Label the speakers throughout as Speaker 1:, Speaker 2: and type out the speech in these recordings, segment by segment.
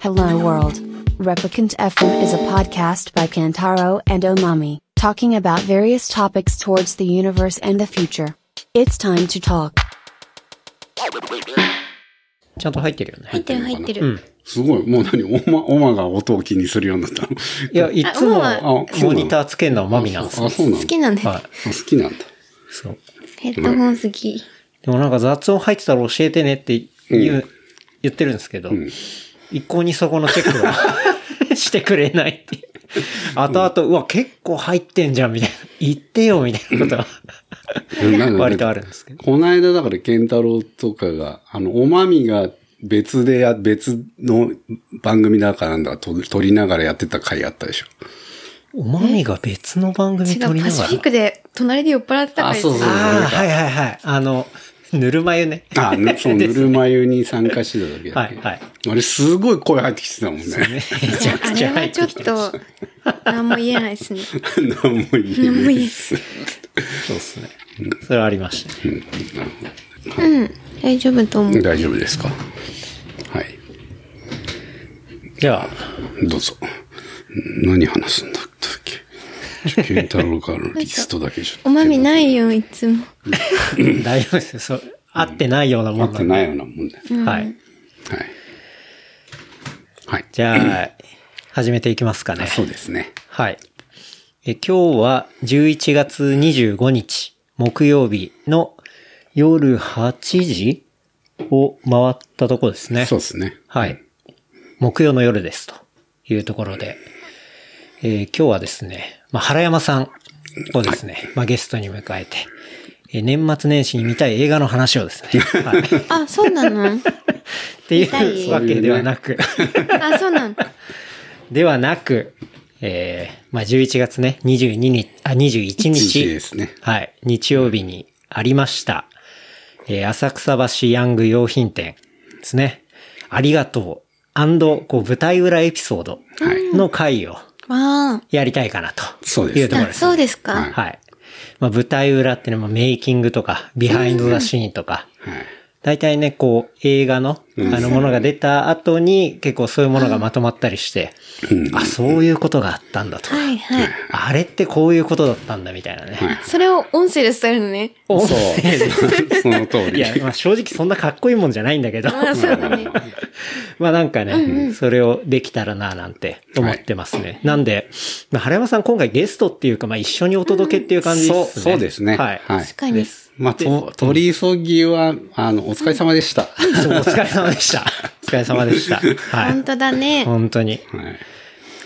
Speaker 1: Hello World. Replicant FM is a podcast by Kantaro and Omami, talking about various topics towards the universe and the future. It's time to talk.
Speaker 2: ちゃんと入ってるよ
Speaker 3: 入っ
Speaker 2: ね。
Speaker 3: てる入って
Speaker 2: う
Speaker 3: る。
Speaker 2: ん。
Speaker 4: すごい。もう何オマ、オマが音を気にするようになったの。
Speaker 2: いや、いつ
Speaker 3: あ
Speaker 2: も
Speaker 3: まあ
Speaker 4: あそうなの
Speaker 2: モニターつけるのはマミなんです
Speaker 4: あ、
Speaker 2: よ。
Speaker 4: そうな
Speaker 3: 好
Speaker 4: の
Speaker 3: きなんだよ。
Speaker 2: はい。
Speaker 4: あ好きなんだ。
Speaker 2: そう。
Speaker 3: ヘッドホン好き。
Speaker 2: でもなんか雑音入ってたら教えてねって言う、言ってるんですけど、一向にそこのチェックは してくれないっていう。後々、うわ、結構入ってんじゃん、みたいな。言ってよ、みたいなことは
Speaker 4: なんか
Speaker 2: 割とあるんですけど。
Speaker 4: この間だから、ケンタロウとかが、あの、おまみが別でや、別の番組だかなんだと、撮りながらやってた回あったでしょ。
Speaker 2: おまみが別の番組
Speaker 3: 違
Speaker 2: 撮り
Speaker 3: う、
Speaker 2: な
Speaker 3: パシ
Speaker 2: が
Speaker 3: フィッ
Speaker 2: ら。
Speaker 3: クで隣で酔っ払ってたから
Speaker 4: あ、
Speaker 3: です
Speaker 4: そうそうそう。
Speaker 2: ああ、はいはいはい。あの、ぬるま湯ね。
Speaker 4: あ、ぬそう、ぬるま湯に参加してただけだ
Speaker 2: は
Speaker 4: っけ
Speaker 2: いはい。
Speaker 4: あれ、すごい声入ってきてたもんね。
Speaker 2: めちゃく
Speaker 3: あ
Speaker 2: ち
Speaker 3: れ
Speaker 2: ゃ入
Speaker 3: は
Speaker 2: っ
Speaker 3: ちょ
Speaker 2: て
Speaker 3: っ
Speaker 2: きてます。
Speaker 3: と、何も言えないですね。
Speaker 4: 何も言えないです。
Speaker 2: そうですね。それはありました。
Speaker 3: うん。大丈夫と思う。
Speaker 4: 大丈夫ですかはい。
Speaker 2: じゃあ、
Speaker 4: どうぞ。何話すんだったっけちょケンタロウからのリストだけちょっと。
Speaker 3: おまみ
Speaker 4: い
Speaker 3: ないよ、いつも。
Speaker 2: 大丈夫ですよ。そう合ってないようなも
Speaker 4: 合
Speaker 2: ん
Speaker 4: っ
Speaker 2: な
Speaker 4: て
Speaker 2: んで。
Speaker 4: ないようなもんだよ。
Speaker 2: はい。
Speaker 4: はい。はい。
Speaker 2: じゃあ、始めていきますかね。
Speaker 4: そうですね。
Speaker 2: はい。え今日は11月25日、木曜日の夜8時を回ったとこですね。
Speaker 4: そうですね。
Speaker 2: はい。木曜の夜ですというところで、えー今日はですね、まあ、原山さんをですね、まあ、ゲストに迎えて、えー年末年始に見たい映画の話をですね、はい、っ
Speaker 3: あ、そう なの
Speaker 2: て
Speaker 3: 見たい
Speaker 2: いうわけではなく、
Speaker 3: あ、そうなの
Speaker 2: ではなく、えーまあ、11月ね、22日、あ、21
Speaker 4: 日
Speaker 2: 日
Speaker 4: で、すね。
Speaker 2: はい、日曜日にありました、えー浅草橋ヤング用品店ですね。ありがとう。こう舞台裏エピソードの回を
Speaker 3: わ
Speaker 2: やりたいかなと。
Speaker 4: そうです
Speaker 2: いうところ
Speaker 3: あ。
Speaker 2: です。
Speaker 3: そうです
Speaker 4: はい
Speaker 3: か。
Speaker 2: はい。まあ、舞台裏ってのはまあメイキングとか、ビハインドザシーンとか、
Speaker 4: はい。
Speaker 2: 大体ね、こう、映画の、あの、ものが出た後に、結構そういうものがまとまったりして、あ、そういうことがあったんだとか、
Speaker 3: はいはい。
Speaker 2: あれってこういうことだったんだみたいなね。
Speaker 3: それを音声で伝えるのね。
Speaker 2: そう。
Speaker 4: その通
Speaker 2: い
Speaker 4: り。
Speaker 2: や、まあ正直そんなかっこいいもんじゃないんだけど、
Speaker 3: あ、そうだね。
Speaker 2: まあなんかね、それをできたらな、なんて思ってますね。なんで、まあ、原山さん今回ゲストっていうか、まあ一緒にお届けっていう感じですね。
Speaker 4: そう、そうですね。
Speaker 2: はい。
Speaker 4: はい
Speaker 3: 確。かに。
Speaker 4: まあ、と、取り急ぎは、あの、お疲れ様でした。は
Speaker 2: そう、お疲れ様でした。お疲れ様でした。は
Speaker 3: 本
Speaker 2: い。
Speaker 3: 当だね。
Speaker 2: 本当に。
Speaker 4: い。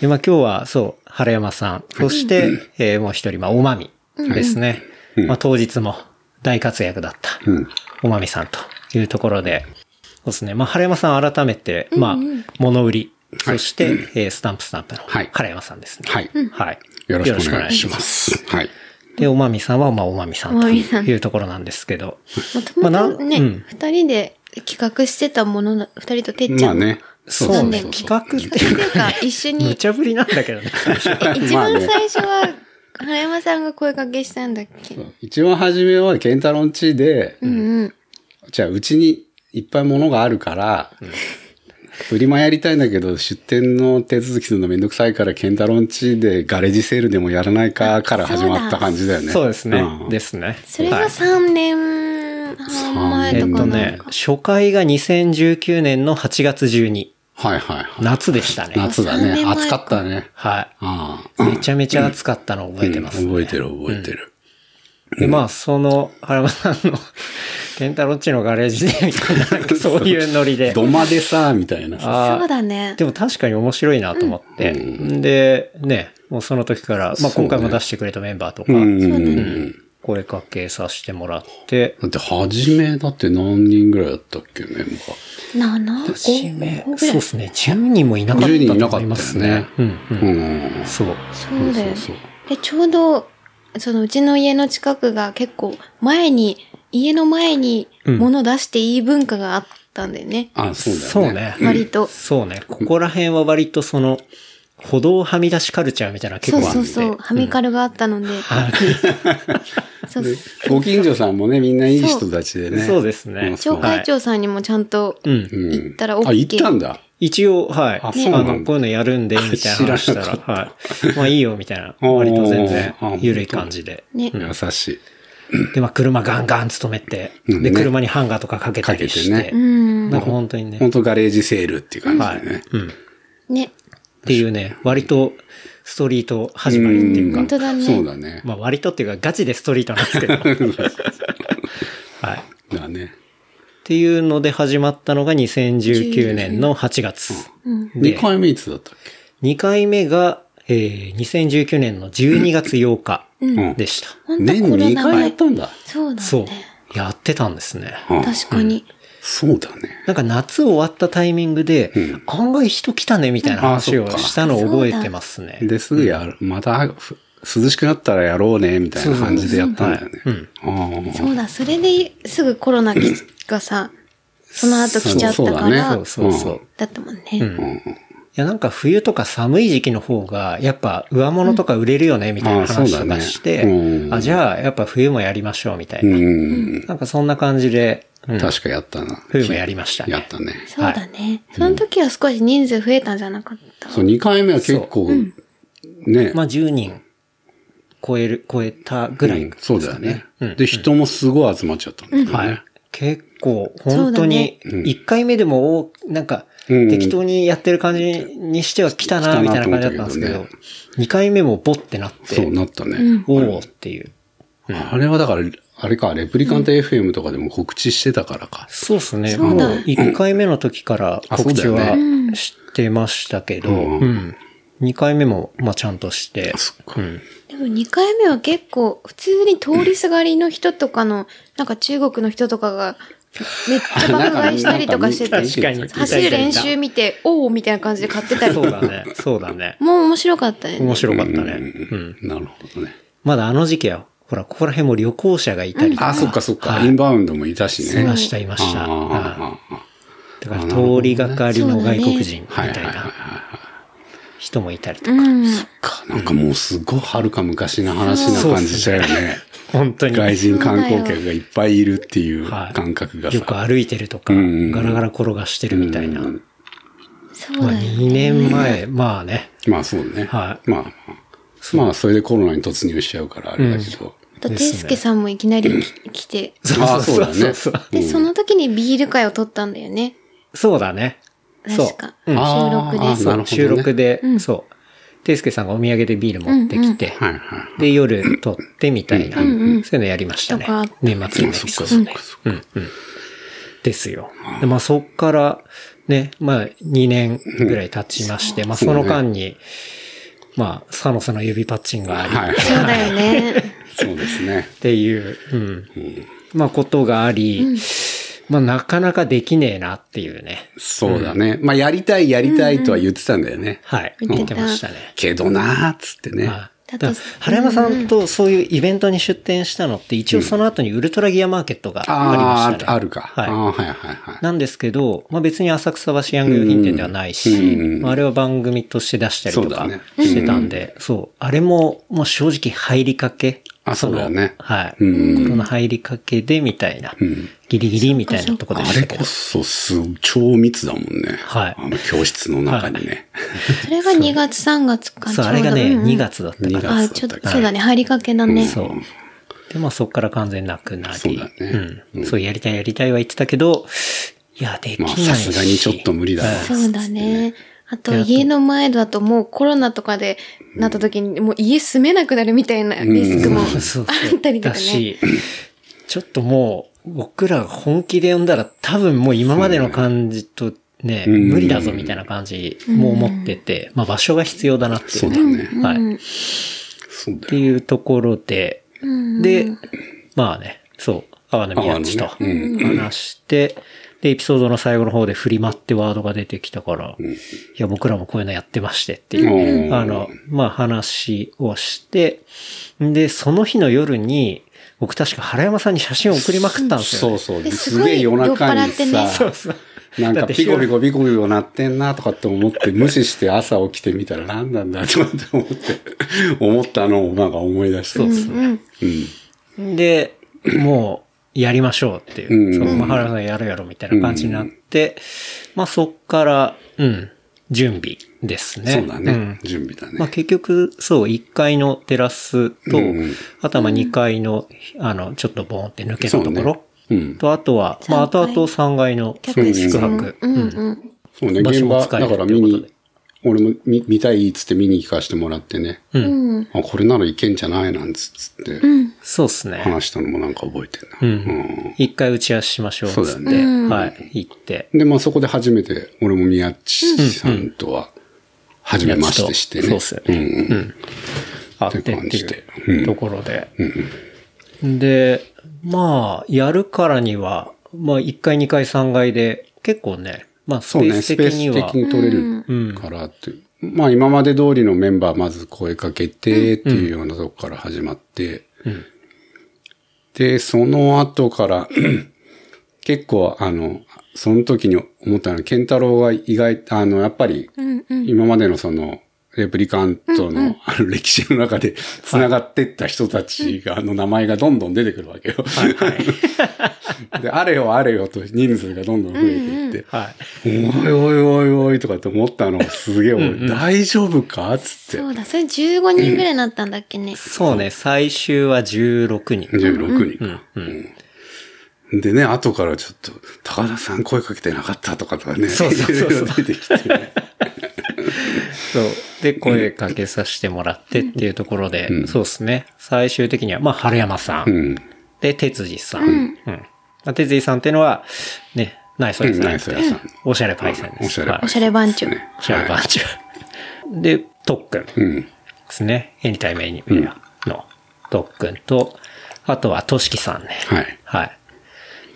Speaker 2: で、まあ今日は、そう、原山さん、そして、えーもう一人、まあ、おまみですね。まあ当日も大活躍だった、
Speaker 4: うん。
Speaker 2: おまみさんというところで、そうですね。まあ、原山さん改めて、まあ、物売り、そして、えースタンプスタンプの
Speaker 4: はい
Speaker 2: 原山さんですね。
Speaker 4: はい。
Speaker 2: はい。
Speaker 4: よろしくお願いし
Speaker 2: よろくお願いしま
Speaker 4: ます。はい。
Speaker 2: す。で、おまみさんは、まあ、おまみさんと
Speaker 3: おまみさん
Speaker 2: いうところなんですけど、
Speaker 3: もとも
Speaker 2: まあな
Speaker 3: と
Speaker 2: ん
Speaker 3: ね、
Speaker 2: うん
Speaker 3: 二人で企画してたものだ、二人とてっち
Speaker 4: ま
Speaker 3: ゃ
Speaker 4: あ
Speaker 3: ん。
Speaker 4: ね。
Speaker 2: そう
Speaker 3: そう
Speaker 2: ね、
Speaker 3: そう
Speaker 2: 企画って
Speaker 3: 二人というか、一緒に
Speaker 2: 無、茶ぶりなんだけどね。
Speaker 3: え一
Speaker 4: まあ
Speaker 3: 番
Speaker 4: ね
Speaker 3: 最初は、原山さんが声かけしたんだっけ
Speaker 4: 一番初めは、ケンタロン家で、
Speaker 3: うんうん。
Speaker 4: じゃあ、うちにいっぱい物があるから、売り間やりたいんだけど、出店の手続きするのめんどくさいから、ケンタロンチでガレージセールでもやらないかから始まった感じだよね。
Speaker 2: そうですね。
Speaker 4: ん
Speaker 2: ですね。
Speaker 3: それ
Speaker 2: はい
Speaker 3: が3年半前
Speaker 2: え
Speaker 3: と
Speaker 2: っ
Speaker 3: か
Speaker 2: と
Speaker 3: な
Speaker 2: ね
Speaker 3: んか、。
Speaker 2: 初回が2019年の8月12、
Speaker 4: はいはいはい。
Speaker 2: 夏でしたね。
Speaker 4: 夏だ
Speaker 3: 三
Speaker 4: ね。
Speaker 3: 年前か
Speaker 4: 暑かったね。
Speaker 2: は
Speaker 4: あ
Speaker 2: い。
Speaker 4: あ。
Speaker 2: めちゃめちゃ暑かったの覚えてます。
Speaker 4: うん覚えてる覚えてる。
Speaker 2: で、まあ、その、原山さんの、ケンタロッチのガレージで、みたいな、なん かそういうノリで。
Speaker 4: 土間でさ、みたいな。
Speaker 2: あー
Speaker 3: そうだね。
Speaker 2: でも確かに面白いなと思って。んで、ね、もうその時から、まあ今回も出してくれたメンバーとか、
Speaker 4: うん
Speaker 3: そうだね
Speaker 2: 声かけさせてもらって、
Speaker 4: だって、初め、だって何人ぐらいだったっけ、メンバー。
Speaker 3: なあなあ
Speaker 2: そうですね、10人もいなかった
Speaker 4: 10人い
Speaker 2: と
Speaker 4: なか
Speaker 2: 思いま
Speaker 4: っ
Speaker 2: す
Speaker 4: たよ
Speaker 2: ね
Speaker 4: ね。。
Speaker 2: うん、うん。
Speaker 4: うん。
Speaker 2: そう。
Speaker 3: そうだよね
Speaker 4: そうそう。
Speaker 3: で、ちょうど、そのうちの家の近くが結構前に、家の前に物出していい文化があったんだよね。
Speaker 4: あ、そうだよね。
Speaker 2: そうね。
Speaker 3: 割と。
Speaker 2: そうね。ここら辺は割とその、歩道はみ出しカルチャーみたいなの結
Speaker 3: そう
Speaker 2: 構あって。
Speaker 3: そうそう。ハミカルがあったので。 そうそう
Speaker 4: ご近所さんもね、みんないい人たちでね。
Speaker 2: そうですね
Speaker 4: ん
Speaker 3: 町会長さんにもちゃんと
Speaker 2: うん。
Speaker 4: うん
Speaker 3: 行ったら OK。
Speaker 4: あ、行ったんだ。
Speaker 2: 一応、はい。
Speaker 4: あそうなんだ
Speaker 2: の、こういうのやるんで、みたいな話したら、
Speaker 4: 知らな
Speaker 2: はい。まあいいよ、みたいな。
Speaker 4: おー
Speaker 2: 割と全然
Speaker 4: あ、
Speaker 2: 緩い感じで。
Speaker 3: ね。
Speaker 4: 優しい。
Speaker 2: で、まあ車ガンガン勤めて、
Speaker 4: うん
Speaker 2: で、
Speaker 4: ね
Speaker 2: 車にハンガーとかかけたりし
Speaker 4: か
Speaker 2: て
Speaker 4: けて、
Speaker 3: うん。
Speaker 2: なんか本当にね、
Speaker 4: 本当ガレージセールっていう感じ
Speaker 2: は
Speaker 4: だ
Speaker 2: い。
Speaker 4: よね。
Speaker 2: うん。っ
Speaker 3: ね。
Speaker 2: ていうね、割とストリート始まりっていう
Speaker 4: うん
Speaker 2: か
Speaker 3: 本、当だね
Speaker 4: そうだね。
Speaker 2: まあ割とっていうかガチでストリートなんですけ ど、はい。っ
Speaker 4: だね。
Speaker 2: ていうので始まったのが2019年の8月。
Speaker 4: 2回目いつだったっ
Speaker 2: 2回目が、えー、2019年の12月8日
Speaker 4: けうん。
Speaker 2: でした。
Speaker 3: 本当
Speaker 4: 年
Speaker 3: コロ
Speaker 4: 2
Speaker 3: ナ
Speaker 4: 回や
Speaker 3: 前
Speaker 4: っ。たんだ。
Speaker 3: そうだ
Speaker 2: そう
Speaker 3: ね。。
Speaker 2: やってたんですね。
Speaker 4: うん
Speaker 3: 確かに。
Speaker 4: そうだね。
Speaker 2: なんか夏終わったタイミングで、案外人来たねみたいな話
Speaker 4: うん
Speaker 2: を
Speaker 4: あそっか
Speaker 2: したのを覚えてますね。
Speaker 4: ですぐやる。またふ涼しくなったらやろうね、みたいな感じでやったんだよね。あ
Speaker 3: そうだ、それですぐコロナきがさ、その後来ちゃった
Speaker 4: そうそ
Speaker 3: か
Speaker 4: うだ
Speaker 3: ら
Speaker 4: ね
Speaker 2: そう、そうそう。い
Speaker 3: だったもんね。
Speaker 2: や、なんか冬とか寒い時期の方が、やっぱ上物とか売れるよねみたいな話とかして、
Speaker 4: あそうだねうん
Speaker 2: あ、じゃあやっぱ冬もやりましょうみたい
Speaker 4: あ。う
Speaker 2: な。
Speaker 4: ん。
Speaker 2: なんかそんな感じで、うん
Speaker 4: 確かやったな。
Speaker 2: 冬もやりましたね。
Speaker 4: やったね。
Speaker 3: そうだね。その時は少し人数増えたんじゃなかった。
Speaker 4: そう、2回目は結構、ね。
Speaker 2: まあ10人超える、超えたぐらい、
Speaker 4: うんそうだよね
Speaker 2: うん。
Speaker 4: で、人もすごい集まっちゃったんだよね。
Speaker 2: はい。結構、本当に、1回目でも多、なんか、
Speaker 4: うん
Speaker 2: 適当にやってる感じにしては来たな、
Speaker 4: うん
Speaker 2: みたいな感じだったんですけ
Speaker 4: 来
Speaker 2: ど
Speaker 4: たなと思った、
Speaker 2: 2回目もボってなっ
Speaker 4: そう
Speaker 2: て、
Speaker 4: なったね。
Speaker 2: おおっていう。
Speaker 4: あれはだから、あれか、レプリカント FM とかでも告知してたからか。
Speaker 2: そうですね。
Speaker 3: う
Speaker 2: もう
Speaker 3: だ
Speaker 2: 1回目の時から
Speaker 4: あ
Speaker 2: 告知
Speaker 4: そうだ
Speaker 2: は
Speaker 4: よね
Speaker 2: してましたけど、
Speaker 4: うん
Speaker 2: うん。2回目も、まあちゃんとして、うん。
Speaker 3: でも2回目は結構、普通に通りすがりの人とかの、なんか中国の人とかが、めっちゃ爆買いしたりとかして
Speaker 4: な ん
Speaker 3: て、
Speaker 4: 見た見た
Speaker 3: 走る練習見て、おおみたいな感じで買ってたり
Speaker 2: そ。うだね。そうだね。
Speaker 3: もう面白かったね。
Speaker 2: 面白かったね。
Speaker 4: う
Speaker 2: うんん。
Speaker 4: なるほどね。
Speaker 2: まだあの時期は、ほら、ここら辺も旅行者がいたりとか。
Speaker 4: あ、そっかそっか。
Speaker 2: はい
Speaker 4: インバウンドもいたし
Speaker 2: い
Speaker 4: ね。
Speaker 2: ました、いました。
Speaker 4: あー
Speaker 2: は
Speaker 4: あーあ
Speaker 2: いだから、通りがかりの外国人み
Speaker 4: ーは
Speaker 2: た
Speaker 4: い
Speaker 2: い
Speaker 4: はいはいは
Speaker 2: な人もいたりと
Speaker 3: う
Speaker 2: か。
Speaker 3: ん。
Speaker 4: い。なんかもうすごい遥か昔の話な感じだよね。
Speaker 2: 本当に。
Speaker 4: 外人観光客がいっぱいいるっていう
Speaker 2: はい
Speaker 4: 感覚が
Speaker 2: よく
Speaker 4: さ。
Speaker 2: 歩いてるとか、
Speaker 4: うん
Speaker 2: ガラガラ転がしてるみたいな。
Speaker 4: う
Speaker 2: ま
Speaker 4: ん
Speaker 3: そう
Speaker 2: あ、
Speaker 3: だよ。
Speaker 2: 2年前、まあね。
Speaker 4: まあそうね。ま
Speaker 2: は
Speaker 4: あまあ。まあそれでコロナに突入しちゃうからあれだけど。
Speaker 3: あと、ていすけさんもいきなりき来て、
Speaker 4: ああ、そうだね。
Speaker 2: そうそう
Speaker 3: で、その時にビール会を取ったんだよね。
Speaker 2: そうだね。そう
Speaker 3: 確か。収
Speaker 2: うん
Speaker 3: 録
Speaker 4: あー
Speaker 3: で。
Speaker 4: なるほどね
Speaker 2: 収録で、そう。ていすけさんがお土産でビール持ってきて、
Speaker 4: はいはい。
Speaker 2: で、夜撮ってみたいな、そういうのやりましたね
Speaker 3: とか。
Speaker 2: 年末のエピソードね。うんうん。ですよ。で、まあそっから、ね、まあ2年ぐらい経ちまして、まあその間に、まあ、サノスの指パッチンがあり、っ
Speaker 4: はい。
Speaker 3: そうだよ ね。
Speaker 4: そうですね。
Speaker 2: ていう、うん。まあことがあり、まあなかなかできねえなっていうね。
Speaker 4: そうだね。まあやりたいやりたいとは言ってたんだよね。
Speaker 2: はい。
Speaker 3: 言
Speaker 2: 言
Speaker 3: ってた
Speaker 2: ってましたね。
Speaker 4: けどなーっつってね。
Speaker 2: はい。だ
Speaker 3: だ
Speaker 2: か
Speaker 3: と
Speaker 2: ら原山さんとそういうイベントに出店したのって、一応その後にウルトラギアマーケットがあ
Speaker 4: あ
Speaker 2: りましたね。
Speaker 4: あ、あるか。
Speaker 2: はい
Speaker 4: ああはいはいはい。
Speaker 2: なんですけど、まあ別に浅草橋ヤング用品店ではないし、まああれは番組として出したりと
Speaker 4: そ
Speaker 2: か
Speaker 4: うだね
Speaker 2: してたんで、そう、あれももう正直入りかけ。
Speaker 4: あそうだよね
Speaker 2: そのはい。
Speaker 4: う
Speaker 2: こ
Speaker 4: ん
Speaker 2: の入りかけでみたいな、ギリギリみたいなとこで
Speaker 4: あ
Speaker 2: し
Speaker 4: れ
Speaker 2: たけ
Speaker 4: こ
Speaker 2: ど。
Speaker 4: そす、超密だもんね。
Speaker 2: はい
Speaker 4: あの教室の中にね。
Speaker 3: それが2月3月か。
Speaker 2: そう、あれがね、2月だったか
Speaker 4: 二
Speaker 2: ら。
Speaker 4: 月
Speaker 3: あ、
Speaker 4: だ
Speaker 3: ちょっ
Speaker 4: った
Speaker 3: と、
Speaker 4: か
Speaker 3: そうだね。入りかけだね。
Speaker 2: そう。で、まあそこから完全になくなり。
Speaker 4: そうだね
Speaker 2: うん。そう、やりたいやりたいは言ってたけど、いや、できな
Speaker 4: ま
Speaker 2: い
Speaker 4: あ、
Speaker 2: し。
Speaker 4: さすがにちょっと無理だな。
Speaker 3: そうだね。あと、家の前だともうコロナとかでなった時に、もう家住めなくなるみたいなリスクも
Speaker 2: そうそう
Speaker 3: あったりとか
Speaker 2: だ
Speaker 3: ね。
Speaker 2: し、ちょっともう、僕ら本気で呼んだら多分もう今までの感じとね、
Speaker 4: ん
Speaker 2: 無理だぞみたいな感じも思ってて、まあ場所が必要だなってい
Speaker 4: そう
Speaker 2: う
Speaker 4: だ
Speaker 2: ね。
Speaker 4: ね。
Speaker 2: はい。っ
Speaker 4: そうだ
Speaker 2: て
Speaker 4: よ。
Speaker 2: いうところで、で、まあね、そう、阿波の宮地と
Speaker 4: 阿波のね
Speaker 2: 話して、で、エピソードの最後の方で振りまってワードが出てきたから、いや、僕らもこういうのやってましてっていう
Speaker 4: うん
Speaker 2: あの、まあ話をして、で、その日の夜に、僕確か原山さんに写真を送りまくったんですよ、
Speaker 4: そ
Speaker 2: ね。
Speaker 4: うそう。
Speaker 3: です
Speaker 4: す
Speaker 3: ご
Speaker 4: げえ
Speaker 3: い
Speaker 4: 夜中に
Speaker 3: 酔っ払ってね
Speaker 2: そ
Speaker 4: さ
Speaker 2: う、そう。
Speaker 4: なん
Speaker 2: だ
Speaker 4: か
Speaker 2: って
Speaker 4: ピコピコピコピコ鳴ってんなとかって思って、無視して朝起きてみたら何なんだとかって思って、思ったのをなんか思い出して。
Speaker 2: そうですね。で、もう、やりましょうっていうう、
Speaker 4: ん
Speaker 2: その、まあ、原田さんやるやろみたいな感じになって、まあそっから、うん、準備ですね。
Speaker 4: そうだね。
Speaker 2: ん
Speaker 4: 準備だね。
Speaker 2: まあ結局、そう、1階のテラスと、
Speaker 4: うんうん
Speaker 2: あとはまあ2階の、あの、ちょっとボーンって抜けたとこ
Speaker 4: そうね
Speaker 2: ろ、
Speaker 4: うん。
Speaker 2: と、あとは、まあ、あとあと3階の
Speaker 3: 客室
Speaker 2: 宿
Speaker 3: も
Speaker 2: 泊。
Speaker 3: うんうん。
Speaker 4: そうね、
Speaker 2: 場所
Speaker 4: 現
Speaker 2: も
Speaker 4: 場、
Speaker 2: 使える
Speaker 4: だから
Speaker 2: とい
Speaker 4: 見
Speaker 2: うことで
Speaker 4: に、俺も見見たいっつって見に行かしてもらってね。
Speaker 2: う。
Speaker 3: うんん。
Speaker 4: あ、これならいけんじゃないなんつつって
Speaker 3: うん。
Speaker 2: そうですね。
Speaker 4: 話したのもなんか覚えて
Speaker 2: うん
Speaker 4: な。
Speaker 2: ん。一回打ち合わせしましょう。
Speaker 4: そうだ
Speaker 2: つっ
Speaker 4: よ
Speaker 2: て、
Speaker 4: ね
Speaker 3: うん
Speaker 2: はい。行って。
Speaker 4: で、まあそこで初めて、俺も宮地さんとは、初めましてしてね。
Speaker 2: そうっすよね。
Speaker 4: うん
Speaker 2: うん。あってって
Speaker 4: って感じで
Speaker 2: いうところで。で、まあ、やるからには、まあ、1階、2階、3階で、結構ね、まあ、ス
Speaker 4: そ
Speaker 2: ペ
Speaker 4: う
Speaker 2: ー
Speaker 4: ね、
Speaker 2: ス
Speaker 4: ス
Speaker 2: 的
Speaker 4: ペース
Speaker 2: には
Speaker 4: 的、に取れるからっていう。まあ今まで通りのメンバーまず声かけてっていうようなとこから始まって、で、その後から、 結構あの、その時に思ったのは、ケンタロウが意外、あの、やっぱり、
Speaker 3: うんうん。
Speaker 4: 今までのその、レプリカントのあの歴史の中で繋がってった人たちが、あの名前がどんどん出てくるわけよ。 で、あれよあれよと人数がどんどん増えていって、
Speaker 2: はい。
Speaker 4: おいおいおいおいとかって思ったのすげえ俺、大丈夫かつ
Speaker 3: そ
Speaker 4: っ
Speaker 3: うだ、それ15人ぐらいになったんだっけね。
Speaker 2: そうね、最終は16
Speaker 4: て。
Speaker 2: 人。
Speaker 4: 16人か。うんでね、後からちょっと、高田さん声かけてなかったとかとかね、
Speaker 2: そうそうそうそう
Speaker 4: ろいろ出てきて ね。
Speaker 2: そう。で、声かけさせてもらってっていうところで、そうですね。最終的には、まあ、春山さん。
Speaker 4: うん。
Speaker 2: で、哲司さん。うん。まあ、哲司さんっていうのは、ね、ナイスですね。
Speaker 4: ナイス屋さん。
Speaker 2: おしゃれパイセンです。
Speaker 4: おしゃれ
Speaker 2: はい
Speaker 3: おしゃれ番長。
Speaker 4: ね
Speaker 2: おしゃれパンチ。で、特訓で
Speaker 4: うん。
Speaker 2: すね。エニタイムエニメアの特訓と、あとは、としきさんね。
Speaker 4: はい。
Speaker 2: はい。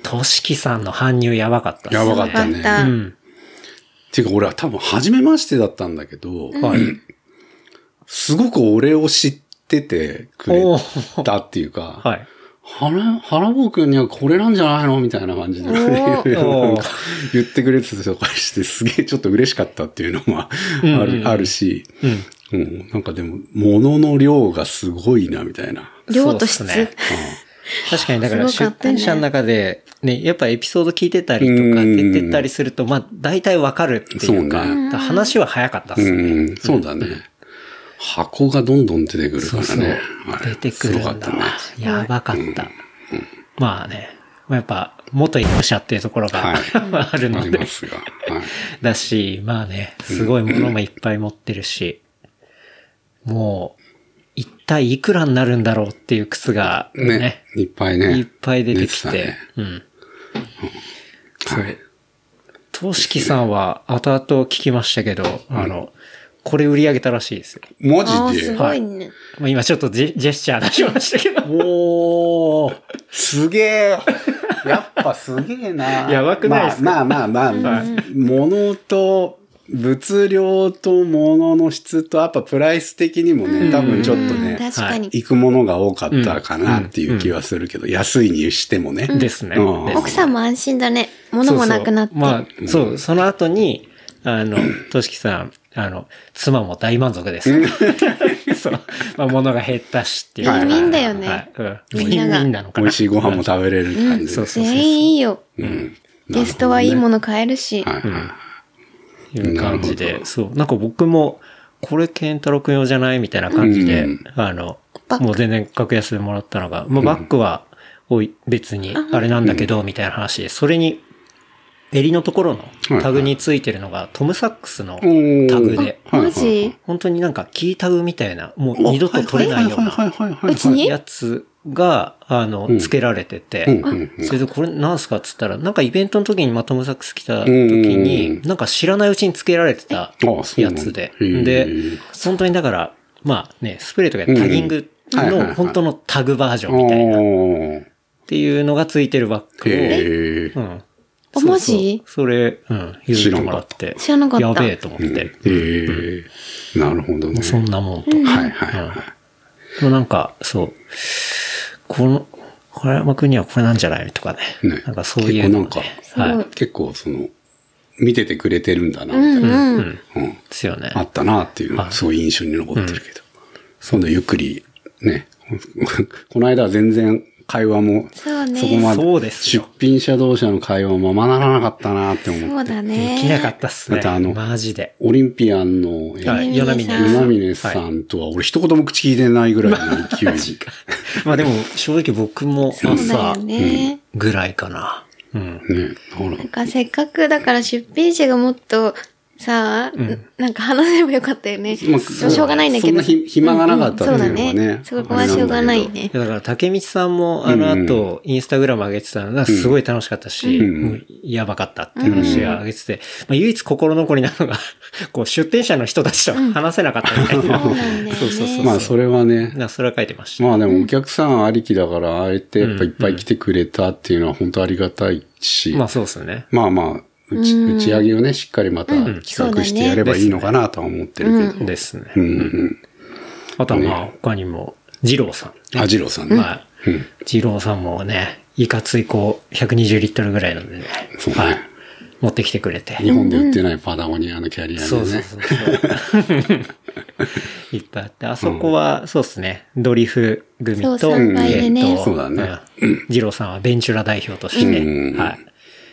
Speaker 2: としきさんの搬入やばかったっすね。
Speaker 4: やばかったね
Speaker 3: よか
Speaker 2: う
Speaker 3: っ
Speaker 2: ん。
Speaker 4: ていうか俺は多分初めましてだったんだけど、
Speaker 2: はい。
Speaker 4: すごく俺を知っててくれたっていうか、
Speaker 2: はい。
Speaker 4: 原、原坊君にはこれなんじゃないのみたいな感じで、
Speaker 3: おー
Speaker 4: いろいろなん
Speaker 2: お
Speaker 4: か
Speaker 2: ー
Speaker 4: 言ってくれてたりとかして、すげえちょっと嬉しかったっていうのは
Speaker 2: んうん
Speaker 4: ある、あるし、うんなんかでも、物の量がすごいな、みたいな。
Speaker 3: 量と質。
Speaker 2: そうっすね確かに、だから
Speaker 3: すご
Speaker 2: 出
Speaker 3: かったね
Speaker 2: 店者の中で、ね、やっぱエピソード聞いてたりとか、
Speaker 4: うん
Speaker 2: 出てったりすると、まあ、大体わかるっていうか、
Speaker 4: そうね
Speaker 2: 話は早かったっすね。
Speaker 4: うん、そうだね。箱がどんどん出てくるからね。あれ
Speaker 2: 出てくるんだ
Speaker 4: すごかったね。
Speaker 2: やばかった。まあね、まあやっぱ、元役者っていうところが、
Speaker 4: は
Speaker 2: ある
Speaker 4: あ
Speaker 2: の
Speaker 4: り
Speaker 2: で
Speaker 4: ま、すが。はい。
Speaker 2: だし、まあね、すごいものもいっぱい持ってるし、もう、一体いくらになるんだろうっていう靴がね、
Speaker 4: ね。いっぱいね。
Speaker 2: いっぱい出てきて、
Speaker 4: たね
Speaker 2: うん。
Speaker 4: はい。
Speaker 2: としきさんは後々聞きましたけど、あの、これ売り上げたらしいですよ。
Speaker 4: マ
Speaker 3: ああ、
Speaker 4: ジです
Speaker 3: ごいね。
Speaker 2: まあ今ちょっとジェジェスチャー出しましたけど。
Speaker 4: おー、すげえ。やっぱすげえな。
Speaker 2: やばくないっすか
Speaker 4: まあまあまあまあ、物と、物量と物の質と、やっぱプライス的にもね、多分ちょっと
Speaker 3: うん
Speaker 4: ね、
Speaker 3: 確かに。
Speaker 4: 行くものが多かったかなっていう気はするけど、安いにしてもね。
Speaker 2: ですね。
Speaker 4: うん
Speaker 2: です
Speaker 3: 奥さんも安心だね。物もなくなって。
Speaker 2: そうそうまあ、そう、その後に、あの、としきさん、あの、妻も大満足です。そう。まあ、物が減ったしっていう。
Speaker 4: はいウィンウィン
Speaker 3: だよね
Speaker 2: はい。うん
Speaker 3: みんなが
Speaker 2: ウィンウィンなのか
Speaker 4: 美
Speaker 2: な。
Speaker 4: 味しいご飯も食べれる感じ
Speaker 2: そう
Speaker 4: で。
Speaker 2: そうそう。
Speaker 3: 全員いいよ。
Speaker 4: うん
Speaker 3: ゲストはいいもの買えるし。
Speaker 4: はいはい
Speaker 2: いう感じ
Speaker 4: なる
Speaker 2: で
Speaker 4: ほ、ど
Speaker 2: そう。なんか僕も、これ、ケンタロウくん用じゃないみたいな感じで、
Speaker 4: うん
Speaker 2: あの
Speaker 3: バッ、グ
Speaker 2: もう全然格安でもらったのが、まあ、バッグは、おい、別に、あれなんだけど、みたいな話で、それに、襟のところのタグについてるのが、トム・サックスのタグで、
Speaker 4: はい
Speaker 3: マジ
Speaker 2: 本当になんかキータグみたいな、もう二度と取れないよう
Speaker 4: は
Speaker 2: な
Speaker 4: ははいはいはいはい。
Speaker 3: うちに
Speaker 2: やつが、あの、付けられてて、
Speaker 4: うんうん
Speaker 2: それでこれなんすかっつったら、なんかイベントの時にまあトムサックス来た時
Speaker 4: うんうん
Speaker 2: に、なんか知らないうちに付けられてた
Speaker 4: ああそうな
Speaker 2: や
Speaker 4: んだ
Speaker 2: つで、
Speaker 4: へえ
Speaker 2: で、本当にだから、まあね、スプレーとかタギング
Speaker 4: うんはいはいは
Speaker 2: の
Speaker 4: い
Speaker 2: 本当のタグバージョンみたいなっ
Speaker 4: おー。
Speaker 2: ていうのが付いてるバッグを、
Speaker 4: へえ。
Speaker 2: うん。
Speaker 3: あ、
Speaker 2: そう
Speaker 3: マ
Speaker 2: そう
Speaker 3: ジ
Speaker 2: それ、うん、譲ってもらって。
Speaker 3: 知らなかった
Speaker 2: やべえと思って。
Speaker 4: ええ、なるほどね。
Speaker 2: そんなもんと。
Speaker 4: はいはいはい。
Speaker 2: でもなんか、そう。この、原山くんにはこれなんじゃないとかね。
Speaker 4: ね
Speaker 2: なんかそういうの、ね。
Speaker 4: 結
Speaker 3: 構な
Speaker 2: はい
Speaker 3: んかすご。
Speaker 4: 結構その、見ててくれてるんだな、
Speaker 3: う
Speaker 4: み
Speaker 3: ん
Speaker 2: う
Speaker 3: う。
Speaker 2: んん。
Speaker 4: たいなうん
Speaker 2: ですよね
Speaker 4: あ。ったなっていうのは、すごい 印象に残ってるけど。そんでゆっくり、ね。この間は全然会話も、
Speaker 3: そうね。
Speaker 4: そこま
Speaker 2: そう
Speaker 4: で、
Speaker 2: ですよ
Speaker 4: 出品者同士の会話もままならなかったなって
Speaker 3: そ
Speaker 4: 思
Speaker 3: う
Speaker 4: って。
Speaker 3: だね。
Speaker 2: できなかったっすね。
Speaker 4: だってあの
Speaker 2: マジで。
Speaker 4: オリンピアンの、えー
Speaker 2: はい。
Speaker 3: ヨ
Speaker 2: ヨナ
Speaker 3: ナミ
Speaker 2: ミ
Speaker 3: ネ
Speaker 2: ネ
Speaker 3: さん
Speaker 4: 今峰さんとは俺一言も口聞いてないぐらいの勢いで。
Speaker 2: まあでも、正直僕も
Speaker 3: そうだよ
Speaker 2: 朝
Speaker 3: ね。
Speaker 2: ぐらいかな。うん。
Speaker 4: ね、ほら
Speaker 3: なん。かせっかくだから出品者がもっとさあ、なんか話せばよかったよね。
Speaker 4: まあ
Speaker 3: でもしょうがないんだけど。
Speaker 4: そんなひ暇がなかったっていうの
Speaker 3: そ
Speaker 4: が
Speaker 3: うだ
Speaker 4: ね
Speaker 3: ね。。そこはしょうがないね。
Speaker 2: だから、竹道さんも、あの後、インスタグラム上げてたのが、すごい楽しかったし、もうやばかったって話が上げてて、まあ、唯一心残りなのが、こう、出店者の人たちとは話せなかったみたいな。
Speaker 3: そうなんだよね。
Speaker 2: そうそうそう
Speaker 4: まあそれはね、
Speaker 2: なそれは書いてました。
Speaker 4: まあでもお客さんありきだから、あえてやっぱいっぱい来てくれたっていうのは本当ありがたいし、
Speaker 2: まあ、そうですね。
Speaker 4: まあまあ、打ち打ち上げをね、しっかりまた企画してやればいいのかなとは思ってるけど。
Speaker 2: ですね。
Speaker 4: うんうん
Speaker 2: あとは、まあ、他にも、二郎さん。
Speaker 4: あ、次郎さんね。
Speaker 2: はい。二郎さんもね、いかついこう、120リットルぐらいなんでね。
Speaker 4: そうね
Speaker 2: はい。持ってきてくれて。
Speaker 4: 日本で売ってないパタゴニアのキャリア
Speaker 2: そ
Speaker 4: の
Speaker 2: うそう
Speaker 4: ね。
Speaker 2: そうそう。 いっぱいあって、あそこは、そうですね、ドリフ組と、
Speaker 3: そう三
Speaker 4: 倍
Speaker 3: でね
Speaker 2: えっと
Speaker 4: そうだね
Speaker 2: うん二郎さんはベンチュラ代表として、
Speaker 4: うん
Speaker 2: は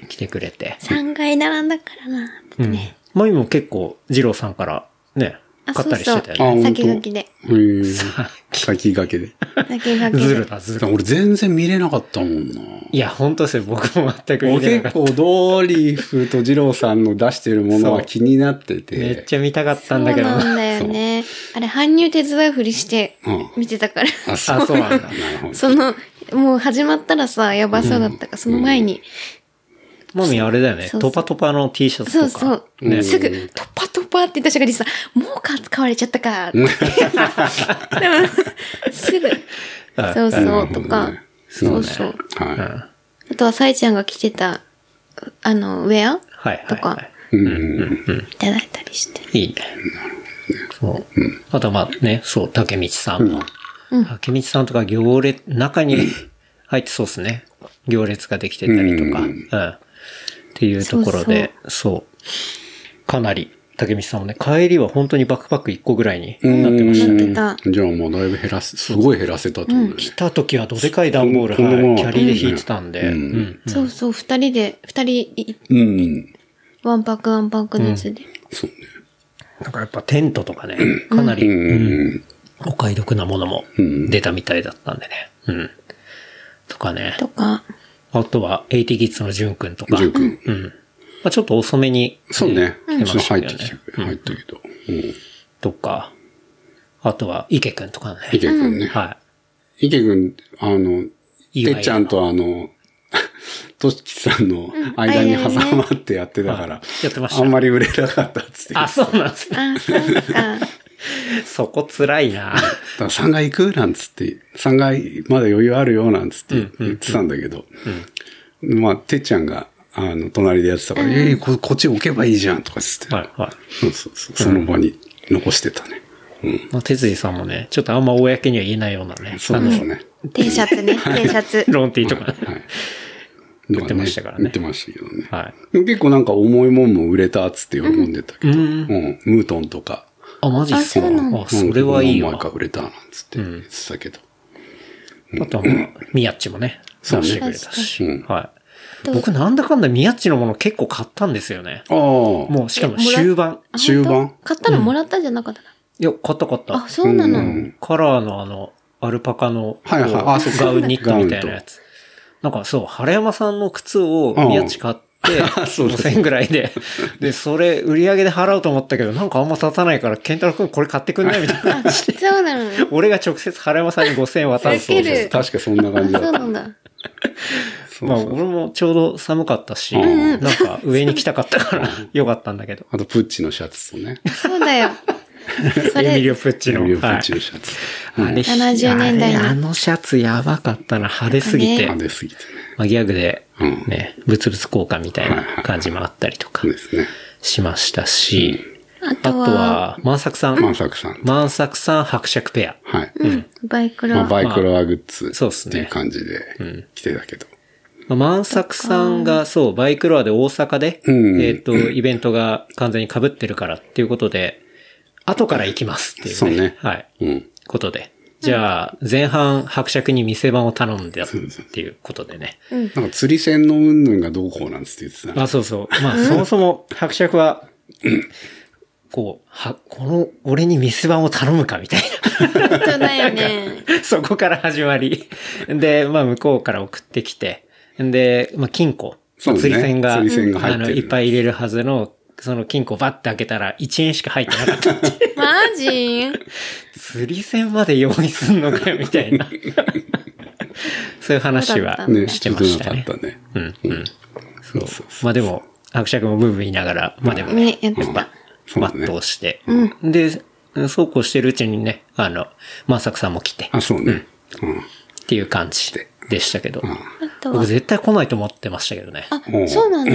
Speaker 2: い、来てくれて。
Speaker 3: 3階並んだからな、って
Speaker 2: うん
Speaker 3: ね。。
Speaker 2: まあ今も結構、二郎さんからね、
Speaker 3: あ、
Speaker 2: 買っ
Speaker 3: そう
Speaker 2: たりし
Speaker 3: そう
Speaker 2: てたよね。。
Speaker 3: 先書きで。
Speaker 4: へー 先駆けで。
Speaker 3: 先書き
Speaker 2: ず
Speaker 3: で
Speaker 2: る。だ、ずる。
Speaker 4: 俺全然見れなかったもんな。
Speaker 2: いや、本当ですよ。僕も全く
Speaker 4: 俺
Speaker 2: 見てなか
Speaker 4: 結
Speaker 2: った。
Speaker 4: 構ドリフと二郎さんの出してるものは気になってて。
Speaker 2: めっちゃ見たかった
Speaker 3: そうん
Speaker 2: だけどな。
Speaker 3: なんだよね。あれ、搬入手伝いふりして
Speaker 4: うん、
Speaker 3: 見てたから。
Speaker 4: あ、そう
Speaker 2: あ、そうなんだ。
Speaker 4: なるほど。
Speaker 3: その、もう始まったらさ、やばそうだったから、その前に。
Speaker 2: マミあれだよね。
Speaker 3: そうそう
Speaker 2: トパトパの T シャツと
Speaker 3: そう
Speaker 2: か。
Speaker 3: そう。
Speaker 4: ね
Speaker 3: すぐ、トパトパって言った瞬間にさ、もう買われちゃった かって。でも、すぐ、
Speaker 2: はい
Speaker 3: そう
Speaker 4: な
Speaker 3: そ
Speaker 4: る
Speaker 3: う、
Speaker 4: ほど
Speaker 3: と
Speaker 4: ね
Speaker 3: か、そう
Speaker 4: そ
Speaker 3: そうう
Speaker 4: ね。は
Speaker 3: あとは、さえちゃんが着てた、あの、ウェア
Speaker 2: はいはい、
Speaker 3: と
Speaker 2: は
Speaker 3: か
Speaker 2: い。
Speaker 4: い。うんうん
Speaker 3: いただいたりして。
Speaker 2: いいね。そう。あとはまあね、そう、竹道さんも。竹道さんとか行列、中に入ってそうですね。行列ができてたりとか。
Speaker 4: う
Speaker 2: うんん。っていうところで、そう。かなり、竹道さんもね、帰りは本当にバックパック1個ぐらいになってました。
Speaker 4: うん。
Speaker 3: なって
Speaker 4: じゃあもうだいぶ減らす、すごい減らせたってことね。
Speaker 2: 来た時はどでかい段ボール、
Speaker 4: とんでも
Speaker 2: は、
Speaker 4: ないい
Speaker 2: キャリーで引いてたんで。
Speaker 4: う
Speaker 2: うんん。
Speaker 3: そうそう、二人で、二人い、
Speaker 4: うん。
Speaker 3: ワンパクワンパクのやつで。
Speaker 4: そうね。
Speaker 2: なんかやっぱテントとかね、かなり、うんお買い得なものも出たみたいだったんでね。うん。とかね。
Speaker 3: とか、
Speaker 2: あとは、エイティキッズのジュン君とか。
Speaker 4: ジュン君
Speaker 2: うん。まあちょっと遅めに。
Speaker 4: そうね。
Speaker 2: えー来て
Speaker 4: そ
Speaker 2: ま
Speaker 4: う
Speaker 2: した
Speaker 4: 入
Speaker 2: よ
Speaker 4: って
Speaker 2: ね
Speaker 4: きてくれ、入ったけど。うん。
Speaker 2: とか。あとは、池君とかね。
Speaker 4: 池くんね。
Speaker 2: は
Speaker 4: 池くん、あの、
Speaker 2: いいわ
Speaker 4: てっちゃんとあ の、としきさんの間に挟まってやってたから、
Speaker 2: やってました
Speaker 4: あんまり売れなかったっつって。
Speaker 2: い。あ、そうなんですね。
Speaker 3: あ、そうか。
Speaker 2: そこ辛いな。
Speaker 4: だから3階行くなんつって、3階まだ余裕あるよなんつって言ってたんだけど、まあ、てっちゃんが、あの、隣でやってたから、ええこ、こっち置けばいいじゃんとかつって、
Speaker 2: はい、はい。
Speaker 4: そうそうそう、その場に残してたね。
Speaker 2: まあ、哲司さんもね、ちょっとあんま公には言えないようなね。
Speaker 4: そうですね。
Speaker 3: T シャツね、T シャツ
Speaker 2: あ。のロンティーとかね。
Speaker 4: はい。
Speaker 2: 売ってましたからね
Speaker 4: 売ってましたけどね。
Speaker 2: はい。
Speaker 4: 結構なんか重いもんも売れたっつって喜んでたけど、うん、ムートンとか。
Speaker 2: あ、マジっすか。あ、それはいい
Speaker 4: 何枚
Speaker 2: わ。
Speaker 4: か売れたなんつって言ってたけど。
Speaker 2: あとはまあ、ミヤッチもね、
Speaker 4: そう
Speaker 2: 出
Speaker 4: ね
Speaker 2: してくれたし。
Speaker 4: うん
Speaker 2: はい。僕なんだかんだミヤッチのもの結構買ったんですよね。
Speaker 4: ああ。
Speaker 2: もう、しかも終盤。
Speaker 3: あ
Speaker 4: 終盤
Speaker 3: 本当買ったのもらったんじゃなかったない
Speaker 2: や、買った買った。
Speaker 3: あ、そうなの。
Speaker 2: カラーのあの、アルパカの、
Speaker 4: はいはい
Speaker 2: こう
Speaker 4: あそうそう
Speaker 2: ガウンニットみたいなやつ。なんかそう、原山さんの靴を
Speaker 4: うん
Speaker 2: 宮地買って、
Speaker 4: そうそう
Speaker 2: 5000円ぐらい で。で、それ、売り上げで払おうと思ったけど、なんかあんま立たないから、ケンタロウ君これ買ってくんないみたいな。
Speaker 3: そうなの。
Speaker 2: 俺が直接原山さんに5000円渡す
Speaker 3: ウケる
Speaker 4: 確かそんな感じだ
Speaker 3: あ、
Speaker 4: っ
Speaker 3: そう。な
Speaker 4: た
Speaker 3: んだ。
Speaker 4: そう
Speaker 2: まあ、
Speaker 4: そう
Speaker 2: 俺もちょうど寒かったし、
Speaker 4: うんう
Speaker 2: なんんか上に着たかったから、 よかったんだけど。
Speaker 4: あと、プッチのシャツとね。
Speaker 3: そうだよ。そ
Speaker 2: エミリ
Speaker 3: れ、
Speaker 2: オ・プッチの。
Speaker 4: プ
Speaker 2: は
Speaker 4: ッ
Speaker 2: い
Speaker 4: チのシャツ。
Speaker 2: あれ
Speaker 3: 70年代の
Speaker 2: あれあのシャツやばかったな。派手すぎて。
Speaker 4: 派手すぎてね。
Speaker 2: まあ、ギャグで
Speaker 4: うん、
Speaker 2: ね、物々交換みたい
Speaker 4: はいはいは
Speaker 2: ない感じもあったりとか
Speaker 4: そうですね。
Speaker 2: しましたし、
Speaker 3: あ
Speaker 2: あ
Speaker 3: と
Speaker 2: と
Speaker 3: は、
Speaker 2: は、万作さ
Speaker 4: 万
Speaker 2: ん。
Speaker 4: 作さん。
Speaker 2: 万作さん、伯爵ペア。
Speaker 4: はい。
Speaker 3: バイク
Speaker 4: ま
Speaker 3: ラ
Speaker 4: あ、バイクロアグッズ
Speaker 2: そうっす
Speaker 4: っ
Speaker 2: ね
Speaker 4: ていう感じで来てたけど。
Speaker 2: まあ万作さんが、そう、バイクロアで大阪で、
Speaker 4: うん
Speaker 2: えっと、イベントが完全に被ってるからっていうことで、後から行きますっていうね。
Speaker 4: そうね
Speaker 2: はい。
Speaker 4: うん。
Speaker 2: ことで、じゃあ、前半伯爵に店番を頼んでっていうことでね。
Speaker 3: うん。
Speaker 4: なんか釣り船の云々がどうこうなんつって言ってたね
Speaker 2: あ、そうそう。まあ、そもそも伯爵は、 こう、は、この、俺に店番を頼むかみたい
Speaker 3: じゃないよね。
Speaker 2: な。 そこから始まり。で、まあ、向こうから送ってきて。で、まあ、金庫。ま
Speaker 4: そう
Speaker 2: あ
Speaker 4: ね
Speaker 2: 釣り船が、
Speaker 4: 釣り船が入ってる
Speaker 2: あの、いっぱい入れるはずの、その金庫バッて開けたら1円しか入ってなか った。
Speaker 3: マジ
Speaker 2: 釣り船まで用意すんのかよ、みたい な。そういう話は
Speaker 3: そうだったんだ
Speaker 2: してましたね
Speaker 4: ち。ょっとなかったね。
Speaker 2: うん、うん。
Speaker 4: そうそうそ
Speaker 2: まあでも、伯爵もブーブー言いながら、まあでもね、
Speaker 3: ね、やっ
Speaker 4: う。うん
Speaker 3: た。
Speaker 4: そうだ
Speaker 2: 抜
Speaker 4: ね
Speaker 2: 刀。して。で、そうこうしてるうちにね、あの、万作さんも来て、
Speaker 4: あ、そうね。うん。
Speaker 2: っていう感じでしたけど。
Speaker 3: あとは
Speaker 2: 僕、絶対来ないと思ってましたけどね。
Speaker 3: あ
Speaker 4: う、ん
Speaker 3: そうなんだ。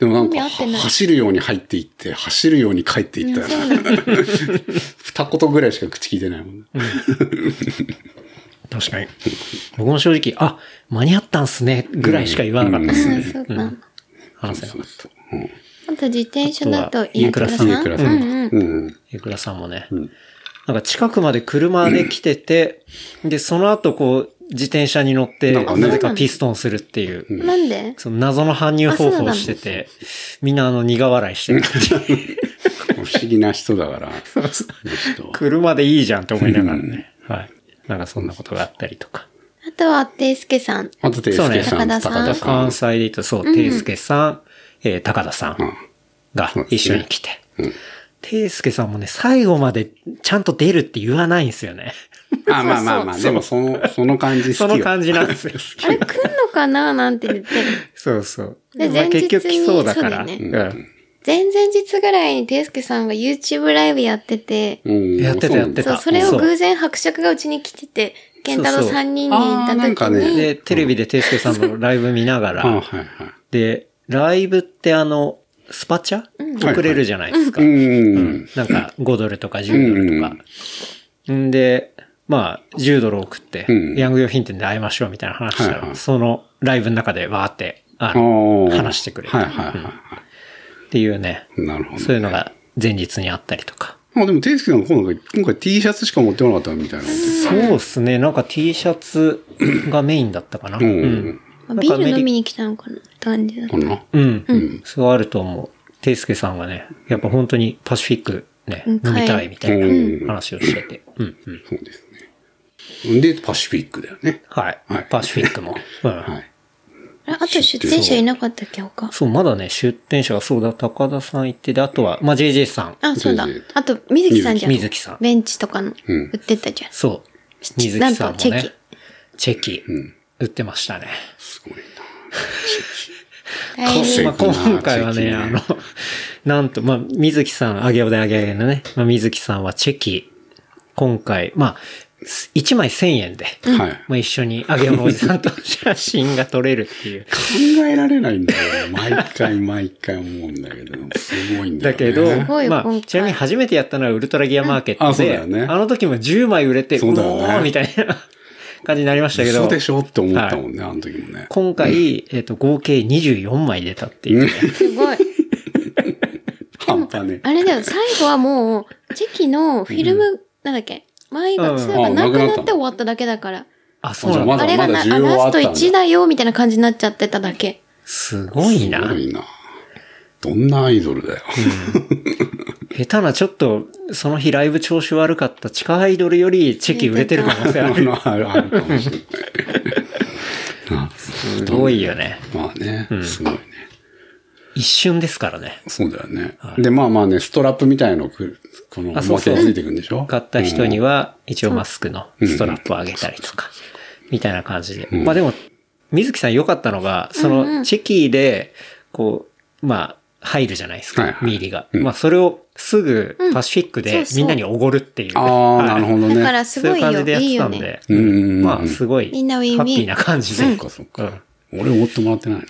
Speaker 4: でもなん
Speaker 3: 意味
Speaker 4: か、
Speaker 3: 合ってない
Speaker 4: 走るように入っていって、走るように帰っていったよね。二言ぐらいしか口聞いてないもんね。
Speaker 2: 確かに。僕も正直、あ、間に合ったんすね、ぐらいしか言わなかったです
Speaker 3: あ
Speaker 2: ね。
Speaker 3: そうか。
Speaker 2: 話せなか
Speaker 4: そ
Speaker 2: っ
Speaker 4: うそう。うん。
Speaker 3: あと自転車だ
Speaker 2: あ
Speaker 3: と
Speaker 2: とは、
Speaker 3: インクラさん。
Speaker 4: インクラさん
Speaker 3: うんうん。
Speaker 4: うん。
Speaker 2: た。ゆくらさんもね。なんか近くまで車で来てて、で、その後こう、自転車に乗って、
Speaker 4: なんかね
Speaker 2: なぜかピストンするっていう。
Speaker 3: なんで
Speaker 2: その謎の搬入方法をしてて、みんなあの苦笑いしてるっていう。
Speaker 4: 不思議な人だから、この人は。
Speaker 2: 車でいいじゃんって思いながらね。はい。なんかそんなことがあったりとか。
Speaker 3: あとは、ていすけさん。
Speaker 4: あと、ていすけさん、
Speaker 3: そうね
Speaker 4: 高田さん
Speaker 2: 関。西で言うと、そう、ていすけさん、えー高田さんが
Speaker 4: そうです
Speaker 2: 一
Speaker 4: ね
Speaker 2: 緒に来て。ていすけさんもね、最後までちゃんと出るって言わないんですよね。
Speaker 4: あ、まあまあまあ、でもその、その感じ
Speaker 2: そ
Speaker 4: 好
Speaker 2: の
Speaker 4: きよ。
Speaker 2: 感じなんですよ。
Speaker 3: あれ、来んのかななんて言って。
Speaker 2: そうそう。
Speaker 3: で
Speaker 2: まあ
Speaker 3: 前
Speaker 2: 結
Speaker 3: 日
Speaker 2: 局来そうだか
Speaker 3: そ
Speaker 2: ら。
Speaker 3: うだよ
Speaker 2: うん
Speaker 3: 前々日ぐらいにていすけさんが YouTube ライブやってて、
Speaker 4: うん
Speaker 2: やってたやってた
Speaker 3: そう、それを偶然伯爵がうちに来てて、健太郎
Speaker 2: そうそう
Speaker 3: 3人に行った
Speaker 4: あーなんか
Speaker 3: 時
Speaker 4: ね
Speaker 3: に、
Speaker 2: で、テレビでていすけさんのライブ見ながら、
Speaker 4: あ、はいはい。
Speaker 2: で、ライブってあの、スパチャ、送れるじゃないですか。
Speaker 4: うん。
Speaker 2: なんか5ドルとか10ドルとか。んで、まあ、10ドル送って、
Speaker 4: うん
Speaker 2: ヤング用品店で会いましょうみたいな話したら、
Speaker 4: はいはい
Speaker 2: そのライブの中でわーって、あの
Speaker 4: おー
Speaker 2: 話してくれる、
Speaker 4: はい
Speaker 2: っ
Speaker 4: はいは
Speaker 2: ていうね、
Speaker 4: い。なるほど。
Speaker 2: そういうのが前日にあったりとか。
Speaker 4: まあでも、ていすけさん、今回、今回 T シャツしか持ってこなかったみたいなこと。
Speaker 2: そうですね、なんか T シャツがメインだったかな。う
Speaker 4: うん
Speaker 2: ん。
Speaker 3: まあビール飲みに来たのかなって感じだった
Speaker 4: こ。んな。
Speaker 2: うん。すごいあると思う。ていすけさんがね、やっぱ本当にパシフィックね、
Speaker 3: うん
Speaker 2: 飲みたいみたい
Speaker 4: うん
Speaker 2: な話をしてて。うん。うん。
Speaker 4: そうですね。で、パシフィックだよね。
Speaker 2: はい
Speaker 4: はい。
Speaker 2: パシフィックも。うん。
Speaker 4: はい。
Speaker 3: ああと出店者いなかったっけ、他。
Speaker 2: そう、まだね、出店者が、そうだ、高田さん行って、で、あとは、まあ、JJ さん、
Speaker 3: あ、そうだ
Speaker 4: 全然。
Speaker 3: あと、水木さんじゃん。
Speaker 2: 水木さん
Speaker 3: ベンチとかの、売ってたじゃん。
Speaker 2: そう、水
Speaker 3: な
Speaker 2: 木
Speaker 3: ん
Speaker 2: さ
Speaker 3: と
Speaker 2: んもね、
Speaker 3: チェキ。
Speaker 2: チェキ、売ってましたね。
Speaker 4: すごいな。
Speaker 3: 大
Speaker 4: チェ
Speaker 2: ま
Speaker 3: 変
Speaker 4: キ
Speaker 2: あ、今回は
Speaker 4: チェ
Speaker 2: ね、
Speaker 4: キね
Speaker 2: あの、 なんと、まあ、水木さん、あげおであげあげのね、まあ、水木さんはチェキ、今回、まあ、1枚1000円で、
Speaker 4: はい。
Speaker 2: まあ、一緒にあげおのおじさんと写真が撮れるっていう。
Speaker 4: 考えられないんだよね。毎回毎回思うんだけど、すごいんだ
Speaker 2: だ
Speaker 4: よ、
Speaker 2: け
Speaker 4: ね。
Speaker 2: ど、
Speaker 3: すごいよ
Speaker 2: ま
Speaker 3: 今
Speaker 2: あ、
Speaker 3: 回
Speaker 2: ちなみに初めてやったのはウルトラギアマーケッ
Speaker 4: うん
Speaker 2: ト
Speaker 4: あそうだ
Speaker 2: で、
Speaker 4: よね
Speaker 2: あの時も10枚売れて、
Speaker 4: そうだよね
Speaker 2: おーみたいな感じになりましたけど、
Speaker 4: そうでしょって思ったもんね、あの時もね。
Speaker 2: 今回、えっと、合計24枚出たっていうね。
Speaker 3: すごい。
Speaker 4: 半端ね。
Speaker 3: あれだよ、最後はもう、チェキのフィルム、なんだっけ、前が
Speaker 2: うん
Speaker 3: 2がなく
Speaker 4: あなくな
Speaker 3: な
Speaker 4: っ
Speaker 3: ったて終わっただけだから。
Speaker 2: あ、そうなん
Speaker 4: ま
Speaker 2: だ。
Speaker 4: だ
Speaker 3: あれがな、あ
Speaker 4: まだ需要はあ
Speaker 3: ラ
Speaker 4: っ
Speaker 3: ス
Speaker 4: た
Speaker 3: ト
Speaker 4: んだ
Speaker 3: 1だよ、みたいな感じになっちゃってただけ。
Speaker 2: すごい
Speaker 4: す
Speaker 2: な
Speaker 4: ご。いな。どんなアイドルだよ。
Speaker 2: 下手なちょっと、その日ライブ調子悪かった地下アイドルよりチェキ売れてる可能性ある。
Speaker 4: あるあるかもしれない。な
Speaker 2: すごいよね。
Speaker 4: まあね、すごいね。
Speaker 2: 一瞬ですからね。
Speaker 4: そうだよね。で、まあまあね、ストラップみたいのくる、このおま
Speaker 2: あ
Speaker 4: け
Speaker 2: そう
Speaker 4: が
Speaker 2: そう
Speaker 4: ついてくんでしょ
Speaker 2: 買った人には、一応マスクのストラップをあげたりとか、みたいな感じで。まあでも、水木さん良かったのが、そのチェキで、こう、まあ、入るじゃないです
Speaker 4: はい
Speaker 2: か
Speaker 4: は、い
Speaker 2: ミーリが。まあ、それをすぐパシフィック
Speaker 3: う
Speaker 2: で
Speaker 3: んそうそう
Speaker 2: みんなにおごるっていう。
Speaker 4: あ
Speaker 2: は
Speaker 4: あ、
Speaker 2: い
Speaker 4: なるほどね。
Speaker 3: だからす
Speaker 2: そう
Speaker 3: ご
Speaker 2: い
Speaker 3: いう
Speaker 2: 感
Speaker 3: よ、
Speaker 2: じでやっ
Speaker 3: いい
Speaker 2: てた
Speaker 3: よ
Speaker 2: ん
Speaker 3: ね。
Speaker 2: で、
Speaker 4: うんうんうん。
Speaker 2: まあ、すごい、ハ
Speaker 3: みんなウィンウィン
Speaker 2: ッピーな感じ
Speaker 4: そ
Speaker 2: で
Speaker 4: っ。かそっ
Speaker 2: う
Speaker 4: か
Speaker 2: ん。
Speaker 4: 俺おごってもらってないな。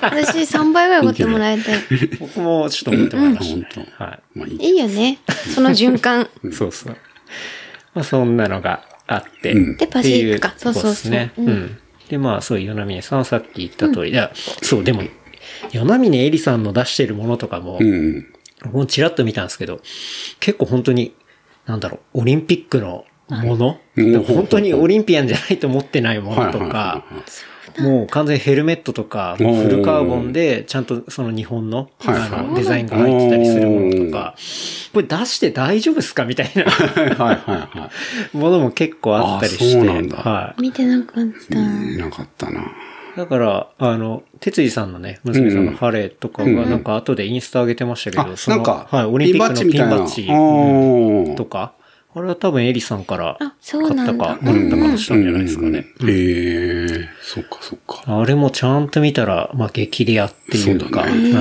Speaker 3: 私3倍ぐらいおごってもらい たい。
Speaker 2: 僕もちょっと思ってもらいまし
Speaker 4: 本
Speaker 2: たね。
Speaker 4: 当。
Speaker 2: はい
Speaker 4: まあいい。
Speaker 3: いいよね。その循環。
Speaker 2: い。そうそう。まあ、そんなのがあって。
Speaker 4: うん
Speaker 3: で、パシフィッ クか。
Speaker 2: ってい
Speaker 3: そ
Speaker 2: うと
Speaker 3: そ
Speaker 2: こ
Speaker 3: う
Speaker 2: っす
Speaker 3: そう。
Speaker 2: ね。うん。で、まあ、そう、ヨナミネさんはさっき言った通り、いやそう、でも、ヨナミネエリさんの出してるものとかも
Speaker 4: う、ん。
Speaker 2: 僕もちらっと見たんですけど、結構本当に、なんだろう、オリンピックのもの、
Speaker 4: うん
Speaker 2: だから本当にオリンピアンじゃないと持ってないものと
Speaker 4: はい
Speaker 2: か
Speaker 4: は、
Speaker 2: もう完全にヘルメットとか、
Speaker 4: おー
Speaker 2: フルカーボンで、ちゃんとその日本の
Speaker 4: はい
Speaker 2: あ
Speaker 4: はい
Speaker 2: のデザインが入ってたりするものとか、これ出して大丈夫ですかみたいな
Speaker 4: はいはいは
Speaker 2: ものも結構あったりして。
Speaker 4: あそうなんだ
Speaker 2: はい。
Speaker 3: 見てなかった。
Speaker 4: い。なかったな。
Speaker 2: だから、あの、哲二さんのね、娘さんのハレーとかが、
Speaker 4: うんうん
Speaker 2: なんか後でインスタ上げてましたけど、
Speaker 4: あ、
Speaker 2: その
Speaker 4: なんか、
Speaker 2: はい、オリンピックのピンバッジ
Speaker 4: ピンバッジみたいな。
Speaker 2: とか、あれは多分エリさんから買
Speaker 3: あそうな
Speaker 2: った
Speaker 3: んだ
Speaker 2: か、もらったかしたんじゃないですかね。
Speaker 4: うん。へえ、そっかそっか。
Speaker 2: あれもちゃんと見たら、まあ激レアっていうか、
Speaker 4: そうだ
Speaker 3: え
Speaker 4: ね
Speaker 2: うん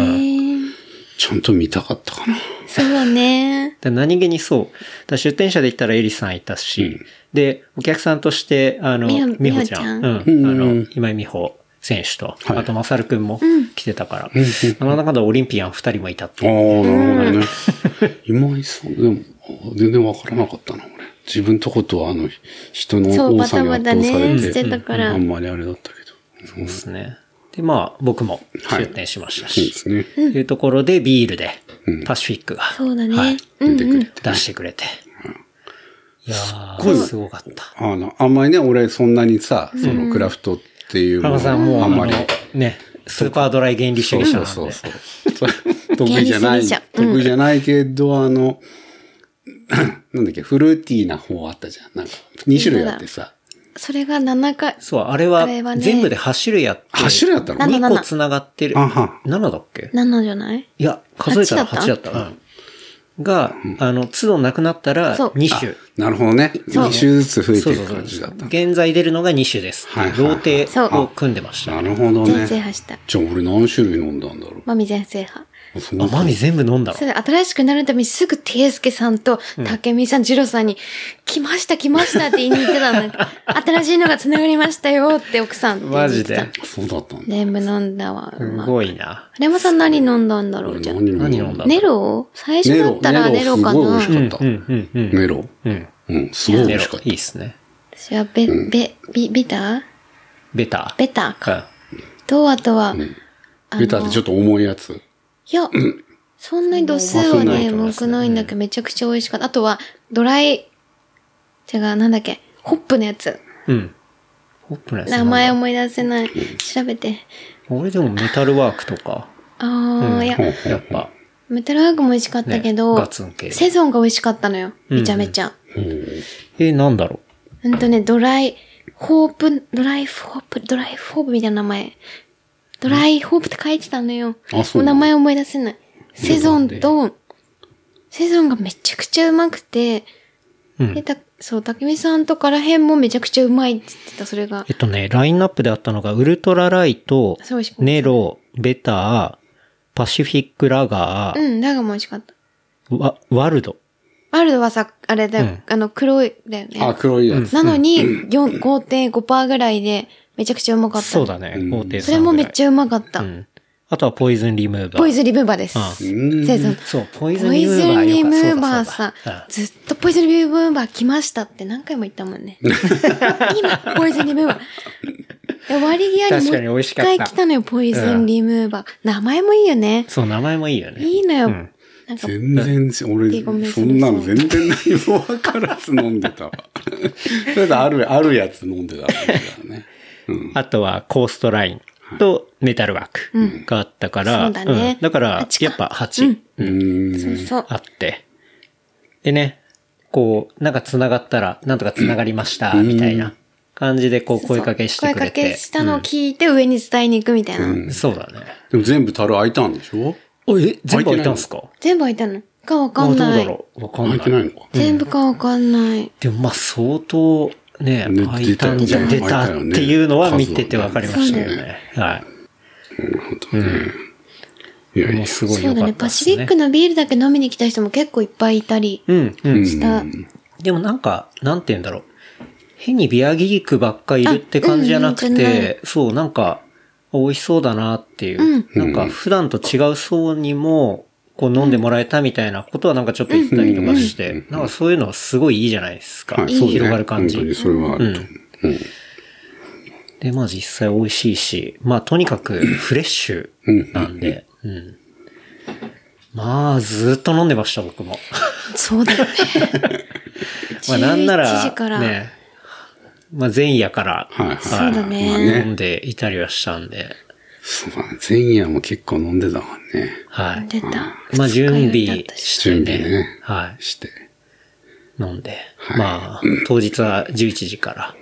Speaker 3: ー、
Speaker 4: ちゃんと見たかったかな。
Speaker 3: そうね。
Speaker 2: で何気にそう。だから出店者で言ったらエリさんいたし、
Speaker 4: うん
Speaker 2: で、お客さんとして、あの、
Speaker 3: みほ
Speaker 2: 美穂ちゃん、
Speaker 3: み
Speaker 2: う
Speaker 4: うん
Speaker 2: ん、あ
Speaker 4: うん
Speaker 2: の、今井美穂選手と、
Speaker 4: はい
Speaker 2: あと、まさるくんも来てたから、あの中でオリンピアン二人もいたって
Speaker 4: ああ、なるほどね。 今井さん、でも、全然わからなかったな、俺。自分とことあの、人の
Speaker 3: そう
Speaker 4: 多さに圧
Speaker 3: バタ
Speaker 4: 倒さ
Speaker 3: バタ
Speaker 4: れ
Speaker 3: ね
Speaker 4: て、
Speaker 3: してたから
Speaker 4: あんまりあれだったけど。そう
Speaker 2: ですね。で、まあ、僕も出店しました
Speaker 4: で
Speaker 2: し、
Speaker 4: すね。
Speaker 2: というところでビールで
Speaker 4: うん、
Speaker 2: パシフィックが、
Speaker 3: そうだね。
Speaker 2: はい
Speaker 3: うん
Speaker 4: 出て
Speaker 3: う
Speaker 4: く
Speaker 3: ん
Speaker 4: れ。て。
Speaker 2: 出してくれて。いやー、すごかった。
Speaker 4: あの、あんまりね、俺そんなにさ、そのクラフトっていう
Speaker 2: 原
Speaker 4: の
Speaker 2: 田さんもう、
Speaker 4: あ
Speaker 2: あ
Speaker 4: ん
Speaker 2: ん
Speaker 4: ま
Speaker 2: ま
Speaker 4: り
Speaker 2: り、、ね、スーパードライ原理主
Speaker 4: そう
Speaker 2: 義者
Speaker 4: そ
Speaker 2: なん
Speaker 4: う
Speaker 2: で。
Speaker 4: そうそう。得意じゃな
Speaker 3: 原
Speaker 4: い、
Speaker 3: 理主義者うん
Speaker 4: 得意じゃないけど、あの、 なんだっけ、フルーティーな方あったじゃん。なんか、2種類あってさ。
Speaker 3: それが7回。
Speaker 2: そう、あれは
Speaker 3: あれはね
Speaker 2: 全部で8種類あって。
Speaker 4: 8種類あったの
Speaker 3: な
Speaker 2: 2個繋がってる。
Speaker 4: あは
Speaker 2: 7だっけ
Speaker 3: 7じゃない
Speaker 2: いや、数えたら8
Speaker 3: 8だ
Speaker 2: だった。うんが、あの、都度なくなったら
Speaker 3: そう
Speaker 2: 2種。
Speaker 4: なるほどね。
Speaker 3: そう
Speaker 4: 2種ずつ増え
Speaker 2: そ
Speaker 4: て
Speaker 2: う
Speaker 4: い
Speaker 2: そう
Speaker 4: く
Speaker 2: そう
Speaker 4: 感じだった。
Speaker 2: 現在出るのが2種です。
Speaker 4: はいはいはい
Speaker 2: ローテを組んでました。
Speaker 4: な
Speaker 2: あ、
Speaker 4: るほど
Speaker 3: 全制
Speaker 4: ね。
Speaker 3: 覇した。
Speaker 4: じゃあ俺何種類飲んだんだろ
Speaker 3: マミ全制覇。
Speaker 4: う。そんな
Speaker 2: マミ全部飲んだの
Speaker 3: それで新しくなるためにすぐ、ていすけさんと、たけみさん、じろさんに、来ました、来ましたって言いに行ってた んだ新しいのが繋がりましたよって奥さんって言
Speaker 2: マ
Speaker 3: っ
Speaker 2: ジ
Speaker 3: てた
Speaker 2: で。。
Speaker 4: そうだったんだ。
Speaker 3: 全部飲んだわ。う
Speaker 2: す
Speaker 3: ま
Speaker 2: ごいな。
Speaker 3: レモさん何飲んだんだろうじゃん。
Speaker 2: 何飲んだ
Speaker 3: ネロ最初だったら
Speaker 4: ネ
Speaker 3: ネ
Speaker 4: ロ
Speaker 3: ロか
Speaker 4: ネロ
Speaker 3: な
Speaker 4: す
Speaker 2: う
Speaker 4: ごい美味し
Speaker 2: ん
Speaker 4: か、
Speaker 2: うん、うん、うん。
Speaker 4: メロ
Speaker 2: うん。
Speaker 4: うん、すごい美
Speaker 2: ネ
Speaker 4: 味
Speaker 2: ロ
Speaker 4: しかっ、
Speaker 2: いいですね。
Speaker 3: 私はベ、ベ、ビ、ビター
Speaker 2: ベタ
Speaker 3: ベターか。
Speaker 2: ー。
Speaker 3: と、あとは、あ
Speaker 4: た。
Speaker 3: の
Speaker 4: ベタってちょっと重いやつ。
Speaker 3: いや、そんなに度数はね、
Speaker 4: まあ
Speaker 3: 多くないんだけど、めちゃくちゃ美味しかった。あとは、ドライ、違う、なんだっけ、ホップのやつ。
Speaker 2: うん。うんホップのやつなんだ
Speaker 3: 名前思い出せない。調べて。
Speaker 2: 俺でもメタルワークとか、
Speaker 3: ああ、いや、
Speaker 2: やっぱ、
Speaker 3: メタルワークも美味しかったけ
Speaker 2: ね
Speaker 3: ど
Speaker 2: ガツン、系
Speaker 3: セゾンが美味しかったのよ。めちゃめちゃ。
Speaker 2: え、なんだろ
Speaker 3: うんとね、ドライ、ホープ、ドライホープ、ドライホープみたいな名前。ドライホープって書いてたのよ。
Speaker 4: あそう
Speaker 3: も名
Speaker 4: なの
Speaker 3: 前思い出せない。セゾンと、セゾンがめちゃくちゃうまくて、
Speaker 2: う。う
Speaker 3: で、
Speaker 2: ん。
Speaker 3: た、そう、たけみさんとからへんもめちゃくちゃうまいって言ってた、それが
Speaker 2: え。っとね、ラインナップであったのが、ウルトラライト
Speaker 3: そう美味しかっ、た
Speaker 2: ネロ、ベター、パシフィックラガ
Speaker 3: う
Speaker 2: ー、
Speaker 3: ん、だがも美味しかった。
Speaker 2: ワワルド。
Speaker 3: ワルドはさ、あれだよ、
Speaker 2: うん
Speaker 3: あの、黒いだよね。
Speaker 4: あ、黒いやつ。
Speaker 3: なのに、4 5.5%ぐらいで、めちゃくちゃうまかった。
Speaker 2: そうだね
Speaker 4: う、ん
Speaker 2: 大手
Speaker 3: そ
Speaker 2: さ
Speaker 3: れ
Speaker 2: んぐらい。
Speaker 3: もめっちゃうまかった。
Speaker 2: うん。あとはポイズンリムーバー。
Speaker 3: ポイズンリムーバーです。
Speaker 2: う
Speaker 4: うん
Speaker 3: セゾン。
Speaker 2: そう、ポイズン
Speaker 3: ポ
Speaker 2: リ
Speaker 3: イ
Speaker 2: ム
Speaker 3: ズンリムー
Speaker 2: ー
Speaker 3: バ
Speaker 2: バ
Speaker 3: ー
Speaker 2: ーよ
Speaker 3: さ
Speaker 2: かそうだそうだ、
Speaker 3: ずっとポイズンリムーバー来ましたって何回も言ったも んね。今、ポイズンリムーバー。で終わり際に
Speaker 2: 確
Speaker 3: も
Speaker 2: かに美
Speaker 3: う
Speaker 2: 味
Speaker 3: 一
Speaker 2: しかった
Speaker 3: 回来たのよ、ポイズンリムーバー。名前もいいよね
Speaker 2: うん。そう、名前もいいよね。
Speaker 3: いいのよ。
Speaker 2: うん
Speaker 3: なんか、
Speaker 4: 全然、
Speaker 3: ごめん
Speaker 4: 俺、そんなの全然何も分からず飲んでたわ。とりあえずある、あるやつ飲んでたわけだからね。
Speaker 2: あとはコーストラインとメタルワークがあったから、
Speaker 3: うんそうだね
Speaker 2: んだから
Speaker 3: 八、か
Speaker 2: やっぱ8
Speaker 4: うーん。
Speaker 3: そうそう。
Speaker 2: あって、でね、こう、なんか繋がったら、なんとか繋がりました、みたいな感じでこう声かけしてくれて。
Speaker 3: 声かけしたのを聞いて上に伝えに行くみたいな。
Speaker 2: うんそうだね。
Speaker 4: でも全部樽開いたんでしょ
Speaker 2: おえ、全部開いたんすか
Speaker 3: 全部開いたのかわ
Speaker 2: あ
Speaker 3: か
Speaker 2: どう
Speaker 3: んな
Speaker 2: だ
Speaker 3: い。
Speaker 2: ろうわかんな
Speaker 4: 開い
Speaker 2: い。
Speaker 4: てないのか。
Speaker 3: 全部かわかんない。
Speaker 2: でもまあ相当ね、
Speaker 4: ね
Speaker 2: 開いたんじゃ出
Speaker 4: 出たよ
Speaker 2: た
Speaker 4: ね
Speaker 2: っていうのは見ててわかりましたよ
Speaker 4: そうだ
Speaker 2: ね。はい。
Speaker 4: いやい
Speaker 2: も
Speaker 4: や
Speaker 2: う。すごい
Speaker 3: そ
Speaker 2: 良
Speaker 3: う
Speaker 2: かった
Speaker 3: だね。
Speaker 2: で
Speaker 3: パ
Speaker 2: す
Speaker 3: シフィッ
Speaker 2: ね
Speaker 3: ク。のビールだけ飲みに来た人も結構いっぱいいたり
Speaker 2: うん、うん。
Speaker 3: した。
Speaker 2: でもなんか、なんて言うんだろう。変にビアギークばっかいるって感じじゃなく
Speaker 3: あうんうんじゃな
Speaker 2: て、そう、なんか、美味しそうだなっていう。なんか、普段と違う層にも、こう飲んでもらえたみたいなことはなんかちょっと言ったりとかして、なんかそういうのはすごいいいじゃないですか。
Speaker 4: はい、そうね
Speaker 2: 広がる感じ。
Speaker 4: 本当にそれはあると思う。うん
Speaker 2: で、まあ実際美味しいし、まあとにかくフレッシュなんで、うん。まあずっと飲んでました僕も。
Speaker 3: そうだね。
Speaker 2: まあなんな
Speaker 3: 11時から
Speaker 2: ら、ね、まあ前夜から
Speaker 4: はいはい。
Speaker 3: そうだね
Speaker 4: まあ
Speaker 2: 飲ん
Speaker 4: ね。
Speaker 2: でいたりはしたんで、
Speaker 4: そうだね前夜も結構飲んでたもんね。
Speaker 2: はい。
Speaker 3: 出た。
Speaker 2: まあ
Speaker 3: 二日
Speaker 2: 準
Speaker 3: 酔いだっ
Speaker 2: 備
Speaker 3: たし
Speaker 2: して
Speaker 4: 準備ね
Speaker 2: ね、はい。
Speaker 4: して。
Speaker 2: 飲んで、まあ当日は11時から、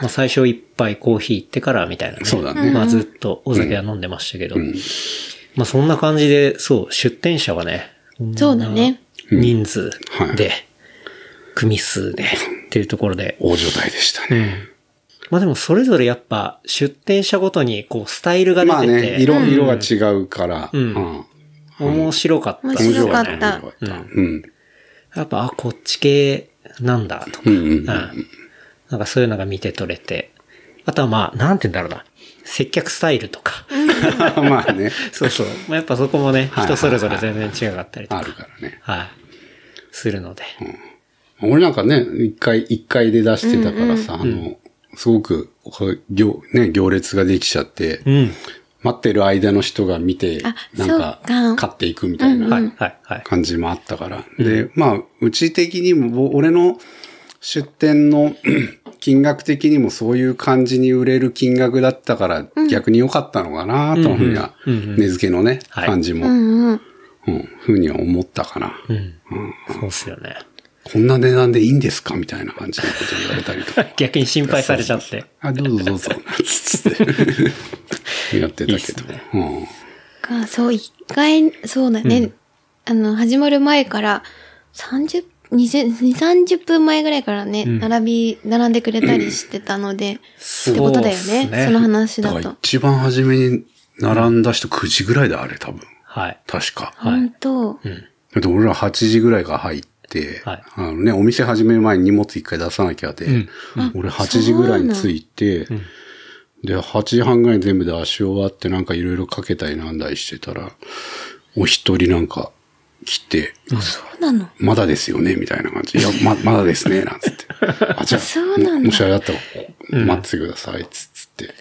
Speaker 2: まあ最初一杯コーヒー行ってからみたいなね。
Speaker 4: そうだね
Speaker 2: まあずっとお酒は飲んでましたけど、まあそんな感じで、そう、出店者はね、
Speaker 3: そうだね。
Speaker 2: 人数
Speaker 4: うんは
Speaker 2: で、組数でっていうところで、
Speaker 4: 大所帯でしたね。
Speaker 2: まあでもそれぞれやっぱ出店者ごとにこうスタイルが出
Speaker 4: まあ
Speaker 2: て
Speaker 4: ね、
Speaker 2: て、
Speaker 4: 色、色が違うから。うん
Speaker 2: 面白かった
Speaker 3: 面
Speaker 2: ですよ
Speaker 3: 白
Speaker 2: ね。
Speaker 3: かった。
Speaker 4: うん。
Speaker 2: やっぱ、あ、こっち系なんだとか、
Speaker 4: うん
Speaker 2: う
Speaker 4: うんん
Speaker 2: なんかそういうのが見て取れて。あとはまあ、なんて言うんだろうな。接客スタイルとか。
Speaker 4: まあね、
Speaker 2: そうそう。まあ、やっぱそこもね、
Speaker 4: いはいはい
Speaker 2: 人それぞれ全然違かったりと
Speaker 4: あ
Speaker 2: か。
Speaker 4: るからね。
Speaker 2: はい。するので。
Speaker 4: 俺なんかね、一回、一回で出してたからさ、あの、すごく、こう行、ね、行列ができちゃって、
Speaker 2: うん。
Speaker 4: 待ってる間の人が見て
Speaker 3: あ、
Speaker 4: なんか
Speaker 3: そうか、
Speaker 4: 買っていくみたいな
Speaker 2: はい、はい、はい。
Speaker 4: 感じもあったから。で、まあ、うち的にも、ぼ俺の出店の 金額的にもそういう感じに売れる金額だったから、逆に良かったのかなというふうには、根付けのね、
Speaker 2: はい
Speaker 4: 感じも、
Speaker 3: うんうん。
Speaker 4: うん、ふうには思ったかな。
Speaker 2: うん。そうっすよね。
Speaker 4: こんな値段でいいんですかみたいな感じのこと言われたりとか。
Speaker 2: 逆に心配されちゃって。
Speaker 4: あ、どうぞどうぞ、つって。やって
Speaker 2: いい
Speaker 4: た
Speaker 2: っ
Speaker 4: け
Speaker 2: す
Speaker 4: ど。
Speaker 2: ね
Speaker 4: うん
Speaker 3: か、そう、一回、そうだね。あの、始まる前から、30、20 20、30分前ぐらいからね、並び、並んでくれたりしてたので、ってことだよ
Speaker 2: そうっすね
Speaker 3: ね。その話
Speaker 4: だ
Speaker 3: だ
Speaker 4: から
Speaker 3: と。
Speaker 4: 一番初めに並んだ人9時ぐらいだ、あれ多分。
Speaker 2: はい。
Speaker 4: 確か。
Speaker 3: 本当
Speaker 4: だって俺ら8時ぐらいから入って、
Speaker 2: はい
Speaker 4: あのね、お店始める前に荷物一回出さなきゃで、俺8時ぐらいに着いて、で、8時半ぐらいに全部出し終わってなんかいろいろかけたりなんだりしてたら、お一人なんか来て、
Speaker 3: そうなの。
Speaker 4: まだですよねみたいな感じ。いや、ま、まだですね、なん つって。あ、じゃ
Speaker 3: そうなん
Speaker 4: あ、
Speaker 3: だ
Speaker 4: ももしあれだったら、待っててください、つつって。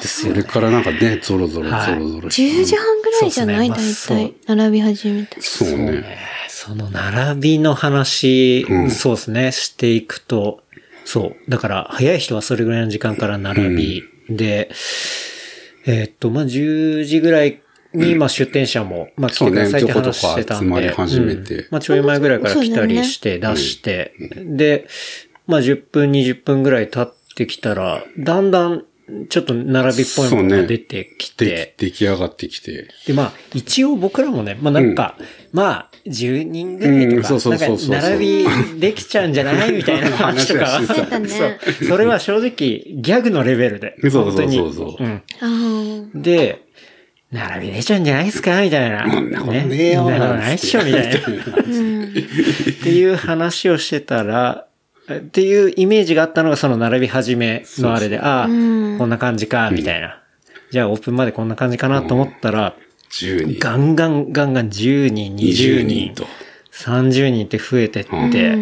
Speaker 4: でそれからなんかね、ゾロゾロ
Speaker 2: はい
Speaker 4: ゾロゾロして。
Speaker 3: 10時半ぐらいじゃない
Speaker 2: そうっ
Speaker 3: 大
Speaker 2: すねまあ
Speaker 3: 体、並び始めた。
Speaker 4: そうね。
Speaker 2: ねその並びの話、そうですね、していくと、そう。だから、早い人はそれぐらいの時間から並び、で、えーっと、まあ、10時ぐらいに、まあ、出店者も、まあ、来てくださいって話してたん
Speaker 4: そうね
Speaker 2: で、
Speaker 4: ちょこちょこ集まり始めて
Speaker 2: うんまあ、ちょい前ぐらいから来たりして、出して、で、まあ、10分、20分ぐらい経ってきたら、だんだん、ちょっと並びっぽいものが出てきて、
Speaker 4: で、出来上がってきて。
Speaker 2: で、まあ、一応僕らもね、まあなんか、まあ、10人ぐらいと
Speaker 4: うんそう
Speaker 2: か、
Speaker 4: そ
Speaker 2: な
Speaker 4: うそうそうん
Speaker 2: か、並びできちゃうんじゃないみたいな話とか
Speaker 4: 話はして
Speaker 3: たね
Speaker 2: そうそれは正直、ギャグのレベルで。
Speaker 4: そうそう
Speaker 2: 本当に
Speaker 4: そうそうん
Speaker 3: ああ。
Speaker 2: で、並び出ちゃうんじゃないですかみたいな。
Speaker 4: そんなことねえよ
Speaker 2: そんなことないっしょみたいな。
Speaker 3: うん。
Speaker 2: っていう話をしてたら、っていうイメージがあったのがその並び始めのあれで、ああ、
Speaker 3: うん
Speaker 2: こんな感じか、みたいな。じゃあオープンまでこんな感じかなと思ったら、
Speaker 4: 10人。
Speaker 2: ガンガンガンガン10人、20
Speaker 4: 20
Speaker 2: 人
Speaker 4: 人、と。
Speaker 2: 30人って増えてって、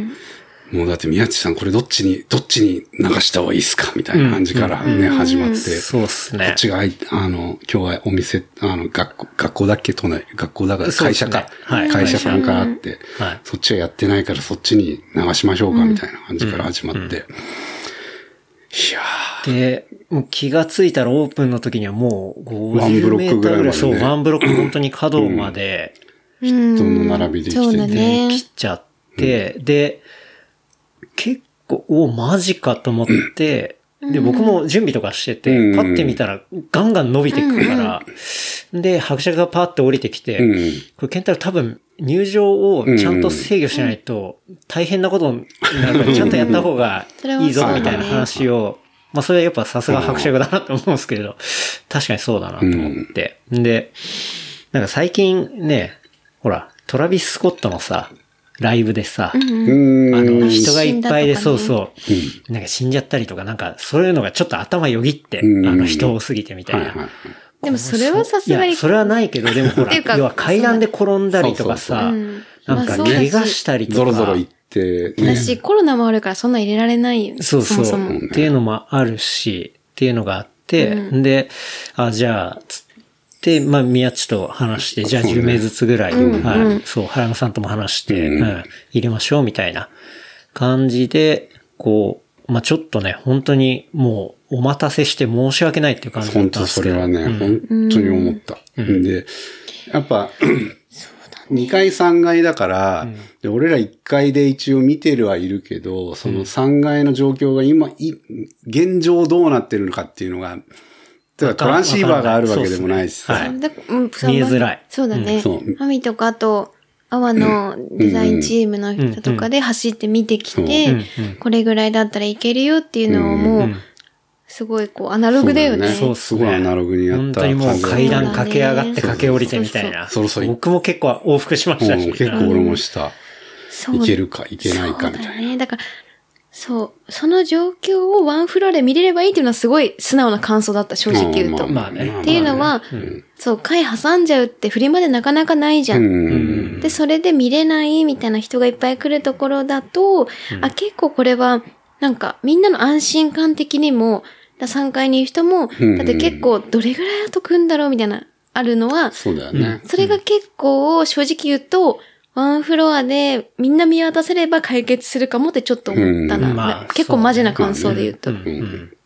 Speaker 4: もうだって宮地さんこれどっちに、どっちに流した方がいいですかみたいな感じからね、始まって。
Speaker 2: そうっすね
Speaker 4: こっ。ちがあい、あの、今日はお店、あの、学校、学校だっけ都内、学校だから、
Speaker 2: そうで
Speaker 4: 会
Speaker 2: す
Speaker 4: 社
Speaker 2: ね
Speaker 4: か、
Speaker 2: はい
Speaker 4: 会社さんからあって、
Speaker 2: はい
Speaker 4: そっちはやってないからそっちに流しましょうか、みたいな感じから始まって。いや
Speaker 2: で、もう気がついたらオープンの時にはもう
Speaker 4: ワンブ
Speaker 2: 50
Speaker 4: ロッ
Speaker 2: メ
Speaker 4: ク
Speaker 2: ー
Speaker 4: ぐ
Speaker 2: タ
Speaker 4: ら
Speaker 2: ーぐら
Speaker 4: いまでね
Speaker 2: い、そう、ワンブロック本当に角まで
Speaker 4: ー、人の並びできて
Speaker 3: そうだ
Speaker 4: て、
Speaker 3: ね。
Speaker 2: 来ちゃって、で、結構、お、マジかと思って、で、僕も準備とかして
Speaker 4: う
Speaker 2: て、
Speaker 4: ん
Speaker 2: パッて見たらガンガン伸びてくから、で、伯爵がパッて降りてきて、
Speaker 4: うん
Speaker 2: これ、ケンタロウ多分、入場をちゃんと制御しないと、大変なことになるから、ちゃんとやった方がいいぞ、みたいな話を、まあ、それはやっぱさすが伯爵だなと思うんですけれど、確かにそうだなと思って。で、なんか最近ね、ほら、トラビス・スコットのさ、ライブでさ、
Speaker 4: うん。
Speaker 2: あの、人
Speaker 3: 人
Speaker 2: が
Speaker 3: が
Speaker 2: い
Speaker 3: い
Speaker 2: っ
Speaker 3: っ
Speaker 2: ぱ
Speaker 3: ぱ
Speaker 2: い
Speaker 3: い
Speaker 2: で、
Speaker 3: で
Speaker 2: そうそう、なんか死んじゃったりとか、なんか、そういうのがちょっと頭よぎって、あの、人多すぎてみたい
Speaker 4: はいは
Speaker 2: な。
Speaker 4: い
Speaker 3: でもそれはさすが
Speaker 2: い
Speaker 3: に
Speaker 2: や、それはないけど、でもほ
Speaker 3: っ
Speaker 2: ら、
Speaker 3: ていうか
Speaker 2: 要は階段で転んだりとかさ
Speaker 3: そうそうそう、うん
Speaker 2: なんか
Speaker 3: まあそうだ
Speaker 2: 怪
Speaker 3: し
Speaker 2: 我したりとか。
Speaker 4: ゾロゾロ行って、ね
Speaker 3: だし、コロナもあるからそんなん入れられないよ。
Speaker 2: そうそう。
Speaker 3: もも
Speaker 2: っていうのもあるし、っていうのがあって、で、あ、じゃあ、つって、まあ、宮地と話して、じゃあ10名ずつぐらい、はい、そう、原野さんとも話して、うん入れましょう、みたいな感じで、こう、まあちょっとね、本当にもうお待たせして申し訳ないっていう感じだっ
Speaker 4: 本
Speaker 2: たん
Speaker 4: 当
Speaker 2: です
Speaker 4: そ
Speaker 2: け
Speaker 4: れ
Speaker 2: ど。
Speaker 4: はね、本当に思った。で、やっぱ、2階3階だから、で俺ら1階で一応見てるはいるけど、その3階の状況が今、い現状どうなってるのかっていうのが、例えばトランシーバーがあるわけでもないし
Speaker 2: わかん
Speaker 4: さ
Speaker 2: な、い
Speaker 3: だうん
Speaker 2: 見えづらい
Speaker 3: そうだ
Speaker 4: うん
Speaker 3: ね
Speaker 4: そう。
Speaker 3: マミとか、あと、アワのデザインチームの人とかで走って見てきて、これぐらいだったらいけるよっていうのをもう、すごいこう、アナログだよね。
Speaker 2: そうっ
Speaker 4: すごいアナログにやっ
Speaker 2: 本
Speaker 4: た
Speaker 2: 当
Speaker 4: 感
Speaker 2: に
Speaker 4: じ
Speaker 2: もう階段
Speaker 3: そうだ
Speaker 2: 駆
Speaker 3: ね
Speaker 2: け上がって駆け下りてみたいな。
Speaker 4: そうそうそうそうそう
Speaker 2: 僕も結構往復しました
Speaker 4: う
Speaker 2: し。
Speaker 4: ん結構俺もした。
Speaker 3: そう
Speaker 4: いけるか、いけないかみたい
Speaker 3: そうだ
Speaker 4: な。
Speaker 3: ね。だから、そう、その状況をワンフロアで見れればいいっていうのはすごい素直な感想だった、正直言うと。
Speaker 2: まあね
Speaker 3: っていうのは、そう、回挟んじゃうって振りまでなかなかないじゃ。
Speaker 4: うんん。
Speaker 3: で、それで見れないみたいな人がいっぱい来るところだと、あ、結構これは、なんか、みんなの安心感的にも、だ3階にいる人も、
Speaker 4: うん
Speaker 3: だって結構どれぐらい後来るんだろうみたいな、あるのは、
Speaker 4: そうだよね。
Speaker 3: それが結構、正直言うと、ワンフロアでみんな見渡せれば解決するかもってちょっと思ったな。
Speaker 2: うんまあ
Speaker 3: な結構マジな感想で言うと。
Speaker 2: うんうん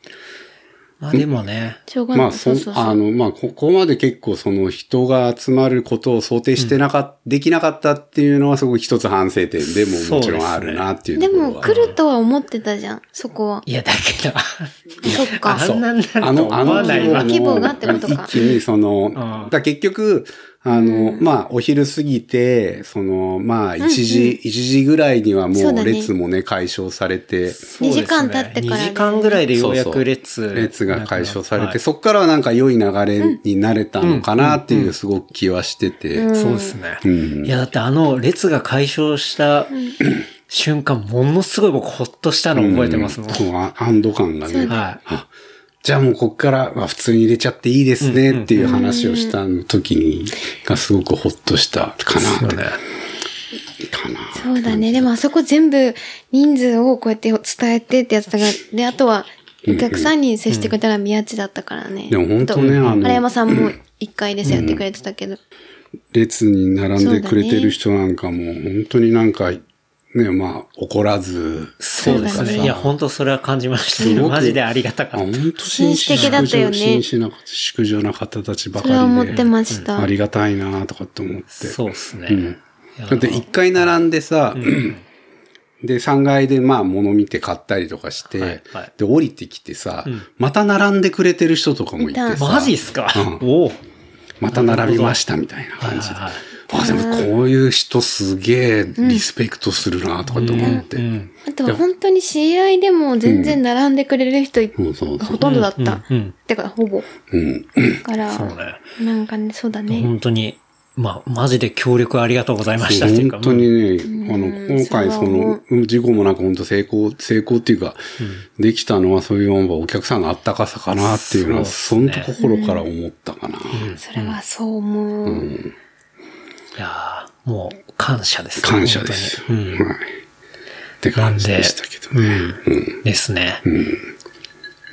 Speaker 2: まあでもね、
Speaker 3: しょうがない。
Speaker 4: まあ、そ
Speaker 3: そうそうそ
Speaker 4: あ
Speaker 3: う。
Speaker 4: の、まあ、ここまで結構その人が集まることを想定してなかった、できなかったっていうのはすごい一つ反省点でももちろんあるなっていう
Speaker 3: で
Speaker 4: ところは。
Speaker 3: も来るとは思ってたじゃん、そこは。
Speaker 2: いやだけど、
Speaker 3: そっか。
Speaker 2: あんなんなると思わないわ。
Speaker 3: 規模がってことか
Speaker 4: 一気にその、
Speaker 2: ん
Speaker 4: だ結局、あの、まあ、お昼過ぎて、その、まあ、1時、一、時ぐらいにはも
Speaker 3: そう
Speaker 4: う
Speaker 3: だね
Speaker 4: 列もね、解消され
Speaker 2: そうで
Speaker 4: て、
Speaker 2: すね
Speaker 3: 2時間経ってからね
Speaker 2: 2時間ぐらいでようや
Speaker 4: そう
Speaker 2: く
Speaker 4: そう
Speaker 2: 列。
Speaker 4: 列が解消されて、
Speaker 2: はい
Speaker 4: そっからはなんか良い流れになれたのかなっていうすごく気はしてて、
Speaker 2: そうですね。
Speaker 4: ん
Speaker 2: いや、だってあの列が解消した瞬間、ものすごい僕ほっとしたの覚えてますもん。
Speaker 4: うんこうあ安堵感がね。
Speaker 2: は
Speaker 4: あじゃあもうこっからまあ普通に入れちゃっていいですねっていう話をした時に、がすごくほっとしたかなって。
Speaker 2: い。ね
Speaker 4: かな。
Speaker 3: そうだね。でもあそこ全部人数をこうやって伝えてってやつだから、で、あとはお客さんに接してくれたら宮地だったからね。
Speaker 4: でも本当ね
Speaker 3: あと
Speaker 4: あの
Speaker 3: 原山さんも一回でさやってくれてたけど。
Speaker 4: 列に並んでくれてる人なんかも、本当になんか、ね、まあ怒らず、
Speaker 2: そうです
Speaker 3: そうだ
Speaker 2: ね。
Speaker 3: ね
Speaker 2: いや、本当それは感じましたね
Speaker 4: すごく
Speaker 2: マジでありがた
Speaker 4: あ
Speaker 2: かっ
Speaker 4: 本
Speaker 2: た。
Speaker 4: 当紳
Speaker 3: 紳
Speaker 4: 士
Speaker 3: 士的だったよね
Speaker 4: 紳士な、淑女な方たちば
Speaker 3: そ
Speaker 4: かり
Speaker 3: れ
Speaker 4: で。
Speaker 3: は思ってました。
Speaker 4: ありがたいなとかって思って。
Speaker 2: そうですね。
Speaker 4: うん
Speaker 2: いや
Speaker 4: だって一回並んでさ、 で、3階でまあ物見て買ったりとかして、
Speaker 2: はいはい
Speaker 4: で、降りてきてさ、また並んでくれてる人とかもいてさ
Speaker 3: い、た
Speaker 2: マジっすか、
Speaker 4: う
Speaker 2: おお。
Speaker 4: また並びましたみたいな感じで。
Speaker 2: はいはい
Speaker 4: あ、でもこういう人すげえリスペクトするなとかって思って。
Speaker 2: うん。
Speaker 3: あとは本当に知り合いでも全然並んでくれる人い
Speaker 4: そうそうそ
Speaker 3: ほ
Speaker 4: う。
Speaker 3: とんどだった
Speaker 2: うんうん。
Speaker 3: てか、ほぼ。
Speaker 4: うん。
Speaker 3: から、
Speaker 2: そうね。
Speaker 3: なんかね、そうだね。
Speaker 2: 本当に、まあ、マジで協力ありがとうございましたっていうか。
Speaker 4: 本当にね、あの、
Speaker 3: ん
Speaker 4: 今回
Speaker 3: そ
Speaker 4: そ
Speaker 3: れは思
Speaker 4: の、うん事故もなく本当成功、成功っていうか、できたのはそういうお客さんのあったかさかなっていうのは、
Speaker 2: そ
Speaker 4: そうの
Speaker 2: っすね
Speaker 4: 心から思ったかな。
Speaker 3: それはそう思う。
Speaker 2: いやーもう、感謝ですね、
Speaker 4: 感謝です
Speaker 2: 本。当
Speaker 4: は
Speaker 2: に
Speaker 4: い。って感じでしたけどね。うん
Speaker 2: ですね。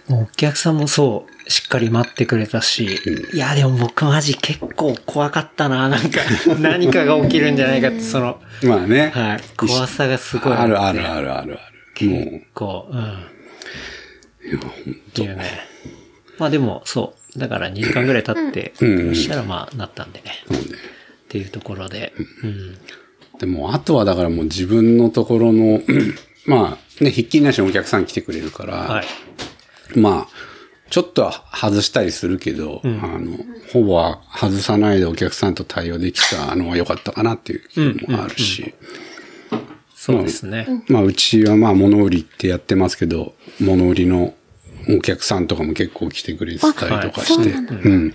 Speaker 2: もうお客さんもそう、しっかり待ってくれたし、いや、でも僕マジ結構怖かったな、なんか、何かが起きるんじゃないかって、その、
Speaker 4: まあね。
Speaker 2: はい、怖さがすごい
Speaker 4: あるあ
Speaker 2: っ
Speaker 4: る
Speaker 2: て
Speaker 4: あるあるある。もう、
Speaker 2: こう、うん。っていうね。まあでも、そう。だから2時間ぐらい経って、そしたらまあなったんでね。っていうところで。うん。
Speaker 4: でも、あとはだからもう自分のところの、 まあ、ね、ひっきりなしにお客さん来てくれるから、
Speaker 2: はい。
Speaker 4: まあ、ちょっとは外したりするけど、あの、ほぼは外さないでお客さんと対応できたのは良かったかなっていう気もあるし、
Speaker 2: そうですね。
Speaker 4: まあ、うちはまあ、物売りってやってますけど、物売りのお客さんとかも結構来てくれてたりとかして、
Speaker 3: あはいそうなんだ
Speaker 4: うん。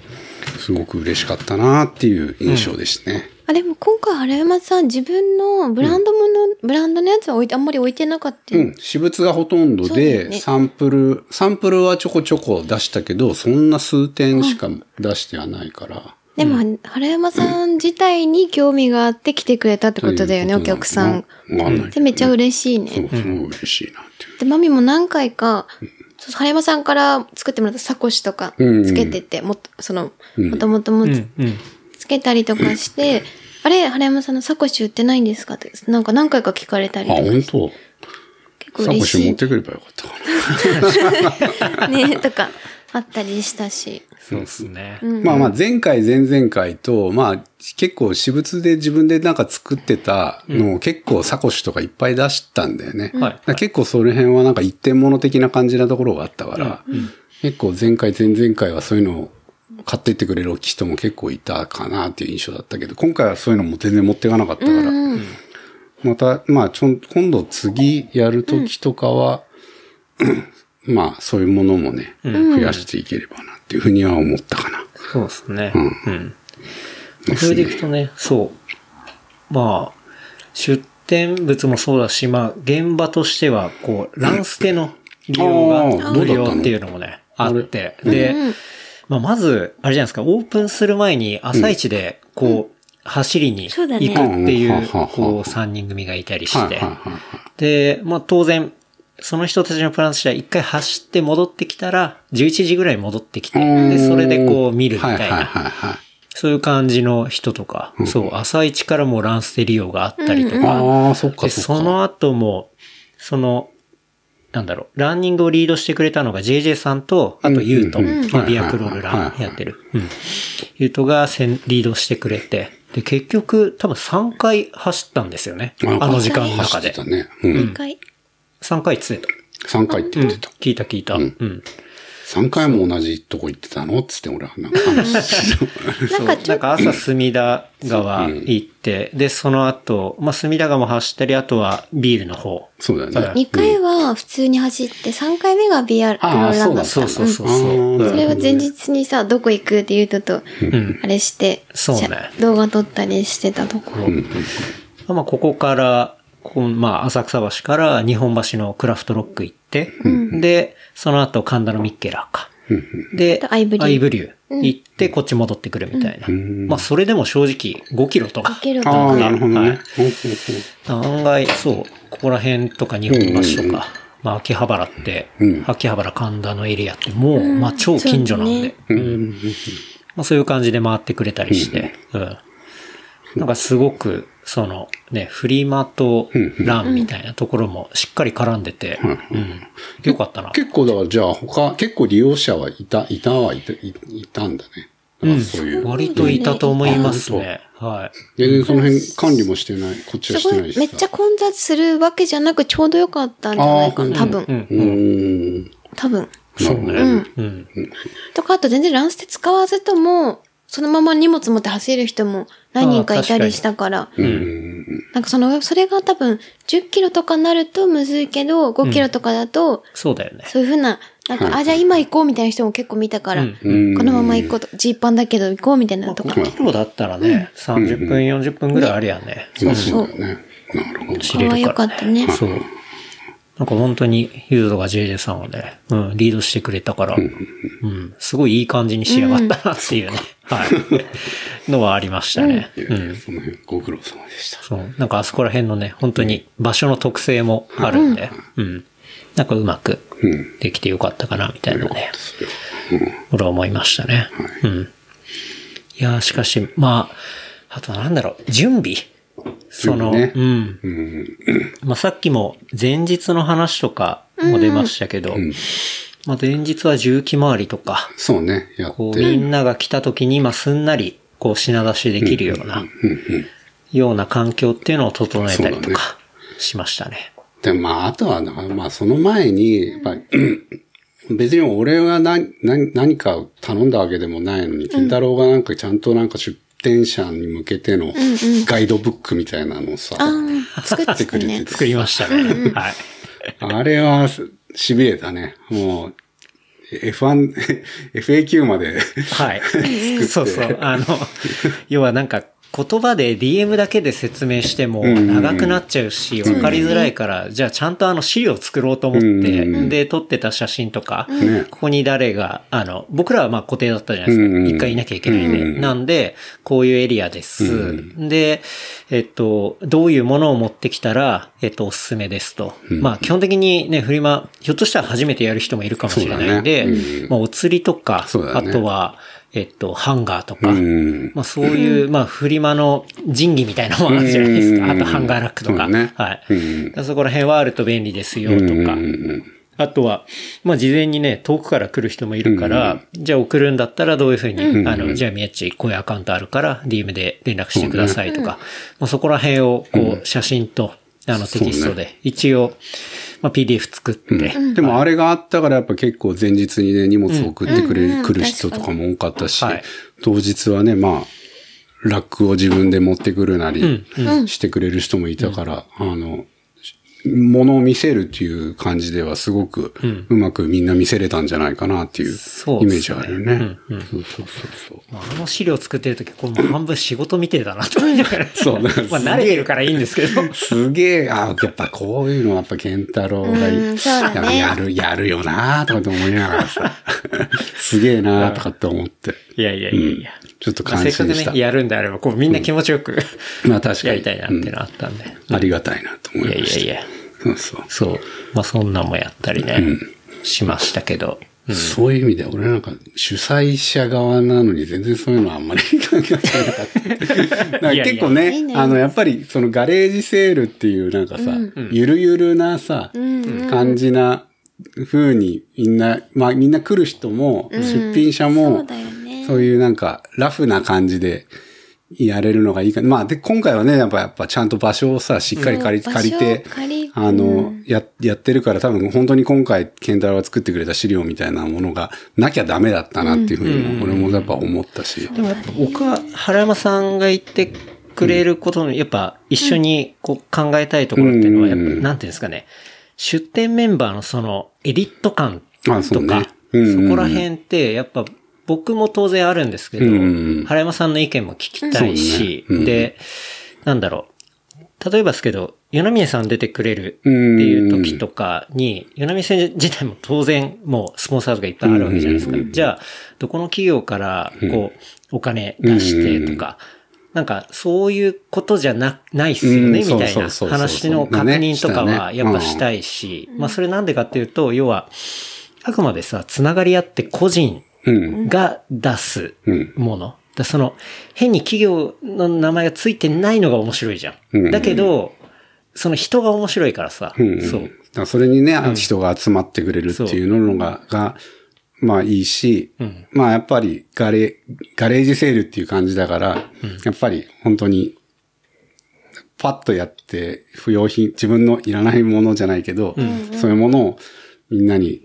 Speaker 4: すごく嬉しかったなっていう印象でしたね。
Speaker 3: あ、でも今回、原山さん、自分のブランドもの、ブランドのやつは置いて、あんまり置いてなかった
Speaker 4: う
Speaker 3: よ
Speaker 4: ん、私物がほとんど
Speaker 3: そうだ
Speaker 4: で、
Speaker 3: よね
Speaker 4: サンプル、サンプルはちょこちょこ出したけど、そんな数点しか出してはないから。
Speaker 3: でも、原山さん自体に興味があって来てくれたってことだよね、
Speaker 4: とい
Speaker 3: お
Speaker 4: う
Speaker 3: 客さん。
Speaker 4: ことなのかわかんない
Speaker 3: で、めっちゃ嬉しいね。
Speaker 4: そう、すごい嬉しいなっていう。
Speaker 3: で、マミも何回か、そう原山さんから作ってもらったサコシとか
Speaker 4: うんうん
Speaker 3: つけてて、もっと、その、もともともつ
Speaker 2: うん。うん。
Speaker 3: つけたりとかして、あれ、原山さんのサコシ売ってないんですかって、なんか何回か聞かれたり
Speaker 4: あ、
Speaker 3: とか。
Speaker 4: 本当
Speaker 3: く
Speaker 4: サコ
Speaker 3: 嬉
Speaker 4: ッシュ
Speaker 3: し
Speaker 4: 持
Speaker 3: い
Speaker 4: っ。てくればよかったかな。
Speaker 3: ね、とか、あったりしたし。
Speaker 2: そうですね。
Speaker 4: まあまあ前回前々回と、まあ結構私物で自分でなんか作ってたのを結構サコッシュとかいっぱい出したんだよね。
Speaker 2: はい
Speaker 4: だから結構その辺はなんか一点物的な感じなところがあったから、結構前回前々回はそういうのを買っていってくれる人も結構いたかなっていう印象だったけど、今回はそういうのも全然持っていかなかったから、また、まあちょん、今度次やるときとかは、まあそういうものもね、増やしていければなっていうふうには思ったかな。
Speaker 2: そうですね。
Speaker 4: う
Speaker 2: うん。それでいくとね、そう。まあ、出展物もそうだし、まあ、現場としては、こう、ランステの利用
Speaker 4: あ
Speaker 2: が
Speaker 4: ー
Speaker 2: 無
Speaker 4: どうだった
Speaker 2: 料
Speaker 4: の
Speaker 2: っていうのもね、あって。で、まあ、まず、あれじゃないですか、オープンする前に朝一で、こう、走りに
Speaker 3: そう
Speaker 2: 行く
Speaker 3: だ
Speaker 2: っ
Speaker 3: ね
Speaker 2: てい
Speaker 4: うん
Speaker 2: う、
Speaker 4: ははは
Speaker 2: こう、3人組がいたり
Speaker 4: はい
Speaker 2: し
Speaker 4: はい
Speaker 2: て
Speaker 4: は。いはい。
Speaker 2: で、まあ当然、その人たちのプランとしては一回走って戻ってきたら、11時ぐらい戻ってきて、で、それでこう見るみたい
Speaker 4: はいはい
Speaker 2: な、
Speaker 4: はいはい。
Speaker 2: そういう感じの人とか、そう、朝一からもうランステ利用があったりとか、
Speaker 4: ああ、そっか
Speaker 2: で、
Speaker 4: そっ
Speaker 2: そ
Speaker 4: か。
Speaker 2: の後も、その、なんだろう、ランニングをリードしてくれたのが JJ さんと、あとユウト、
Speaker 4: うんうんうん
Speaker 2: まあビアクロールランやってる。うんユウトがせんリードしてくれて、で、結局多分3回走ったんですよね。あの時間の中
Speaker 4: 走っ
Speaker 2: で
Speaker 4: て。たね。うん。
Speaker 3: 一回。
Speaker 2: 3回っつってた。
Speaker 4: 3回って言ってた。
Speaker 2: 聞いた聞いた。うん。
Speaker 4: 3回も同じとこ行ってたのつって俺はなんか 話してた。
Speaker 3: なんかち
Speaker 2: な
Speaker 3: ょ
Speaker 2: ん
Speaker 3: っと、
Speaker 2: か朝隅田川行って、で、その後、まあ、隅田川も走ったり、あとはビールの方。
Speaker 4: そうだよね。
Speaker 3: 2回は普通に走って、3回目が BR プロ
Speaker 4: あー
Speaker 3: ランだった。
Speaker 2: そうそうそう
Speaker 4: あ
Speaker 2: そう。
Speaker 4: ー
Speaker 3: それは前日にさ、どこ行くって言うとと、あれして、
Speaker 2: そうね
Speaker 3: しゃ動画撮ったりしてたところ。
Speaker 2: まあ、ここから、ここまあ、浅草橋から日本橋のクラフトロック行って、で、その後神田のミッケラーか。で、
Speaker 3: あとアイブリュー
Speaker 2: ュー行って、こっち戻ってくるみたいな。まあ、それでも正直5キロとか
Speaker 3: か。ける
Speaker 4: あ
Speaker 3: と
Speaker 4: あ、なるほど
Speaker 2: は
Speaker 4: ね
Speaker 2: い。案外、そう、ここら辺とか日本橋とか、まあ、秋葉原って、秋葉原神田のエリアってもう、まあ、超近所なんで、まあ、そういう感じで回ってくれたりして、うん。なんかすごく、その、ね、フリマとランみたいなところもしっかり絡んでて、うん。よかったな。
Speaker 4: 結構だからじゃあ他、結構利用者はいた、いたはいた、いいたんだね。だからそういう。
Speaker 2: 割といたと思いますね。はい。
Speaker 4: 全然その辺管理もしてない。こっちは
Speaker 3: す
Speaker 4: し
Speaker 3: ご
Speaker 4: て
Speaker 3: い
Speaker 4: ないし、さ。
Speaker 3: めっちゃ混雑するわけじゃなく、ちょうどよかったんじゃないかな。多
Speaker 4: あ
Speaker 3: 分、
Speaker 4: ー
Speaker 2: うん。
Speaker 4: うーん。
Speaker 3: 多分。
Speaker 2: そうね。うん。
Speaker 3: とか、あと全然ランステ使わずとも、そのまま荷物持って走る人も何人かいたりしたから、なんかその、それが多分、10キロとかになるとむずいけど、5キロとかだと、
Speaker 2: そうだよね。
Speaker 3: そういうふうな、なんか、あ、じゃあ今行こうみたいな人も結構見たから、
Speaker 2: うん
Speaker 3: このまま行こうと、ジーパンだけど行こうみたいな
Speaker 2: まあ、
Speaker 3: とか。
Speaker 2: 5キロだったらね、30分、40分ぐらいありゃね、
Speaker 4: まあ
Speaker 3: そ
Speaker 4: そううだよね。なるほど。
Speaker 2: 知
Speaker 3: 可
Speaker 2: れ
Speaker 3: 愛
Speaker 2: る
Speaker 3: よか
Speaker 2: か
Speaker 3: っ
Speaker 2: ら。
Speaker 3: たね。
Speaker 2: そう。なんか本当に、ユードが JJ さんをね、うん、リードしてくれたから、うん、すごいいい感じに仕上がったなっていうね、はい。のはありましたね。
Speaker 4: いやいやその辺、ご苦労様でした。
Speaker 2: そう。なんかあそこら辺のね、本当に場所の特性もあるんで、うん。なんかうまく
Speaker 4: うん。
Speaker 2: できてよかったかな、みたいな
Speaker 4: よかっ
Speaker 2: ね
Speaker 4: た。ですよ。うん
Speaker 2: 俺は思いましたね。うん。いやー、しかし、まあ、あとはなんだろう、準備その、
Speaker 4: 準備ね
Speaker 2: うん。
Speaker 4: うん。
Speaker 2: まあ、さっきも前日の話とかも出ましたけど、まあ、前日は重機回りとか、
Speaker 4: そうね、やって。
Speaker 2: こう、みんなが来た時に、まあ、すんなり、こう、品出しできるような、ような環境っていうのを整えたり
Speaker 4: そ
Speaker 2: と
Speaker 4: うだね
Speaker 2: か、しましたね。
Speaker 4: でもまあ、あとは、だからまあ、その前に、やっぱり、別に俺が何、何、何か頼んだわけでもないのに、金太郎がなんかちゃんとなんか出店者に向けてのガイドブックみたいなのをさ、
Speaker 3: あー作ってたね。
Speaker 2: 作りました ね。はい。
Speaker 4: あれは、痺れたね。もう、F1、FAQ まで、
Speaker 2: はい。そうそう。あの、要はなんか、言葉で DM だけで説明しても長くなっちゃうし、わかりづらいから、じゃあちゃんとあの資料を作ろうと思って、で、撮ってた写真とか、ここに誰が、あの、僕らはまあ固定だったじゃないです
Speaker 4: うんう
Speaker 2: か。
Speaker 4: ん
Speaker 2: 一回いなきゃいけないんで。なんで、こういうエリアです。で、えっと、どういうものを持ってきたら、えっと、おすすめですと。まあ、基本的にね、フリマ、ひょっとしたら初めてやる人もいるかもしれないんで
Speaker 4: そうだねう、
Speaker 2: まあ、お釣りとか、
Speaker 4: そうだ
Speaker 2: あ
Speaker 4: ね
Speaker 2: とは、えっと、ハンガーとか、
Speaker 4: うん。
Speaker 2: まあそういう、まあフリマの仁義みたいなものあるじゃないです
Speaker 4: うん
Speaker 2: か。あとハンガーラックと
Speaker 4: そ
Speaker 2: か。
Speaker 4: うね
Speaker 2: はい。
Speaker 4: うん
Speaker 2: だからそこら辺はあると便利ですよとか
Speaker 4: うん。うん
Speaker 2: あとは、まあ事前にね、遠くから来る人もいるから、じゃあ送るんだったらどういうふうに、あの、じゃあみやっち、こういうアカウントあるから、DM で連絡してくださいとか、もうそこら辺を、こう、写真と、あの、テキストで、一応、まあ PDF 作って、
Speaker 4: うんでもあれがあったからやっぱ結構前日にね、荷物を送って
Speaker 3: うんうん
Speaker 4: く
Speaker 3: う
Speaker 4: れ
Speaker 3: ん
Speaker 4: 来る人とかも多かったし
Speaker 2: はい、
Speaker 4: 当日はね、まあ、ラックを自分で持ってくるなりしてくれる人もいたから、あの、物を見せるっていう感じではすごくうまくみんな見せれたんじゃないかなっていうイ
Speaker 2: そう
Speaker 4: メ
Speaker 2: で
Speaker 4: ー
Speaker 2: す
Speaker 4: ジ
Speaker 2: ね
Speaker 4: あるよね。そうそうそう
Speaker 2: まああの資料作ってるとき、これもう半分仕事見てえだなと思いながら。
Speaker 4: そう
Speaker 2: まあ慣れてるからいいんですけど。
Speaker 4: すげえ、あ、やっぱこういうのはやっぱ健太郎がい
Speaker 3: うんそうだね
Speaker 4: ややる、やるよなとかって思いながら さ、すげえなとかって思って。
Speaker 2: いやいやいやいや。
Speaker 4: うんちょっと
Speaker 2: まあ
Speaker 4: 感
Speaker 2: せ
Speaker 4: 心
Speaker 2: っかく
Speaker 4: した。
Speaker 2: ね、やるんであれば、こうみんな気持ちよく、
Speaker 4: まあ確かに。
Speaker 2: やりたいなっていうの
Speaker 4: う
Speaker 2: あったんで。
Speaker 4: んありがたいなと思
Speaker 2: いや
Speaker 4: い
Speaker 2: い
Speaker 4: ま
Speaker 2: や
Speaker 4: した。
Speaker 2: いや。
Speaker 4: そうそう。
Speaker 2: そう。まあそんなんもやったりね、しましたけど。
Speaker 4: そういう意味で、俺なんか主催者側なのに全然そういうのはあんまり考えてなかった。なんか
Speaker 2: いやいや
Speaker 4: 結構
Speaker 3: いい
Speaker 4: ね、
Speaker 3: ね
Speaker 4: あの、やっぱりそのガレージセールっていうなんかさ、ゆるゆるなさ、感じな風にみんな、まあみんな来る人も、出品者
Speaker 3: そ
Speaker 4: も
Speaker 3: う、だよね。
Speaker 4: そういうなんか、ラフな感じで、やれるのがいいかな。まあ、で、今回はね、やっぱ、やっぱ、ちゃんと場所をさ、しっかり借り、
Speaker 3: うん
Speaker 4: 借りて
Speaker 3: 場所を借り、
Speaker 4: あの、や、やってるから、多分、本当に今回、ケンタロウが作ってくれた資料みたいなものが、なきゃダメだったなっていうふうにも、俺もやっぱ思ったし。
Speaker 2: でもやっぱ僕は原山さんが言ってくれることの、やっぱ一緒にこう考えたいところっていうのは、やっぱ、
Speaker 4: うん
Speaker 2: なんていうんですかね、出店メンバーのそのエディット感とか、
Speaker 4: あそ
Speaker 2: そう
Speaker 4: ねうん
Speaker 2: こら辺ってやっぱ僕も当然あるんですけど、
Speaker 4: うん
Speaker 2: 原山さんの意見も聞きたいし、
Speaker 4: そうねうん
Speaker 2: で、なんだろう、例えばですけど、与那峰さん出てくれる
Speaker 4: う
Speaker 2: っ
Speaker 4: ん
Speaker 2: ていう時とかに、与那美線自体も当然もうスポンサーとかいっぱいあるわけじゃないですか。じゃあ、どこの企業からこう、お金出してとか、なんかそういうことじゃな、ないっすよね、
Speaker 4: うん
Speaker 2: みたい
Speaker 4: そうそう
Speaker 2: な
Speaker 4: そうそう
Speaker 2: 話の確認とか
Speaker 4: ねした
Speaker 2: は
Speaker 4: ね
Speaker 2: やっぱしたいし、まあそれなんでかっていうと、要は、あくまでさ、つながりあって個人
Speaker 4: うん。
Speaker 2: が出す
Speaker 4: うん。
Speaker 2: もの。だその、変に企業の名前がついてないのが面白いじゃ
Speaker 4: うん
Speaker 2: ん。だけど、その人が面白いからさ、
Speaker 4: うん。
Speaker 2: そ
Speaker 4: だ
Speaker 2: う
Speaker 4: か。らそれにね、人が集まってくれるっていうのが、がまあいいし、
Speaker 2: うん
Speaker 4: まあやっぱりガレ、ガレージセールっていう感じだから、やっぱり本当に、パッとやって、不要品、自分のいらないものじゃないけど、そういうものをみんなに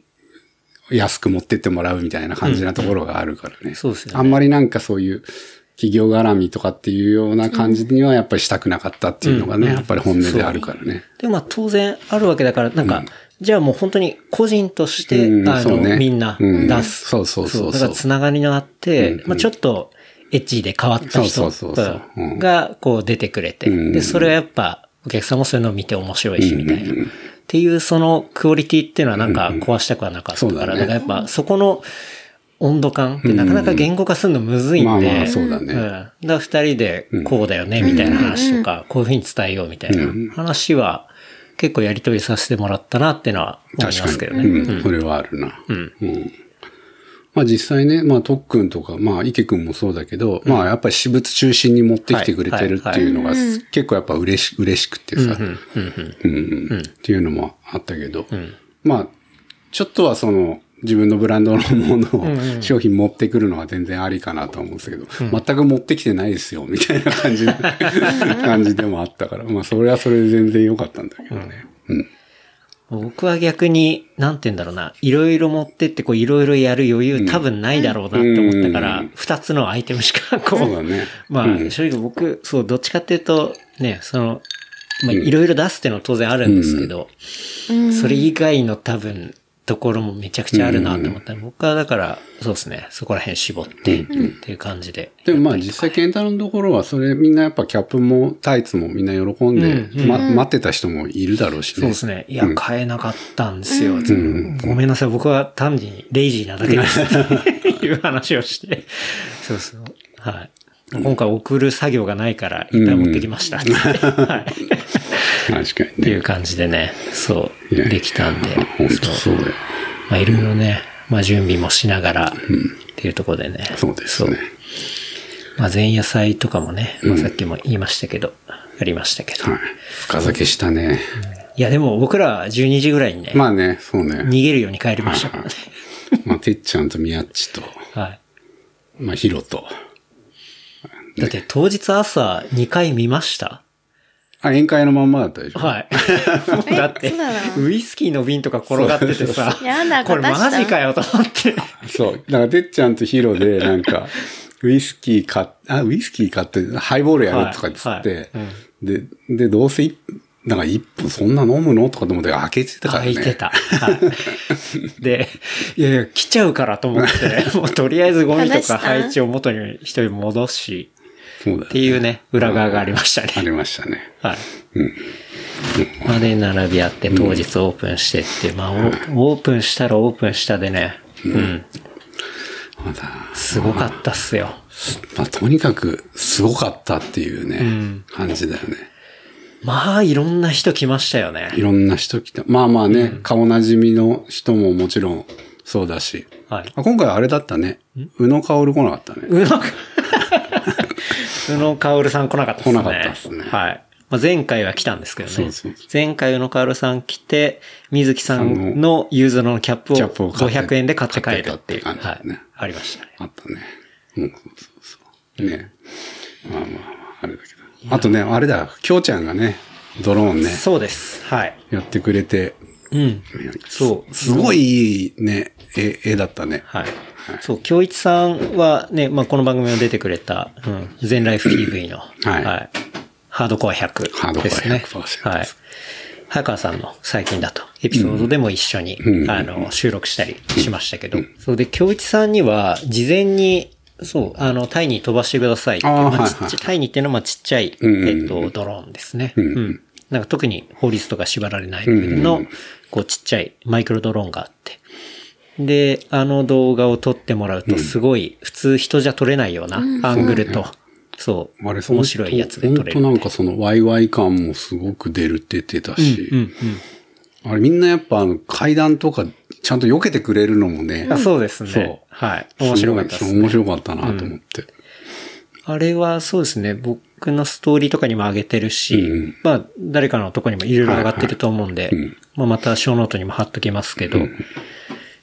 Speaker 4: 安く持ってってもらうみたいな感じなところがあるからね。
Speaker 2: そうですよね
Speaker 4: あんまりなんかそういう企業絡みとかっていうような感じにはやっぱりしたくなかったっていうのがね、やっぱり本音であるからね。
Speaker 2: で、まあ当然あるわけだから、なんか、じゃあもう本当に個人として、
Speaker 4: うん
Speaker 2: あ
Speaker 4: そ
Speaker 2: の、
Speaker 4: うね
Speaker 2: みんな
Speaker 4: うん
Speaker 2: 出す。
Speaker 4: そうそうそうそう
Speaker 2: だからつながりがあって、まあちょっとエッジで変わった
Speaker 4: そ
Speaker 2: 人
Speaker 4: うそうそうそううん
Speaker 2: がこう出てくれて、
Speaker 4: うん
Speaker 2: で、それはやっぱお客さんもそういうのを見て面白いし、みたいな。っていうそのクオリティっていうのはなんか壊したくはなかった
Speaker 4: そう
Speaker 2: か
Speaker 4: だ
Speaker 2: ら、
Speaker 4: ね
Speaker 2: だからやっぱそこの温度感ってなかなか言語化するのむずいんで、
Speaker 4: まあまあ、そうだね。
Speaker 2: うん。だから二人でこうだよね、みたいな話とか、こういうふうに伝えようみたいな話は、結構やりとりさせてもらったなっていうのは思いますけどね。
Speaker 4: うん、それはあるな。うん。まあ実際ね、まあ特訓とか、まあ池くんもそうだけど、まあやっぱり私物中心に持ってきてくれてるっていうのが、結構やっぱ嬉し嬉しくてさ、うんうんっていうのもあったけど、まあちょっとはその自分のブランドのものを商品持ってくるのは全然ありかなとは思うんですけど、全く持ってきてないですよ、みたいな感 じの感じでもあったから、まあそれはそれで全然良かったんだけどね。うん。
Speaker 2: 僕は逆に、なんて言うんだろうな、いろいろ持ってって、こう、いろいろやる余裕多分ないだろうなって思ったか
Speaker 4: う
Speaker 2: ら
Speaker 4: ん、
Speaker 2: 二つのアイテムしか、こ
Speaker 4: そうだ
Speaker 2: う、
Speaker 4: ね。
Speaker 2: ま
Speaker 4: うん
Speaker 2: あ、正直僕、そう、どっちかっていうと、ね、その、まあ、いろいろ出すっていうのは当然あるんですけど、
Speaker 3: うん
Speaker 2: それ以外の多分、ところもめちゃくちゃあるなと思ったら、僕はだから、そうですね、そこら辺絞って、っていう感じで。
Speaker 4: でもまあ実際ケンタロウのところはそれみんなやっぱキャップもタイツもみんな喜んで、ま、待ってた人もいるだろうしね。
Speaker 2: そうですね。いや、買えなかったんですよ。ごめんなさい。僕は単にレイジーなだけです。 っていう話をして。そうそう。はい。今回送る作業がないから、いっぱい持ってきました。つってはい。っ
Speaker 4: 確かに
Speaker 2: て
Speaker 4: ね。
Speaker 2: いう感じでね、そう、できたんで。
Speaker 4: 本当そうだよ。
Speaker 2: まあ、いろいろね、まあ、準備もしながらっっていうところでね。
Speaker 4: そうですね。
Speaker 2: まあ前夜祭とかもね、まあさっきも言いましたけど、やりましたけど。
Speaker 4: はい。深酒したね。
Speaker 2: いやでも僕らは12時ぐらいにね、
Speaker 4: まあね、そうね。
Speaker 2: 逃げるように帰りましたからね。
Speaker 4: まあ、てっちゃんとみやっちと、
Speaker 2: はい。
Speaker 4: まあ、ひろと。
Speaker 2: だって当日朝2回見ました
Speaker 4: あ、宴会のまんまだったでしょ
Speaker 2: はい。 だって
Speaker 3: そうだな、
Speaker 2: ウイスキーの瓶とか転がっててさ、
Speaker 3: やだ
Speaker 2: これマジかよと思って。
Speaker 4: そう。だから、てっちゃんとヒロで、なんか、ウイスキー買っ、あ、ウイスキー買って、ハイボールやるとかっつって、
Speaker 2: はいは
Speaker 4: で、で、どうせ一、なんか一本そんな飲むのとかと思って開けてたからね。
Speaker 2: 開いてた。 はいで、いやいや、来ちゃうからと思 って、もうとりあえずゴミと
Speaker 3: 正し
Speaker 2: か
Speaker 3: た
Speaker 2: 配置を元に一人戻し、
Speaker 4: そうだ、ね。
Speaker 2: っていうね、裏側がありました
Speaker 4: あ
Speaker 2: ね。
Speaker 4: りましたね。
Speaker 2: はい。まで並び合って当日オープンしてって、まあオープンしたらオープンしたでね、うん、
Speaker 4: まだ、
Speaker 2: すごかったっすよ。
Speaker 4: まあ、とにかく、すごかったっていうね、
Speaker 2: ん
Speaker 4: 感じだよね。
Speaker 2: まあいろんな人来ましたよね
Speaker 4: い。ろんな人来た。まあまあね、顔なじみの人ももちろんそうだし。
Speaker 2: はい。
Speaker 4: あ今回あれだったね。宇野薫来なかったね。
Speaker 2: 宇野か、 宇野薫さん来なかったっすね。
Speaker 4: 来なかったっすね
Speaker 2: はい。まあ、前回は来たんですけどね。
Speaker 4: そうそう
Speaker 2: 前回宇野薫さん来て、水木さんのユーズのキャップを
Speaker 4: キャップを買って
Speaker 2: 500円で買って帰るっていう。
Speaker 4: 買ってたって感じだね
Speaker 2: はい。ありましたね。
Speaker 4: あったね。うん、そうそうそう。ね。まあまあまあ、あれだけど。あとね、あれだ、きょうちゃんがね、ドローンね、
Speaker 2: そうです。はい。
Speaker 4: やってくれて、
Speaker 2: うん。そう
Speaker 4: すすごいいいね、絵、絵だったね。
Speaker 2: はい。そう、京一さんはね、まあ、この番組も出てくれた、うん、全ライフ TV の、
Speaker 4: はい
Speaker 2: ハードコア100。
Speaker 4: ハードコア
Speaker 2: ですね。
Speaker 4: 100%です
Speaker 2: はい。早川さんの最近だと、エピソードでも一緒に、あの、収録したりしましたけど、そうで、京一さんには、事前に、そう、あの、タイに飛ばしてくださいっていう
Speaker 4: あー
Speaker 2: まあ
Speaker 4: はい
Speaker 2: ちっちゃ
Speaker 4: はい
Speaker 2: いタイにっていうのは、まあ、ちっちゃい、
Speaker 4: うん
Speaker 2: えっと、ドローンですね。うん。なんか特に法律とか縛られない分の、こう、ちっちゃいマイクロドローンがあって、で、あの動画を撮ってもらうと、すごい、普通人じゃ撮れないようなアングルと、そう、
Speaker 4: あれ、
Speaker 2: 面白いやつで撮れる
Speaker 4: 本当なん
Speaker 2: みたい
Speaker 4: かその、ワイワイ感もすごく出る、出てたし、
Speaker 2: な。うん
Speaker 4: あれみんなやっぱあの、階段とか、ちゃんと避けてくれるのもね
Speaker 2: うん。あ、そうです
Speaker 4: そ
Speaker 2: ね
Speaker 4: う。
Speaker 2: はい。面白かったです
Speaker 4: ごい
Speaker 2: ね。
Speaker 4: 面白かったなと思って。
Speaker 2: あれはそうですね、僕のストーリーとかにも上げてるし、
Speaker 4: うん
Speaker 2: まあ、誰かのとこにもいろいろ上がってると思うんで、まあ、また小ノートにも貼っときますけど、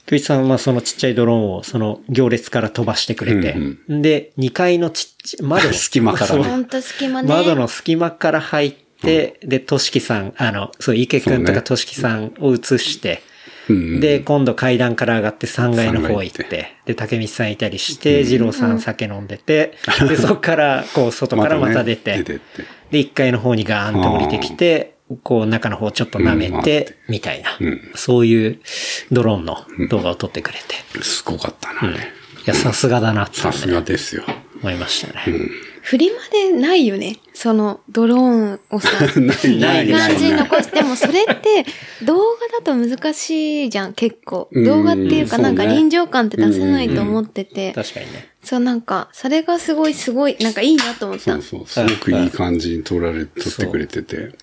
Speaker 2: 京一さんはそのちっちゃいドローンをその行列から飛ばしてくれて、で、2階のちっちゃい窓の
Speaker 4: 隙間からね
Speaker 2: そう
Speaker 3: ほんと隙間ね。
Speaker 2: 窓の隙間から入って、で、としきさん、あの、そう、池くんと
Speaker 4: そう
Speaker 2: か
Speaker 4: ね
Speaker 2: としきさんを映して、
Speaker 4: うん
Speaker 2: で、今度階段から上がって3階の方行っ、
Speaker 4: 三階行って
Speaker 2: で、竹道さんいたりして、二郎さん酒飲んでて、で、そこから、こう、外からまた出
Speaker 4: ま
Speaker 2: て、
Speaker 4: ね出てっ
Speaker 2: で、
Speaker 4: て。
Speaker 2: 1階の方にガーンと降りてきて、こう、中の方ちょっと舐め
Speaker 4: うん
Speaker 2: て、みたいな、
Speaker 4: ん
Speaker 2: そういうドローンの動画を撮ってくれて、
Speaker 4: すごかったな、あれ
Speaker 2: いや、さすがだなって
Speaker 4: さすがですよ。
Speaker 2: 思いましたね。
Speaker 3: 振りまでないよね。その、ドローンをさ、
Speaker 4: ない
Speaker 2: ない
Speaker 3: いい感じに残して、でもそれって動画だと難しいじゃん、結構。
Speaker 4: うん
Speaker 3: 動画っていうか
Speaker 4: そう
Speaker 3: な
Speaker 4: ね
Speaker 3: んか臨場感って出せないと思ってて。
Speaker 2: 確かにね。
Speaker 3: そうなんか、それがすごいすごい、なんかいいなと思った。
Speaker 4: そうそう、すごくいい感じに撮られ、撮ってくれてて。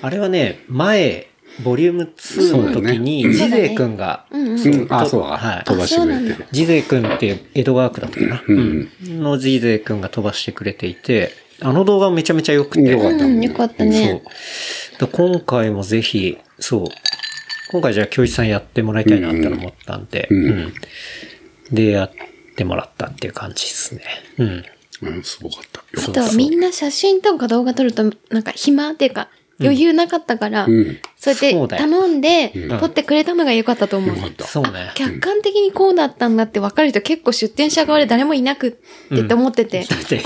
Speaker 2: あれはね、前、ボリューム2の時に、
Speaker 4: そう
Speaker 3: だ
Speaker 2: ジ
Speaker 3: ね
Speaker 2: ゼイ君が、
Speaker 3: うんうん。
Speaker 4: うん、あ、
Speaker 2: と
Speaker 4: そう
Speaker 2: はい
Speaker 4: だ。飛ばしてくれて。
Speaker 2: ジゼイ君って江戸川区だったかな、うんのジゼイ君が飛ばしてくれていて、あの動画めちゃめちゃ良くて。
Speaker 4: よかったね
Speaker 3: うんよかったね
Speaker 2: そう。だ今回もぜひ、そう。今回じゃあ、教一さんやってもらいたいなって思ったんで、うんで、やってもらったっていう感じですね。うん。
Speaker 4: うん、すごかった。よか
Speaker 3: あ
Speaker 4: った。
Speaker 3: と、みんな写真とか動画撮ると、なんか暇っていうか、余裕なかったから、
Speaker 4: うん。
Speaker 3: そうやって
Speaker 2: そうだよ
Speaker 3: 頼んで
Speaker 2: ん
Speaker 3: 撮ってくれたのが良かったと思う。
Speaker 4: よかった。
Speaker 2: そうね。
Speaker 3: 客観的にこうだったんだって分かる人結構出店者側で誰もいなくってって思ってて。
Speaker 2: だって、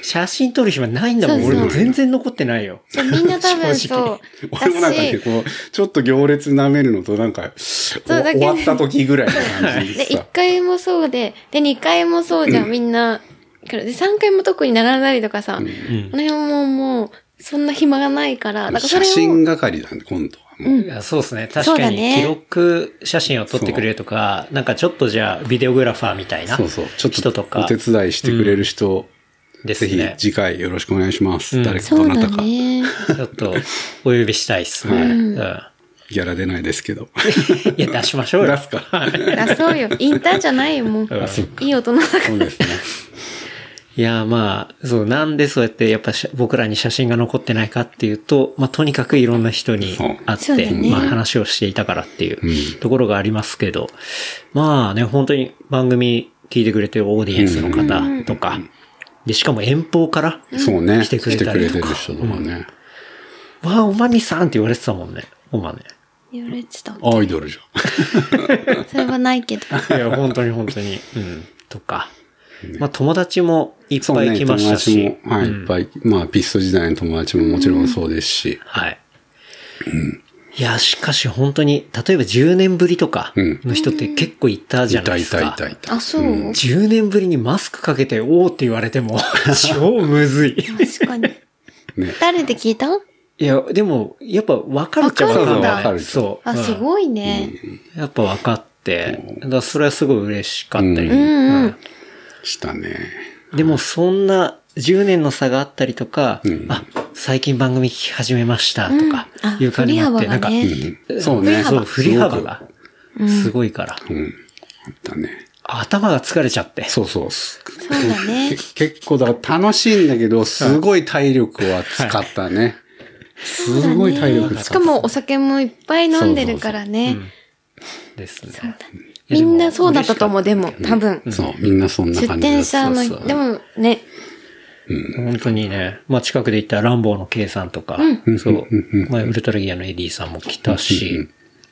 Speaker 2: 写真撮る暇ないんだもん。
Speaker 3: そうそう
Speaker 2: 俺も全然残ってないよ。
Speaker 3: そうみんな多分
Speaker 2: 正直
Speaker 3: そう。
Speaker 4: 俺もなんかね、こう、ちょっと行列舐めるのと、なんか、終
Speaker 3: だけ
Speaker 4: 終わった時ぐらいの感じ
Speaker 3: で、
Speaker 4: で
Speaker 3: 1
Speaker 4: さ。
Speaker 3: 回もそうで、で、2回もそうじゃん、みんな。で、3回も特に並んだりとかさ、この辺ももう、そんな暇がないから、だからそ
Speaker 4: 写
Speaker 3: れ
Speaker 4: 真
Speaker 3: を、
Speaker 4: 係だね、今度はもう。
Speaker 2: いやそうですね。確か
Speaker 3: だ
Speaker 2: に
Speaker 3: ね
Speaker 2: 記録写真を撮ってくれるとか、なんかちょっとじゃあビデオグラファーみたいな
Speaker 4: そうそう。ちょ
Speaker 2: 人
Speaker 4: っ
Speaker 2: と
Speaker 4: と
Speaker 2: か
Speaker 4: お手伝いしてくれる人、
Speaker 2: です
Speaker 4: ぜひ
Speaker 2: ね。
Speaker 4: 次回よろしくお願いします。
Speaker 2: うん
Speaker 4: 誰か
Speaker 3: そ
Speaker 4: ど
Speaker 3: う
Speaker 4: な
Speaker 3: だ
Speaker 4: たか。
Speaker 3: ね。
Speaker 2: ちょっとお呼びしたいですね。うん。
Speaker 4: ギャラ出ないです けど。
Speaker 2: いや、出しましょうよ。
Speaker 4: 出すか。
Speaker 3: 出そうよ。インターンじゃないよ、もう。
Speaker 4: あそっか
Speaker 3: いい大人だから
Speaker 4: そうですね。
Speaker 2: いや、まあ、そう、なんでそうやって、やっぱし僕らに写真が残ってないかっていうと、まあ、とにかくいろんな人に
Speaker 4: そう
Speaker 2: 会っ
Speaker 3: そうだ
Speaker 2: て、
Speaker 3: よね
Speaker 2: まあ、話をしていたからっていうところがありますけど、まあね、本当に番組聞いてくれてるオーディエンスの方とか、で、しかも遠方から、
Speaker 4: そうね。
Speaker 2: 来てくれたりとか
Speaker 4: 来てくれてる人とかね。
Speaker 2: わあ、おまみさんって言われてたもんね。おまね。
Speaker 3: 言われてた。
Speaker 4: アイドルじゃん。
Speaker 3: それはないけど。
Speaker 2: いや、本当に本当に。うん。とか。まあ、友達もいっ
Speaker 4: そ
Speaker 2: ぱ
Speaker 4: う
Speaker 2: い
Speaker 4: ね。
Speaker 2: 来
Speaker 4: 友
Speaker 2: ましたし。
Speaker 4: 達も、はい、いっぱい。まあ、ピスト時代の友達ももちろんそうですし。
Speaker 2: はい。いや、しかし本当に、例えば10年ぶりとか
Speaker 4: うん
Speaker 2: の人って結構いたじゃ
Speaker 4: い
Speaker 2: な
Speaker 4: た
Speaker 2: い
Speaker 4: い
Speaker 2: ですか。
Speaker 4: たいたいた。
Speaker 3: あ、そう、
Speaker 2: 10年ぶりにマスクかけて、おーって言われて も、超むずい。
Speaker 3: 確かに。
Speaker 4: ね
Speaker 3: 誰で聞いた
Speaker 2: いや、でも、やっぱ分かるっちゃ分かる。
Speaker 4: わかるんだ
Speaker 2: そう。
Speaker 3: あ、す
Speaker 2: い。
Speaker 3: ごいね。
Speaker 2: やっぱ分かって、だからそれはすごい嬉しかったり。
Speaker 3: う
Speaker 4: うん
Speaker 3: ん
Speaker 2: うん
Speaker 4: したね。
Speaker 2: でもそんな10年の差があったりとか、
Speaker 4: うん
Speaker 2: あ、最近番組聞き始めましたとか
Speaker 3: うんあ、
Speaker 2: いう感じもあって、
Speaker 3: 振り幅がね
Speaker 2: なんか、
Speaker 4: そうね
Speaker 2: そう、振り幅がすごいから、
Speaker 4: うん。あったね。
Speaker 2: 頭が疲れちゃって。
Speaker 4: そうそう。す
Speaker 3: そうだね
Speaker 4: け。結構だから楽しいんだけど、すごい体力は使ったね。すごい体力使った。
Speaker 3: しかもお酒もいっぱい飲んでるからね。
Speaker 2: ですね。
Speaker 3: みんなそうだったと思う、でも、多分。
Speaker 4: そう、みんなそんな
Speaker 3: 出
Speaker 4: 感じ
Speaker 3: 店者の
Speaker 4: そうそう
Speaker 3: でもね、
Speaker 2: 本当にね、まあ近くで行ったランボーの K さんとか、そう、まあウルトラギアのエディさんも来たし、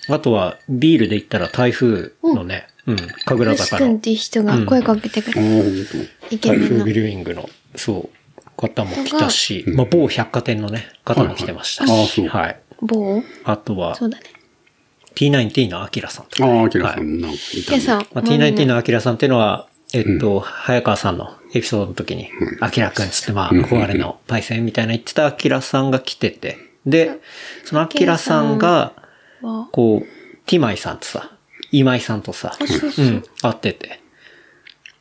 Speaker 2: あとはビールで行ったら台風のね、うん、神楽
Speaker 3: よし
Speaker 2: 坂
Speaker 3: 君
Speaker 2: の
Speaker 3: っていう人が声かけてくれ
Speaker 4: お
Speaker 3: る、
Speaker 4: ー本
Speaker 3: イケ
Speaker 2: 台
Speaker 3: メン
Speaker 2: 風
Speaker 3: の
Speaker 2: ビ。ルウィングの、そう、方も来たし、まあ某百貨店のね、方も来てました
Speaker 4: はいはいあ
Speaker 2: し、
Speaker 4: そう
Speaker 2: はい。
Speaker 3: 某
Speaker 2: あとは
Speaker 3: そ、うだね。
Speaker 2: T19 のアキラさんと
Speaker 4: 当
Speaker 2: か。
Speaker 4: ああ、アキラさんもなんかいた
Speaker 3: ケ
Speaker 4: ね
Speaker 3: イさん、
Speaker 2: まあ、
Speaker 3: もうね
Speaker 2: T19 のアキラさんっていうのは、えっと、早川さんのエピソードの時に、アキラくんつって、まあ、憧れのパイセンみたいな言ってたアキラさんが来てて、で、そのアキラさんが、
Speaker 3: は
Speaker 2: こう、ティマイさんとさ、イマイさんとさ、うん、会ってて、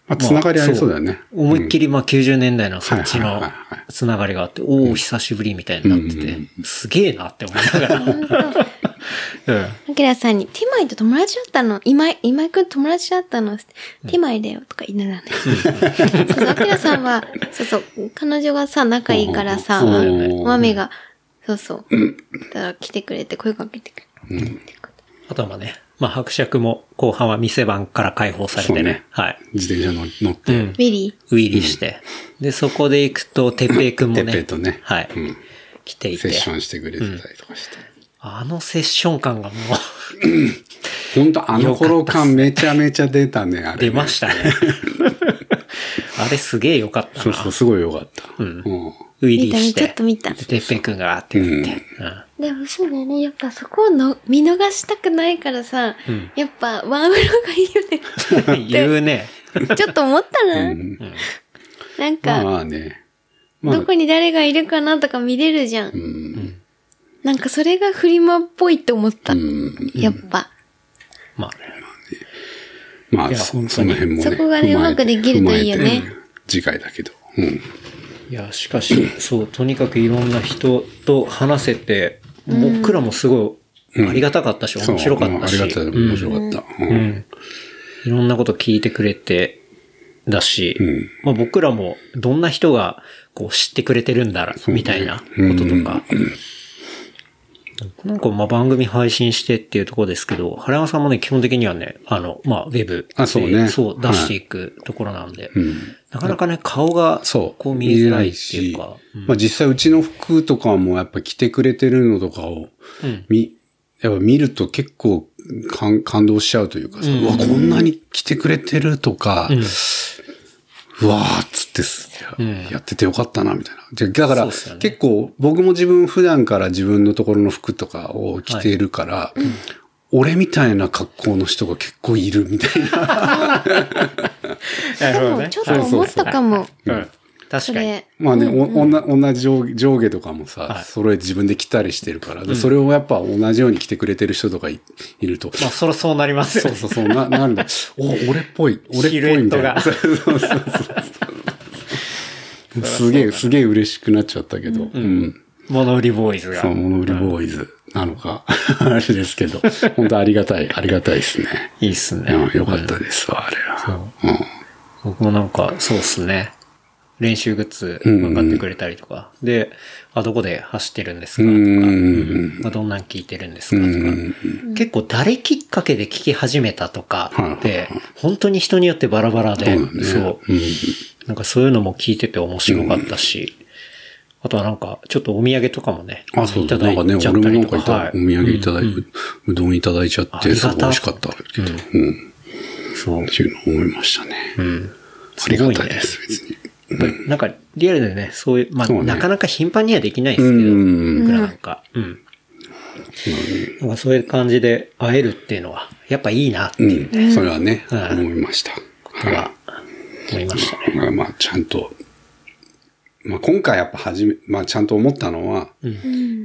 Speaker 4: あ、つながりありそうだよね。
Speaker 2: 思いっきりまあ90年代のそっち
Speaker 4: は
Speaker 2: の
Speaker 4: いはいはいは
Speaker 2: つながりがあって、おお、久しぶりみたいになってて、すげえなって思いなが
Speaker 3: 本 当
Speaker 2: ら。うん。
Speaker 3: アキラさんに、ティマイと友達だったの今井、今井くんと友達だったのティマイだよとか言いながらね。そうそう、アキラさんは、そうそう、彼女がさ、仲いいからさ、
Speaker 4: うん
Speaker 3: ま
Speaker 4: うん
Speaker 3: マミが、そうそう、だから来てくれて声かけてくれてってこと
Speaker 2: あとはまあね、まあ伯爵も後半は店番から解放されて
Speaker 4: そ
Speaker 2: ね、
Speaker 4: うね
Speaker 2: はい。
Speaker 4: 自転車の乗って。
Speaker 2: うん
Speaker 3: ウ。ィリー
Speaker 2: ウィリーして。で、そこで行くと、てっぺいくんもね。
Speaker 4: てっぺいとね
Speaker 2: はい。
Speaker 4: うん
Speaker 2: 来てい
Speaker 4: セ
Speaker 2: て
Speaker 4: ッ。ションしてくれてたりとかして。
Speaker 2: あのセッション感がもう
Speaker 4: ほんと、あの頃感めちゃめちゃ出たね、あれ、
Speaker 2: 出ま したね。あれすげえ良かったな。
Speaker 4: そうそう、すごいよかった。うん。
Speaker 2: ウィリ
Speaker 3: 見
Speaker 2: ー
Speaker 3: たね、
Speaker 2: して。
Speaker 3: ちょっと見た。
Speaker 2: で、てっぺいくんがあって言って。うん
Speaker 3: でもそうだよね。やっぱそこをの見逃したくないからさ、やっぱワンフロがいいよね。
Speaker 2: 言うね。
Speaker 3: ちょっと思ったな。なん
Speaker 4: まあ
Speaker 3: か、
Speaker 4: まあね。まあ
Speaker 3: どこに誰がいるかなとか見れるじゃん。
Speaker 4: うん。
Speaker 3: なんかそれがフリマっぽいって思った。やっぱ。
Speaker 2: まあね。
Speaker 4: ま
Speaker 2: い
Speaker 4: あ、
Speaker 2: や
Speaker 4: そ
Speaker 2: 本当
Speaker 4: そ
Speaker 2: に
Speaker 4: の辺もね。
Speaker 3: そこがね
Speaker 4: 踏まえ
Speaker 3: うまくできるといいよね
Speaker 4: 踏まえて次回だけど。うん。
Speaker 2: いや、しかし、そう、とにかくいろんな人と話せて、僕らもすごいありがたかったし、面白かったし。
Speaker 4: そうありがたい。面白かった。うん
Speaker 2: うん。いろんなこと聞いてくれて、だし、
Speaker 4: ん
Speaker 2: まあ僕らもどんな人がこう知ってくれてるんだら、みたいなこととか。なんかまあ番組配信してっていうところですけど、原山さんもね、基本的にはね、あの、まあウェブで
Speaker 4: あそうね
Speaker 2: そう
Speaker 4: は
Speaker 2: 出
Speaker 4: い
Speaker 2: していくところなんで、なかなかね、顔が
Speaker 4: そう。
Speaker 2: こう見えづらいっていうか、
Speaker 4: 見えないしまあ実際うちの服とかもやっぱ着てくれてるのとかを、み、やっぱ見ると結構感感動しちゃうというかさ、うわ、こんなに着てくれてるとか、うわーっつってすや,、っててよかったな、みたいな。じゃだから、
Speaker 2: そうっすよね
Speaker 4: 結構僕も自分普段から自分のところの服とかを着ているから、俺みたいな格好の人が結構いるみたい
Speaker 2: な
Speaker 4: な。
Speaker 3: でも、ちょっと思ったかも。
Speaker 2: うん確
Speaker 3: そ
Speaker 2: かに。
Speaker 3: れ。
Speaker 4: まあね、おんな同じ上下上下とかもさ、
Speaker 2: はい
Speaker 4: 揃えて自分で着たりしてるから、でそれをやっぱ同じように着てくれてる人とかいいると、
Speaker 2: まあそろそうなりますよ
Speaker 4: そう
Speaker 2: ね。
Speaker 4: そうそう、な、なるんだ。お、俺っぽい、俺
Speaker 2: シ
Speaker 4: っ
Speaker 2: ルエ
Speaker 4: ぽい
Speaker 2: ッ
Speaker 4: みた
Speaker 2: ト
Speaker 4: いな。
Speaker 2: が
Speaker 4: そうそうそうそうすげえ、すげえ嬉しくなっちゃったけど、うん。
Speaker 2: モノ売りボーイズが。
Speaker 4: そう、モノ売りボーイズ。なのか、あれですけど、本当ありがたい、ありがたいですね。
Speaker 2: いいっす
Speaker 4: い
Speaker 2: ね
Speaker 4: や。よかったですわ、あれ
Speaker 2: う
Speaker 4: は。
Speaker 2: ん僕もなんか、そうっすね。練習グッズ分かってくれたりとか。で、あ、どこで走ってるんですかと
Speaker 4: う
Speaker 2: か。
Speaker 4: ん。
Speaker 2: まあ、どんなん聞いてるんです
Speaker 4: う
Speaker 2: かとか。
Speaker 4: ん。
Speaker 2: 結構誰きっかけで聞き始めたとかっ
Speaker 4: はいは
Speaker 2: て、本当に人によってバラバラで、
Speaker 4: そうだね
Speaker 2: そう。なんかそういうのも聞いてて面白かったし、あとはなんか、ちょっとお土産とかもね、
Speaker 4: あ、そうだ、
Speaker 2: いただ
Speaker 4: なん
Speaker 2: い
Speaker 4: かね、
Speaker 2: ち
Speaker 4: 俺
Speaker 2: ゃっ
Speaker 4: も
Speaker 2: た
Speaker 4: な
Speaker 2: り
Speaker 4: ん
Speaker 2: と
Speaker 4: か
Speaker 2: か、
Speaker 4: いた、
Speaker 2: は
Speaker 4: お土産いただいて、うどんいただいちゃっ
Speaker 2: あ
Speaker 4: て、
Speaker 2: り
Speaker 4: す
Speaker 2: が
Speaker 4: ご
Speaker 2: た
Speaker 4: い美味しかったけど、うん。
Speaker 2: い。そう。
Speaker 4: っていうのを思いましたね。
Speaker 2: うん。
Speaker 4: ありがたいです、別に。
Speaker 2: やっぱりなんか、リアルでね、そういう、まあ、
Speaker 4: そうね
Speaker 2: なかなか頻繁にはできないですけど、
Speaker 4: うん
Speaker 2: 僕らなんか、うん。なんかそういう感じで会えるっていうのは、やっぱいいなっていう
Speaker 4: うん。それはね、
Speaker 2: はい
Speaker 4: 思いました。
Speaker 2: の
Speaker 4: は
Speaker 2: は思いましたね。
Speaker 4: い。まあまあ、ちゃんと、まあ今回やっぱ初め、まあちゃんと思ったのは、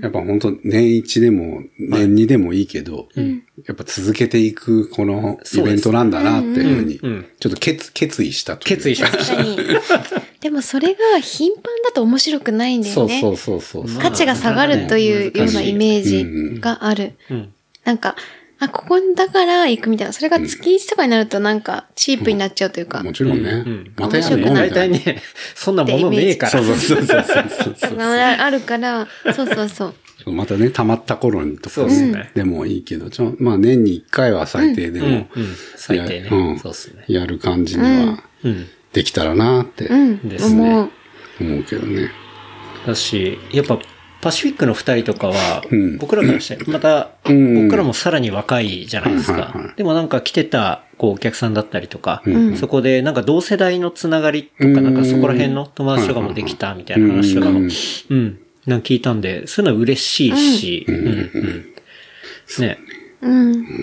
Speaker 4: やっぱ本当年一でも年二でもいいけど、やっぱ続けていくこのイベントなんだなっていうふうに、
Speaker 2: うんうん
Speaker 4: ちょっと決 決意したという
Speaker 2: 決意しました。
Speaker 3: 確かに。でもそれが頻繁だと面白くないんだ
Speaker 4: そ
Speaker 3: よ
Speaker 4: う
Speaker 3: ね。
Speaker 4: そうそうそうそう。
Speaker 3: 価値が下がるというようなイメージがある。
Speaker 2: うん。
Speaker 3: なんか、あ、ここだから行くみたいな。それが月1とかになるとなんかチープになっちゃうというか。
Speaker 4: もちろんね。
Speaker 2: ん
Speaker 4: またやるの
Speaker 3: 面白くな
Speaker 2: 大
Speaker 3: い
Speaker 4: みた
Speaker 2: 体
Speaker 4: いな。
Speaker 2: ね、そんなものねえから。
Speaker 4: そうそうそうそうそうそ う。
Speaker 3: があるから、そうそ うそう。
Speaker 4: そうまたね、溜まった頃にとか
Speaker 2: そうですね
Speaker 4: でもいいけど、ちょまあ年に一回は最低で
Speaker 2: うん。うん
Speaker 4: も、。
Speaker 2: 最低ね。
Speaker 4: やうん
Speaker 2: そうっすね。
Speaker 4: やる感じには
Speaker 2: うん。
Speaker 4: できたらなって
Speaker 3: うん。
Speaker 2: ですね
Speaker 3: 思う。
Speaker 4: 思うけどね。
Speaker 2: だし、やっぱ、パシフィックの二人とかは
Speaker 4: うん、
Speaker 2: 僕らからして、また、
Speaker 4: うん
Speaker 2: 僕らもさらに若いじゃないです
Speaker 4: はいはいは
Speaker 2: か。でもなんか来てた、こう、お客さんだったりとか、
Speaker 4: うん
Speaker 2: そこで、なんか同世代のつながりとか、
Speaker 4: うん
Speaker 2: なんかそこら辺の友達とかもできたみたいな話とかも、
Speaker 4: う
Speaker 2: うんん、なんか聞いたんで、そういうのは嬉しいし、うん、うん。ね、
Speaker 3: う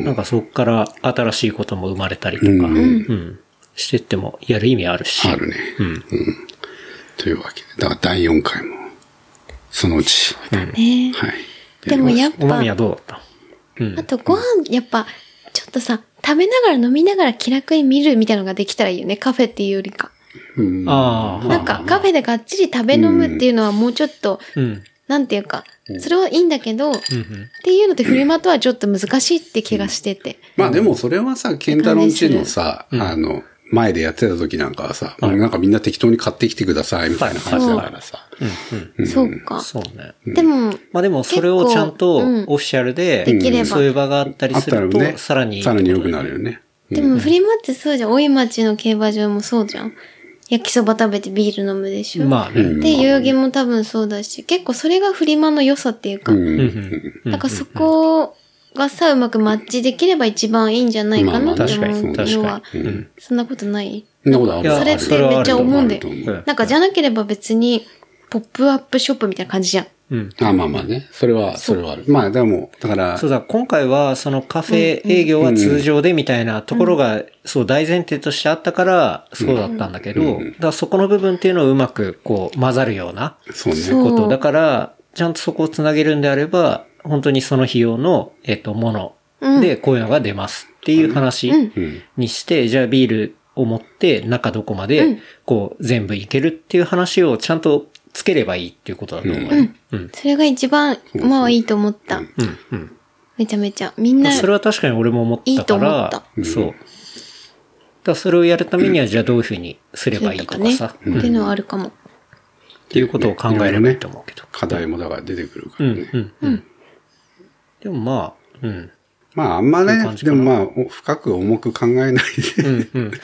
Speaker 3: ん。
Speaker 2: なんかそこから新しいことも生まれたりとか、
Speaker 4: う
Speaker 2: うんん、してってもやる意味あるし。
Speaker 4: あるね。
Speaker 2: うん。
Speaker 4: というわけで、だから第4回も、そのうち、
Speaker 3: ね
Speaker 4: はい。
Speaker 3: でもやっ
Speaker 2: おまみは
Speaker 3: ぱ、
Speaker 2: どうだったうん
Speaker 3: あ。とご飯、やっぱ、ちょっとさ、食べながら飲みながら気楽に見るみたいのができたらいいよね。カフェっていうよりか。
Speaker 4: うん
Speaker 2: ああ、
Speaker 3: なんか、カフェでがっちり食べ飲むっていうのはもうちょっと、
Speaker 2: うん。
Speaker 3: なんていうか、それはいいんだけど、っ
Speaker 2: うんうん。
Speaker 3: ていうのってフリマとはちょっと難しいって気がしてて。
Speaker 4: まあでもそれはさ、ケンタロンチのさ、あの、前でやってた時なんかはさ、もうなんかみんな適当に買ってきてくださいみたいな話だからさ。
Speaker 3: そうか。
Speaker 2: そうね。
Speaker 3: でも、
Speaker 2: まあでもそれをちゃんと
Speaker 3: 結構うん
Speaker 2: オフィシャルで、
Speaker 3: できれば
Speaker 2: そういう場があったり
Speaker 4: あっ
Speaker 2: す
Speaker 4: たら
Speaker 2: ると、
Speaker 4: ね、
Speaker 2: さらにいいって
Speaker 4: さ
Speaker 2: こ
Speaker 4: ら
Speaker 2: と
Speaker 4: に
Speaker 2: だよ
Speaker 4: 良
Speaker 2: ね
Speaker 4: くなるよね。
Speaker 3: でもフリマってそうじゃん。大井町の競馬場もそうじゃん。焼きそば食べてビール飲むでしょ。
Speaker 2: まあね。
Speaker 3: で、代々木も多分そうだし、結構それがフリマの良さっていうか、
Speaker 4: うん
Speaker 2: うんうん。
Speaker 3: なんかそこがさ、うまくマッチできれば一番いいんじゃないかなって
Speaker 2: まあまあ
Speaker 3: 思う
Speaker 2: 確かに
Speaker 3: のは
Speaker 2: 確かにうん、
Speaker 3: そんなことない
Speaker 4: そんなことあ
Speaker 2: い
Speaker 4: る
Speaker 2: や
Speaker 3: それっ
Speaker 2: そ
Speaker 3: て
Speaker 2: れは
Speaker 3: めっちゃ思うんだ
Speaker 4: あると思う
Speaker 3: よ。なんかじゃなければ別に、ポップアップショップみたいな感じじゃん。
Speaker 2: うん。
Speaker 4: あまあまあね。それは、それはある。まあでも、だから
Speaker 2: そ、うだ、今回はそのカフェ営業は通常でみたいなところが、そう大前提としてあったから、そうだったんだけど、だからそこの部分っていうのをうまくこう混ざるような
Speaker 4: そうね。
Speaker 3: そう
Speaker 2: こと。だから、ちゃんとそこをつなげるんであれば、本当にその費用の、えっと、もので、こういうのが出ますっていう話にして、じゃあビールを持って中どこまで、こう、全部いけるっていう話をちゃんとつければいいっていうことだと思うよ。うん。
Speaker 3: それが一番、まあいいと思った。
Speaker 2: うん。うん。
Speaker 3: めちゃめちゃ。みんな、
Speaker 2: それは確かに俺も思ったから、
Speaker 3: いいと
Speaker 2: そう。だからそれをやるためには、じゃあどういうふうにすればいいとか
Speaker 3: ね。
Speaker 2: さ
Speaker 3: っ、ていうのはあるかも。
Speaker 2: っていうことを考えればいいと思うけど。
Speaker 4: 課題もだから出てくるか
Speaker 2: う
Speaker 4: ら
Speaker 2: ん
Speaker 4: ね。、
Speaker 2: うん、うん。でもまあ、うん。
Speaker 4: まああんま
Speaker 2: いう
Speaker 4: ね
Speaker 2: 感、じ
Speaker 4: で
Speaker 2: かな
Speaker 4: もまあ、お深く重く考えない
Speaker 2: うん、うん。
Speaker 4: で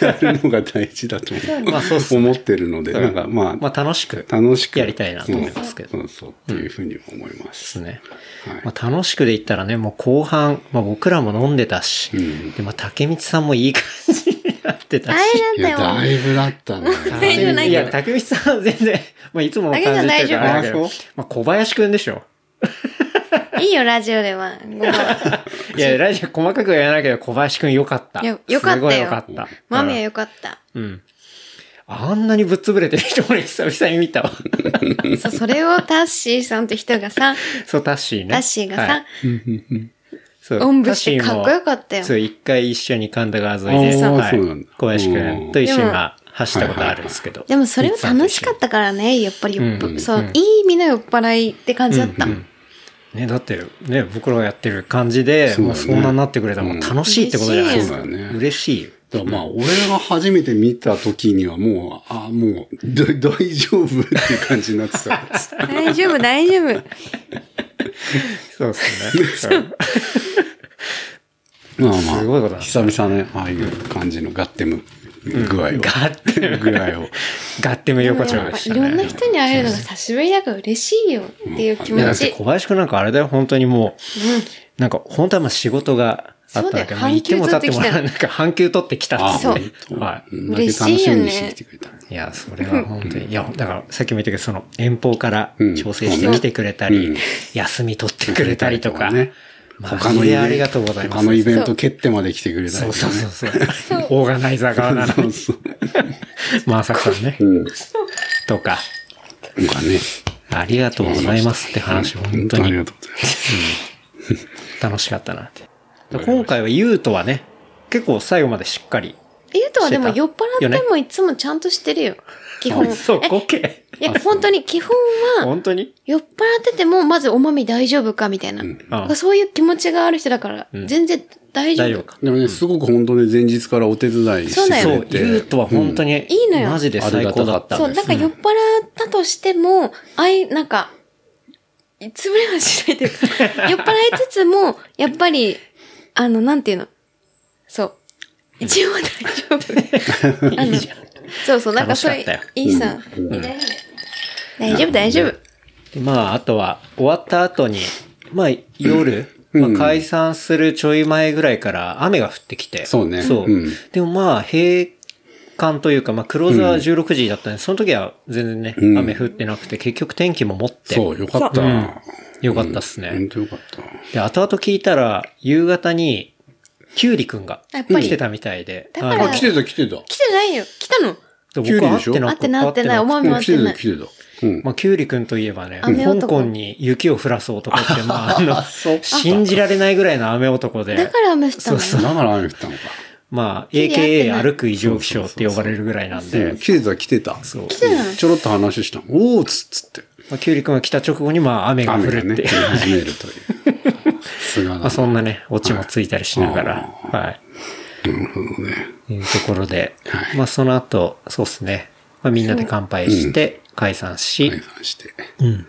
Speaker 4: やるのが大事だと思う
Speaker 2: まあそうっす
Speaker 4: 思ってるので、なんかまあ、
Speaker 2: まあ楽しく。
Speaker 4: 楽しく。
Speaker 2: やりたいなと思いますけど
Speaker 4: そうそうそう、っていうふうに思いま
Speaker 2: です
Speaker 4: す。
Speaker 2: ね。
Speaker 4: はい
Speaker 2: まあ楽しくで言ったらね、もう後半、まあ僕らも飲んでたし、
Speaker 4: ん
Speaker 2: で、まあ竹光さんもいい感じになってた
Speaker 3: あ
Speaker 2: し。
Speaker 4: い
Speaker 3: れ
Speaker 4: や、
Speaker 3: なんだ
Speaker 4: だ
Speaker 3: よ。
Speaker 4: いぶだったね。
Speaker 3: 大丈夫な
Speaker 2: い
Speaker 3: いけ
Speaker 2: や、
Speaker 3: ど。
Speaker 2: 竹光さんは全然、まあいつもの感じっていうかあれだけ
Speaker 4: あ
Speaker 2: ど
Speaker 4: そ、
Speaker 2: まあ小林くんでしょ。
Speaker 3: いいよ、ラジオでは。 ごめん
Speaker 2: いや、ラジオ細かくは言わないけど、小林くんよかった。
Speaker 3: いやよかったよ
Speaker 2: すごいよかった。
Speaker 3: マミは
Speaker 2: よ。
Speaker 3: よかった。
Speaker 2: うん。あんなにぶっ潰れてる人も久々に見たわ。
Speaker 3: そう、それをタッシーさんって人がさ、
Speaker 2: そう、タッシーね。
Speaker 3: タッシーが
Speaker 2: はい
Speaker 3: さ、、
Speaker 2: そう
Speaker 3: おんぶしてかっこよかったよ
Speaker 2: そう、一回一緒に神田川沿いで、
Speaker 4: あー
Speaker 2: は
Speaker 4: そうなん
Speaker 2: い
Speaker 4: だ、
Speaker 2: 小林くんと一緒に
Speaker 3: うん
Speaker 2: まあ走ったことあるんですけど。
Speaker 3: でもそれは楽しかったからね、やっぱりよっぱ、そう、いい意味の酔っ払いって感じだった。
Speaker 2: ね、だって、ね、僕らがやってる感じで、
Speaker 4: そうだね
Speaker 2: まあそんなになってくれたらもう楽しいってことじゃないですか。
Speaker 4: うん嬉しいよ
Speaker 2: 嬉しいよ。
Speaker 4: だからまあ、俺が初めて見た時にはもう、あもう、ど大丈夫っていう感じになってた。
Speaker 3: 大丈夫、大丈夫。
Speaker 2: そうですね。
Speaker 4: まあ
Speaker 2: すごいこと
Speaker 4: ま
Speaker 2: だ
Speaker 4: あ、久々ね、ああいう感じのガッテム具合を。
Speaker 2: ガッテム
Speaker 4: 具合を。
Speaker 2: ガッテム横丁
Speaker 3: やっ
Speaker 2: で
Speaker 3: ぱ
Speaker 2: し
Speaker 3: い
Speaker 2: た
Speaker 3: ろんな
Speaker 2: ね。
Speaker 3: 人に会えるのが久しぶりだから嬉しいよっていう気
Speaker 2: いや、だ
Speaker 3: 持
Speaker 2: って
Speaker 3: ち。
Speaker 2: 小林くんなんかあれだよ、本当にもう、なんか本当はまあ仕事があったわ
Speaker 3: そうだ
Speaker 2: け
Speaker 3: よ
Speaker 2: もう行っても立ってもらわない
Speaker 3: 半
Speaker 2: なんか半休取ってきたっ
Speaker 3: そう
Speaker 2: ていう。は
Speaker 4: う
Speaker 2: い。
Speaker 4: んだけ楽しみにしてきてくれた。
Speaker 2: いや、それは本当に。いや、だからさっきも言ったけど、その遠方から
Speaker 4: うん
Speaker 2: 調整してきてくれたり、
Speaker 4: うん
Speaker 2: 休み取ってくれたりとか。
Speaker 4: ね
Speaker 2: まあ
Speaker 4: 他のイベ
Speaker 2: それ
Speaker 4: ント、
Speaker 2: ありがとうございます
Speaker 4: 他のイベント蹴ってまで来てくれたり
Speaker 2: そ
Speaker 4: と
Speaker 2: う
Speaker 4: か
Speaker 2: そう
Speaker 4: ね
Speaker 2: そうそう。オーガナイザー側なの
Speaker 4: そ
Speaker 2: に
Speaker 4: う。そう。
Speaker 2: まあさかさんね。
Speaker 4: うん。
Speaker 2: とか、
Speaker 4: なんかね。
Speaker 2: ありがとうございますって話、本当
Speaker 4: あり
Speaker 2: に
Speaker 4: がとうございます。
Speaker 2: 楽しかったなって。今回はユウとはね、結構最後までしっかり。
Speaker 3: ゆうとはでも
Speaker 2: してた
Speaker 3: 酔っ払ってもいつもちゃんとしてるよ。基本。
Speaker 2: そこけ。
Speaker 3: えいや、本当に基本は、
Speaker 2: 本当に
Speaker 3: 酔っ払っててもまずおまみ大丈夫かみたいな。なんかそういう気持ちがある人だから、全然大丈
Speaker 2: 大丈
Speaker 3: 夫
Speaker 2: 夫。か。
Speaker 4: でもね、すごく本当ね、前日からお手伝いして
Speaker 3: そうだ
Speaker 2: そ
Speaker 4: く
Speaker 3: よ
Speaker 2: う
Speaker 4: れ、て。
Speaker 2: ユウとは本当に、
Speaker 3: いいのよ
Speaker 2: マジで最高だった
Speaker 3: そ
Speaker 2: ん
Speaker 3: う、
Speaker 2: で
Speaker 3: だ
Speaker 2: す。
Speaker 3: から酔っ払ったとしても、あい、なんか、潰れはしないという か、酔っ払いつつも、やっぱり、あの、なんていうの。そう。一応大丈夫。あの、そうそう、なんかそういう
Speaker 2: 楽しか、った
Speaker 3: いいさ、いい大丈夫。大丈夫、大丈夫。
Speaker 2: でまあ、あとは、終わった後に、まあ、夜、まあ、解散するちょい前ぐらいから雨が降ってきて。
Speaker 4: そうね
Speaker 2: そう。
Speaker 4: うん
Speaker 2: でもまあ、閉館というか、まあ、クローズは16時だったんで、その時は全然ね、
Speaker 4: うん
Speaker 2: 雨降ってなくて、結局天気も持って。
Speaker 4: そう、よかった。
Speaker 2: う
Speaker 4: 本
Speaker 2: んよかったっすね。
Speaker 4: 当よかった。
Speaker 2: で、後々聞いたら、夕方に、キュウリくんが
Speaker 3: やっぱり
Speaker 2: 来てたみたいで。
Speaker 3: だから
Speaker 2: は
Speaker 4: あ、
Speaker 2: い
Speaker 4: 来てた来てた。
Speaker 3: 来てないよ。来たの
Speaker 2: で
Speaker 4: キュ
Speaker 2: 僕
Speaker 4: ウリ
Speaker 2: 会
Speaker 4: で
Speaker 2: っ
Speaker 4: しょ
Speaker 2: てな
Speaker 3: 会ってない、会ってない。お
Speaker 2: く
Speaker 3: まみ
Speaker 4: うん
Speaker 3: も会っ
Speaker 4: 来
Speaker 3: て
Speaker 4: て
Speaker 3: な
Speaker 4: た
Speaker 3: い。
Speaker 4: 来てた。うん。
Speaker 2: まあ、キュウリくんといえばね、
Speaker 3: 雨
Speaker 2: 香
Speaker 3: 男
Speaker 2: 港に雪を降らそうとかって、まあ、あの、信じられないぐらいの雨男で。
Speaker 3: だから雨降ったのね。
Speaker 4: だから雨降ったのか。
Speaker 2: まあ、
Speaker 3: キュウリ合ってな
Speaker 2: AKA
Speaker 3: い
Speaker 2: 歩く異常気象って呼ばれるぐらいなん
Speaker 4: う
Speaker 2: で
Speaker 4: ん、来てた来てた。
Speaker 2: そう。
Speaker 3: 来てない
Speaker 4: ちょろっと話したの。おーっつっつって。
Speaker 2: まあ、キュウリくんが来た直後に、まあ、雨が降
Speaker 4: 雨が
Speaker 2: るっ
Speaker 4: ね、降
Speaker 2: て
Speaker 4: り
Speaker 2: いう。
Speaker 4: 始めるという。さすが
Speaker 2: まあ、
Speaker 4: だ。
Speaker 2: そんなね、オチもついたりしながら、はい。いうところで、まあ、その後、そうですね。まあ、みんなで乾杯して、解散し、
Speaker 4: 解散して。
Speaker 2: うん。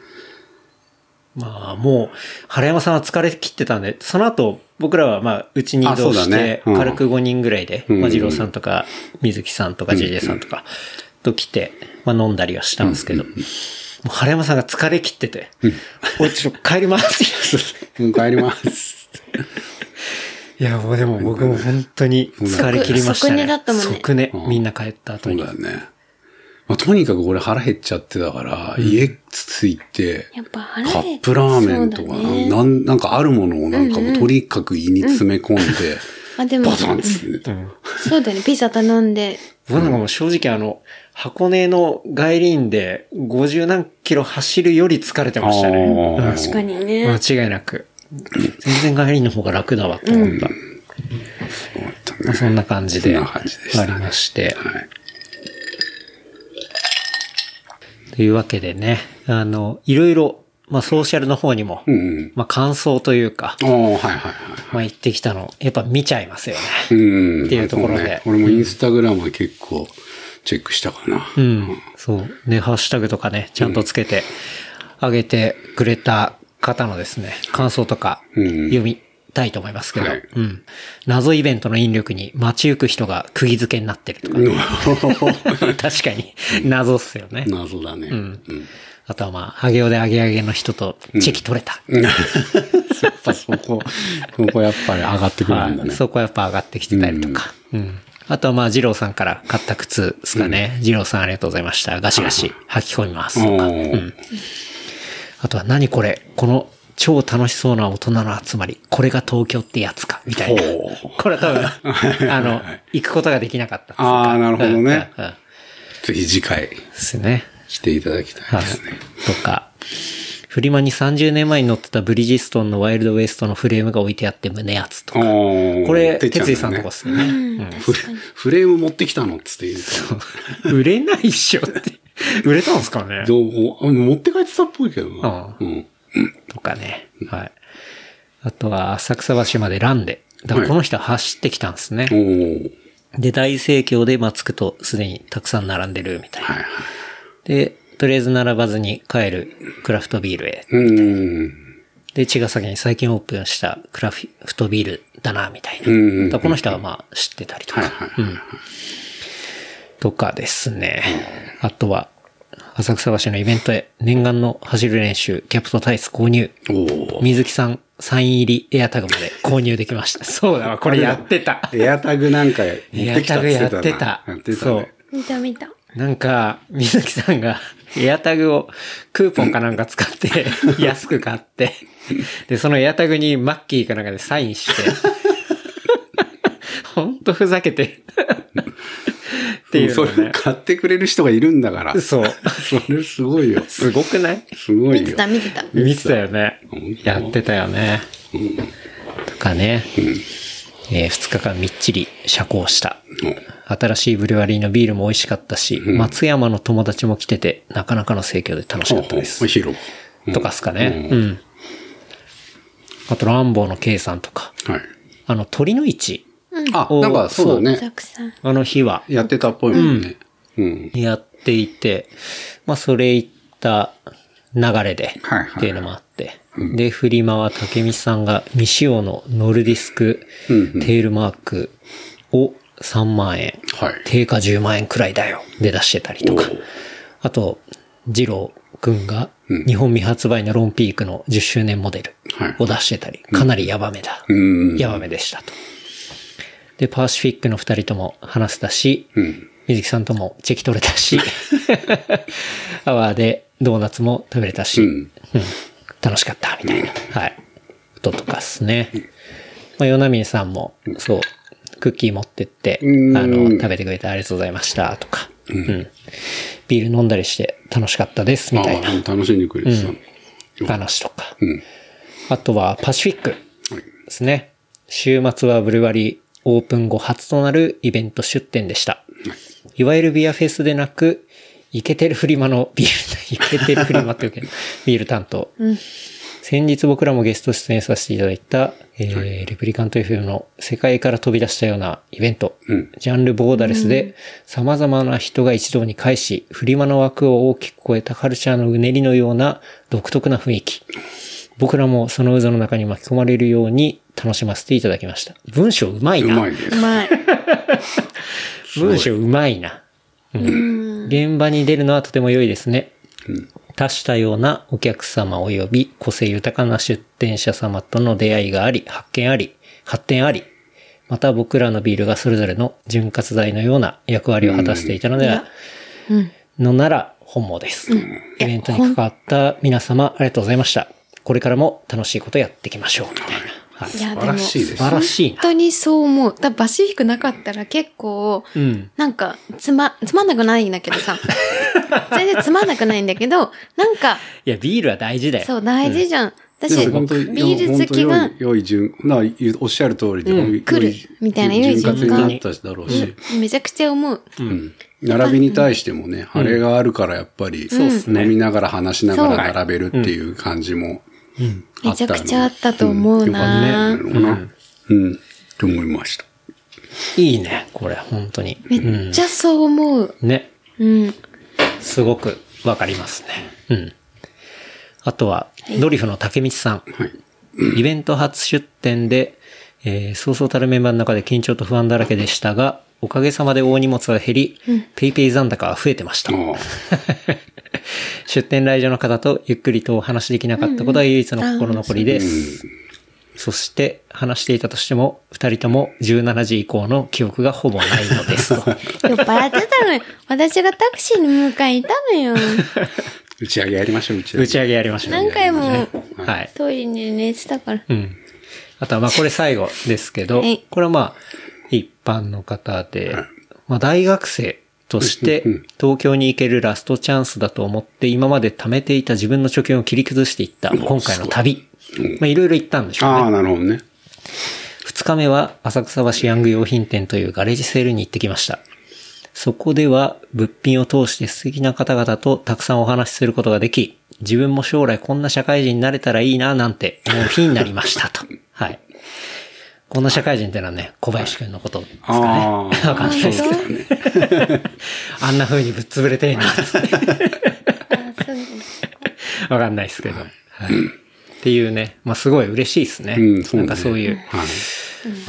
Speaker 2: まあ、もう、原山さんは疲れ切ってたんで、その後、僕らはまあ、うちに移
Speaker 4: あそ
Speaker 2: 動
Speaker 4: うだ
Speaker 2: して、
Speaker 4: ねうん
Speaker 2: 軽く5人ぐらいで、
Speaker 4: うん
Speaker 2: まあ、二郎さんとか、水木さんとか、JJ さんとか、と来て、まあ、飲んだりはしたんですけど、もう原山さんが疲れ切ってて、おいちょっと帰ります。
Speaker 4: うん、帰ります。
Speaker 2: いや、もうでも僕も本当に疲れ切りましたね。
Speaker 3: 即即寝だったもんね
Speaker 2: 即寝
Speaker 4: うん
Speaker 2: みんな帰った後
Speaker 4: そう
Speaker 2: に。
Speaker 4: だよね。まあ、とにかく俺腹減っちゃってたから、家着いて、
Speaker 3: やっぱ
Speaker 4: カ
Speaker 3: 腹減
Speaker 4: ップラーメンとか、
Speaker 3: そうだね
Speaker 4: なんなんかあるものをなんかもうとにかく胃に詰め込んで、
Speaker 3: あ、でも
Speaker 4: バ、タンっつって
Speaker 2: うん
Speaker 3: そうだよね。ピザ頼んで、
Speaker 2: 僕なんかもう正直あの、箱根の外輪で50何キロ走るより疲れてましたね。
Speaker 4: あー
Speaker 3: 確かに
Speaker 2: うん
Speaker 3: ね。
Speaker 2: 間違いなく。全然帰りの方が楽だわって思った。
Speaker 4: 終わった
Speaker 2: まあ
Speaker 4: ね。
Speaker 2: そんな感じ
Speaker 4: そん
Speaker 2: で、
Speaker 4: な感じでした
Speaker 2: ありまして。
Speaker 4: はい。
Speaker 2: というわけでね、あの、いろいろ、まあソーシャルの方にも、
Speaker 4: うんうん。
Speaker 2: まあ感想というか、
Speaker 4: ああ、はいはいはい。
Speaker 2: まあ言ってきたの、やっぱ見ちゃいますよね。
Speaker 4: うん。
Speaker 2: っていうところで
Speaker 4: そうね俺もインスタグラムは結構チェックしたかな。
Speaker 2: うん。そう。ね、ハッシュタグとかね、ちゃんとつけて、あげてくれた方のですね、感想とか、
Speaker 4: うん
Speaker 2: 読みたいと思いますけど、
Speaker 4: はい
Speaker 2: うん。謎イベントの引力に街行く人が釘付けになってるとか、ね、 確かに、謎っすよね。
Speaker 4: 謎だね。うん。
Speaker 2: あとはまあ、ハゲオでアゲアゲの人とチェキ取れた。
Speaker 4: やっぱそこ、そこやっぱり上がってくるんだ
Speaker 2: はい、
Speaker 4: ね。
Speaker 2: そこはやっぱ上がってきてたりとか。うん。あとはまあ、二郎さんから買った靴ですかね。二郎さんありがとうございました。ガシガシ履き込みますとか。
Speaker 4: おー
Speaker 2: あとは何これこの超楽しそうな大人の集まり。これが東京ってやつかみたいな。
Speaker 4: ほう
Speaker 2: これは多分、あの、行くことができなかった。
Speaker 4: ああ、なるほどね。
Speaker 2: うん。うん
Speaker 4: ぜひ次回
Speaker 2: ですね。
Speaker 4: 来ていただきた
Speaker 2: はいい
Speaker 4: ですね。。
Speaker 2: とか。フリマに30年前に乗ってたブリヂストンのワイルドウエストのフレームが置いてあって胸熱とか。
Speaker 4: こ
Speaker 2: これ、哲也さんとこっすよね。
Speaker 4: フレフレーム持ってきたのっつって言うと
Speaker 2: 売れないっしょって。売れたんすかね
Speaker 4: どうもあ持って帰ってたっぽいけどな。
Speaker 2: ああ
Speaker 4: うん。
Speaker 2: とかね。はい。あとは、浅草橋までランで。だからこの人は走ってきたんですね。
Speaker 4: おー
Speaker 2: で、大盛況で、まあ、着くとすでにたくさん並んでるみたいな。
Speaker 4: はいはい。
Speaker 2: で、とりあえず並ばずに帰るクラフトビールへ。
Speaker 4: うーん。
Speaker 2: で、茅ヶ崎に最近オープンしたクラフトビールだな、みたいな。
Speaker 4: うんうん
Speaker 2: だからこの人はまあ知ってたりとか。うんとかですね。あとは、浅草橋のイベントへ念願の走る練習、キャプトタイツ購入。
Speaker 4: おお。
Speaker 2: 水木さんサイン入りエアタグまで購入できました。そうだわ、これやってた。
Speaker 4: エアタグなんか持
Speaker 2: エ
Speaker 4: っ
Speaker 2: ア
Speaker 4: てきた
Speaker 2: タ
Speaker 4: っ
Speaker 2: グ
Speaker 4: て言
Speaker 2: や
Speaker 4: っ
Speaker 2: って
Speaker 4: た
Speaker 2: て
Speaker 4: な。
Speaker 2: た。
Speaker 4: やってたね。
Speaker 2: そう。
Speaker 3: 見た見た。
Speaker 2: なんか、水木さんが、 エアタグを、クーポンかなんか使 って、安く買って、で、そのエアタグにマッキーかなんかでサインして、 ほんとふざけ てる、っていう
Speaker 4: そ
Speaker 2: の
Speaker 4: れ
Speaker 2: ね。
Speaker 4: 買ってくれる人がいるんだから。そ
Speaker 2: そう。
Speaker 4: れすごいよ。
Speaker 2: すごくない
Speaker 4: すご
Speaker 3: 見
Speaker 4: い
Speaker 3: て
Speaker 4: よ。
Speaker 3: た見てた。
Speaker 2: 見てたよね
Speaker 4: 本。当
Speaker 2: やってたよね。とかね。えー二日間みっちり社交した。新しいブリュワリーのビールも美味しかったし、松山の友達も来てて、なかなかの盛況で楽しかったです
Speaker 4: お。広
Speaker 2: とかっすかね。うん。あと、ランボーの K さんとか。
Speaker 4: はい。
Speaker 2: あの、鳥の市
Speaker 4: あ、
Speaker 2: お
Speaker 4: なんかそうだ
Speaker 3: た
Speaker 4: ね。
Speaker 3: くさん。
Speaker 2: あの日は
Speaker 4: やってたっぽいもんね。うん。
Speaker 2: やっていて、まあ、それ行った流れで、
Speaker 4: はいはい
Speaker 2: っていうのもあって。で、フリマは竹見さんが未使用のノルディスクテールマークを3万円。
Speaker 4: はい。
Speaker 2: 定価10万円くらいだよ。で出してたりとか
Speaker 4: おー。
Speaker 2: あと、二郎くんが日本未発売のロンピークの10周年モデル
Speaker 4: はい
Speaker 2: を出してたり、かなりヤバめだ。
Speaker 4: うん。
Speaker 2: ヤバめでしたと。で、パーシフィックの二人とも話せたし、水木さんともチェキ取れた し、アワーでドーナツも食べれたし、
Speaker 4: うん。
Speaker 2: 楽しかった、みたいな。はい。こととかっすね。まあ、ヨナミンさんも、そう、クッキー持ってって、あ
Speaker 4: うん
Speaker 2: の、食べてくれてありがとうございました、とか。うん。ビール飲んだりして楽しかったです、みたいな
Speaker 4: ああ楽しんでくれてたの。
Speaker 2: 話とか。
Speaker 4: うん。
Speaker 2: あとは、パシフィックですね。週末はブルワリーオープン後初となるイベント出店でした。いわゆるビアフェスでなく、イケてるフリマのビール、イケてるフリマっていう けど、ビール担当。先日僕らもゲスト出演させていただいた、えーレプリカント FM の世界から飛び出したようなイベント、ジャンルボーダレスで様々な人が一堂に会し、フリマの枠を大きく超えたカルチャーのうねりのような独特な雰囲気。僕らもその渦の中に巻き込まれるように楽しませていただきました。文章うまいうな。
Speaker 4: まいね。
Speaker 3: うまい。
Speaker 2: 文章うまいな。
Speaker 3: うん。
Speaker 2: 現場に出るのはとても良いですね。多種多様なお客様及び個性豊かな出店者様との出会いがあり、発見あり、発展あり、また僕らのビールがそれぞれの潤滑剤のような役割を果たしていたのでは、
Speaker 3: うん。
Speaker 2: のなら本望です。イベントに関わった皆様ありがとうございました。これからも楽しいことやっていきましょう。みたいな。はい
Speaker 3: いや、
Speaker 4: 素
Speaker 3: でも、
Speaker 4: 晴らしい
Speaker 3: 本
Speaker 4: です。
Speaker 2: 素晴らしいな。
Speaker 3: 当にそう思う。だバシフィックなかったら結構、
Speaker 2: うん。
Speaker 3: なんか、つま、つまんなくないんだけど さ。全然つまんなくないんだけど、なんか、
Speaker 2: いや、ビールは大事だよ。
Speaker 3: そう、大事じゃん。私、
Speaker 4: で
Speaker 3: ビ
Speaker 4: も本当に
Speaker 3: ール好き
Speaker 4: 本
Speaker 3: が
Speaker 4: 当に良い良い順、なおっしゃる通りで、良い
Speaker 3: 来る
Speaker 4: 良い
Speaker 3: みたいな良い順
Speaker 4: 順
Speaker 3: が
Speaker 4: 活になったしだろうし、
Speaker 3: めちゃくちゃ思う。
Speaker 4: うん並びに対してもね、晴れがあるからやっぱり、
Speaker 2: そうっすね
Speaker 4: 飲みながら話しなが
Speaker 3: そ
Speaker 4: ら並べるっていう感じも、あ
Speaker 3: め
Speaker 4: っ
Speaker 3: ち
Speaker 4: た
Speaker 3: ゃ
Speaker 4: の
Speaker 3: くちゃあったと思うな、
Speaker 4: うんよかったねうん、と思いました。
Speaker 2: いいね、これ、本当に。
Speaker 3: めっちゃそう思う。
Speaker 2: ね。
Speaker 3: うん。
Speaker 2: すごくわかりますね。うん。あとは、ドリフの竹道さん。
Speaker 4: はい。
Speaker 2: イベント初出店で、えーそうそうたるメンバーの中で緊張と不安だらけでしたが、おかげさまで大荷物は減り、ペイペイ残高は増えてました。
Speaker 4: あ
Speaker 2: 出店来場の方とゆっくりとお話しできなかったことは唯一の心残りです。そして話していたとしても、二人とも17時以降の記憶がほぼないの ですと。
Speaker 3: 酔っ払ってたのよ。私がタクシーに迎えに行ったのよ。
Speaker 4: 打ち上げやりましょう、打ち上
Speaker 2: 打
Speaker 4: げ。
Speaker 2: ち上げやりましょう。
Speaker 3: 何回も
Speaker 2: はい。
Speaker 3: トイレに寝てたから。
Speaker 2: うん。あ とはまあこれ最後ですけど
Speaker 3: はい、
Speaker 2: これはまあ一般の方で、まあ大学生として東京に行けるラストチャンスだと思って今まで貯めていた自分の貯金を切り崩していった今回の旅。まあいろいろ行ったんでしょうね
Speaker 4: ああ、なるほどね。
Speaker 2: 二日目は浅草橋ヤング用品店というガレージセールに行ってきました。そこでは物品を通して素敵な方々とたくさんお話しすることができ、自分も将来こんな社会人になれたらいいななんて、もう日になりましたと。 はい。こんな社会人ってのはね、小林くんのことですかね。
Speaker 4: あー
Speaker 2: わかんないですけどね。あんな風にぶっ潰れて えな、つって。
Speaker 3: あそうです
Speaker 2: わかんないですけど。はい。っていうね、まあすごい嬉しいですね。
Speaker 4: うんそうね
Speaker 2: なんかそういう、
Speaker 4: はい。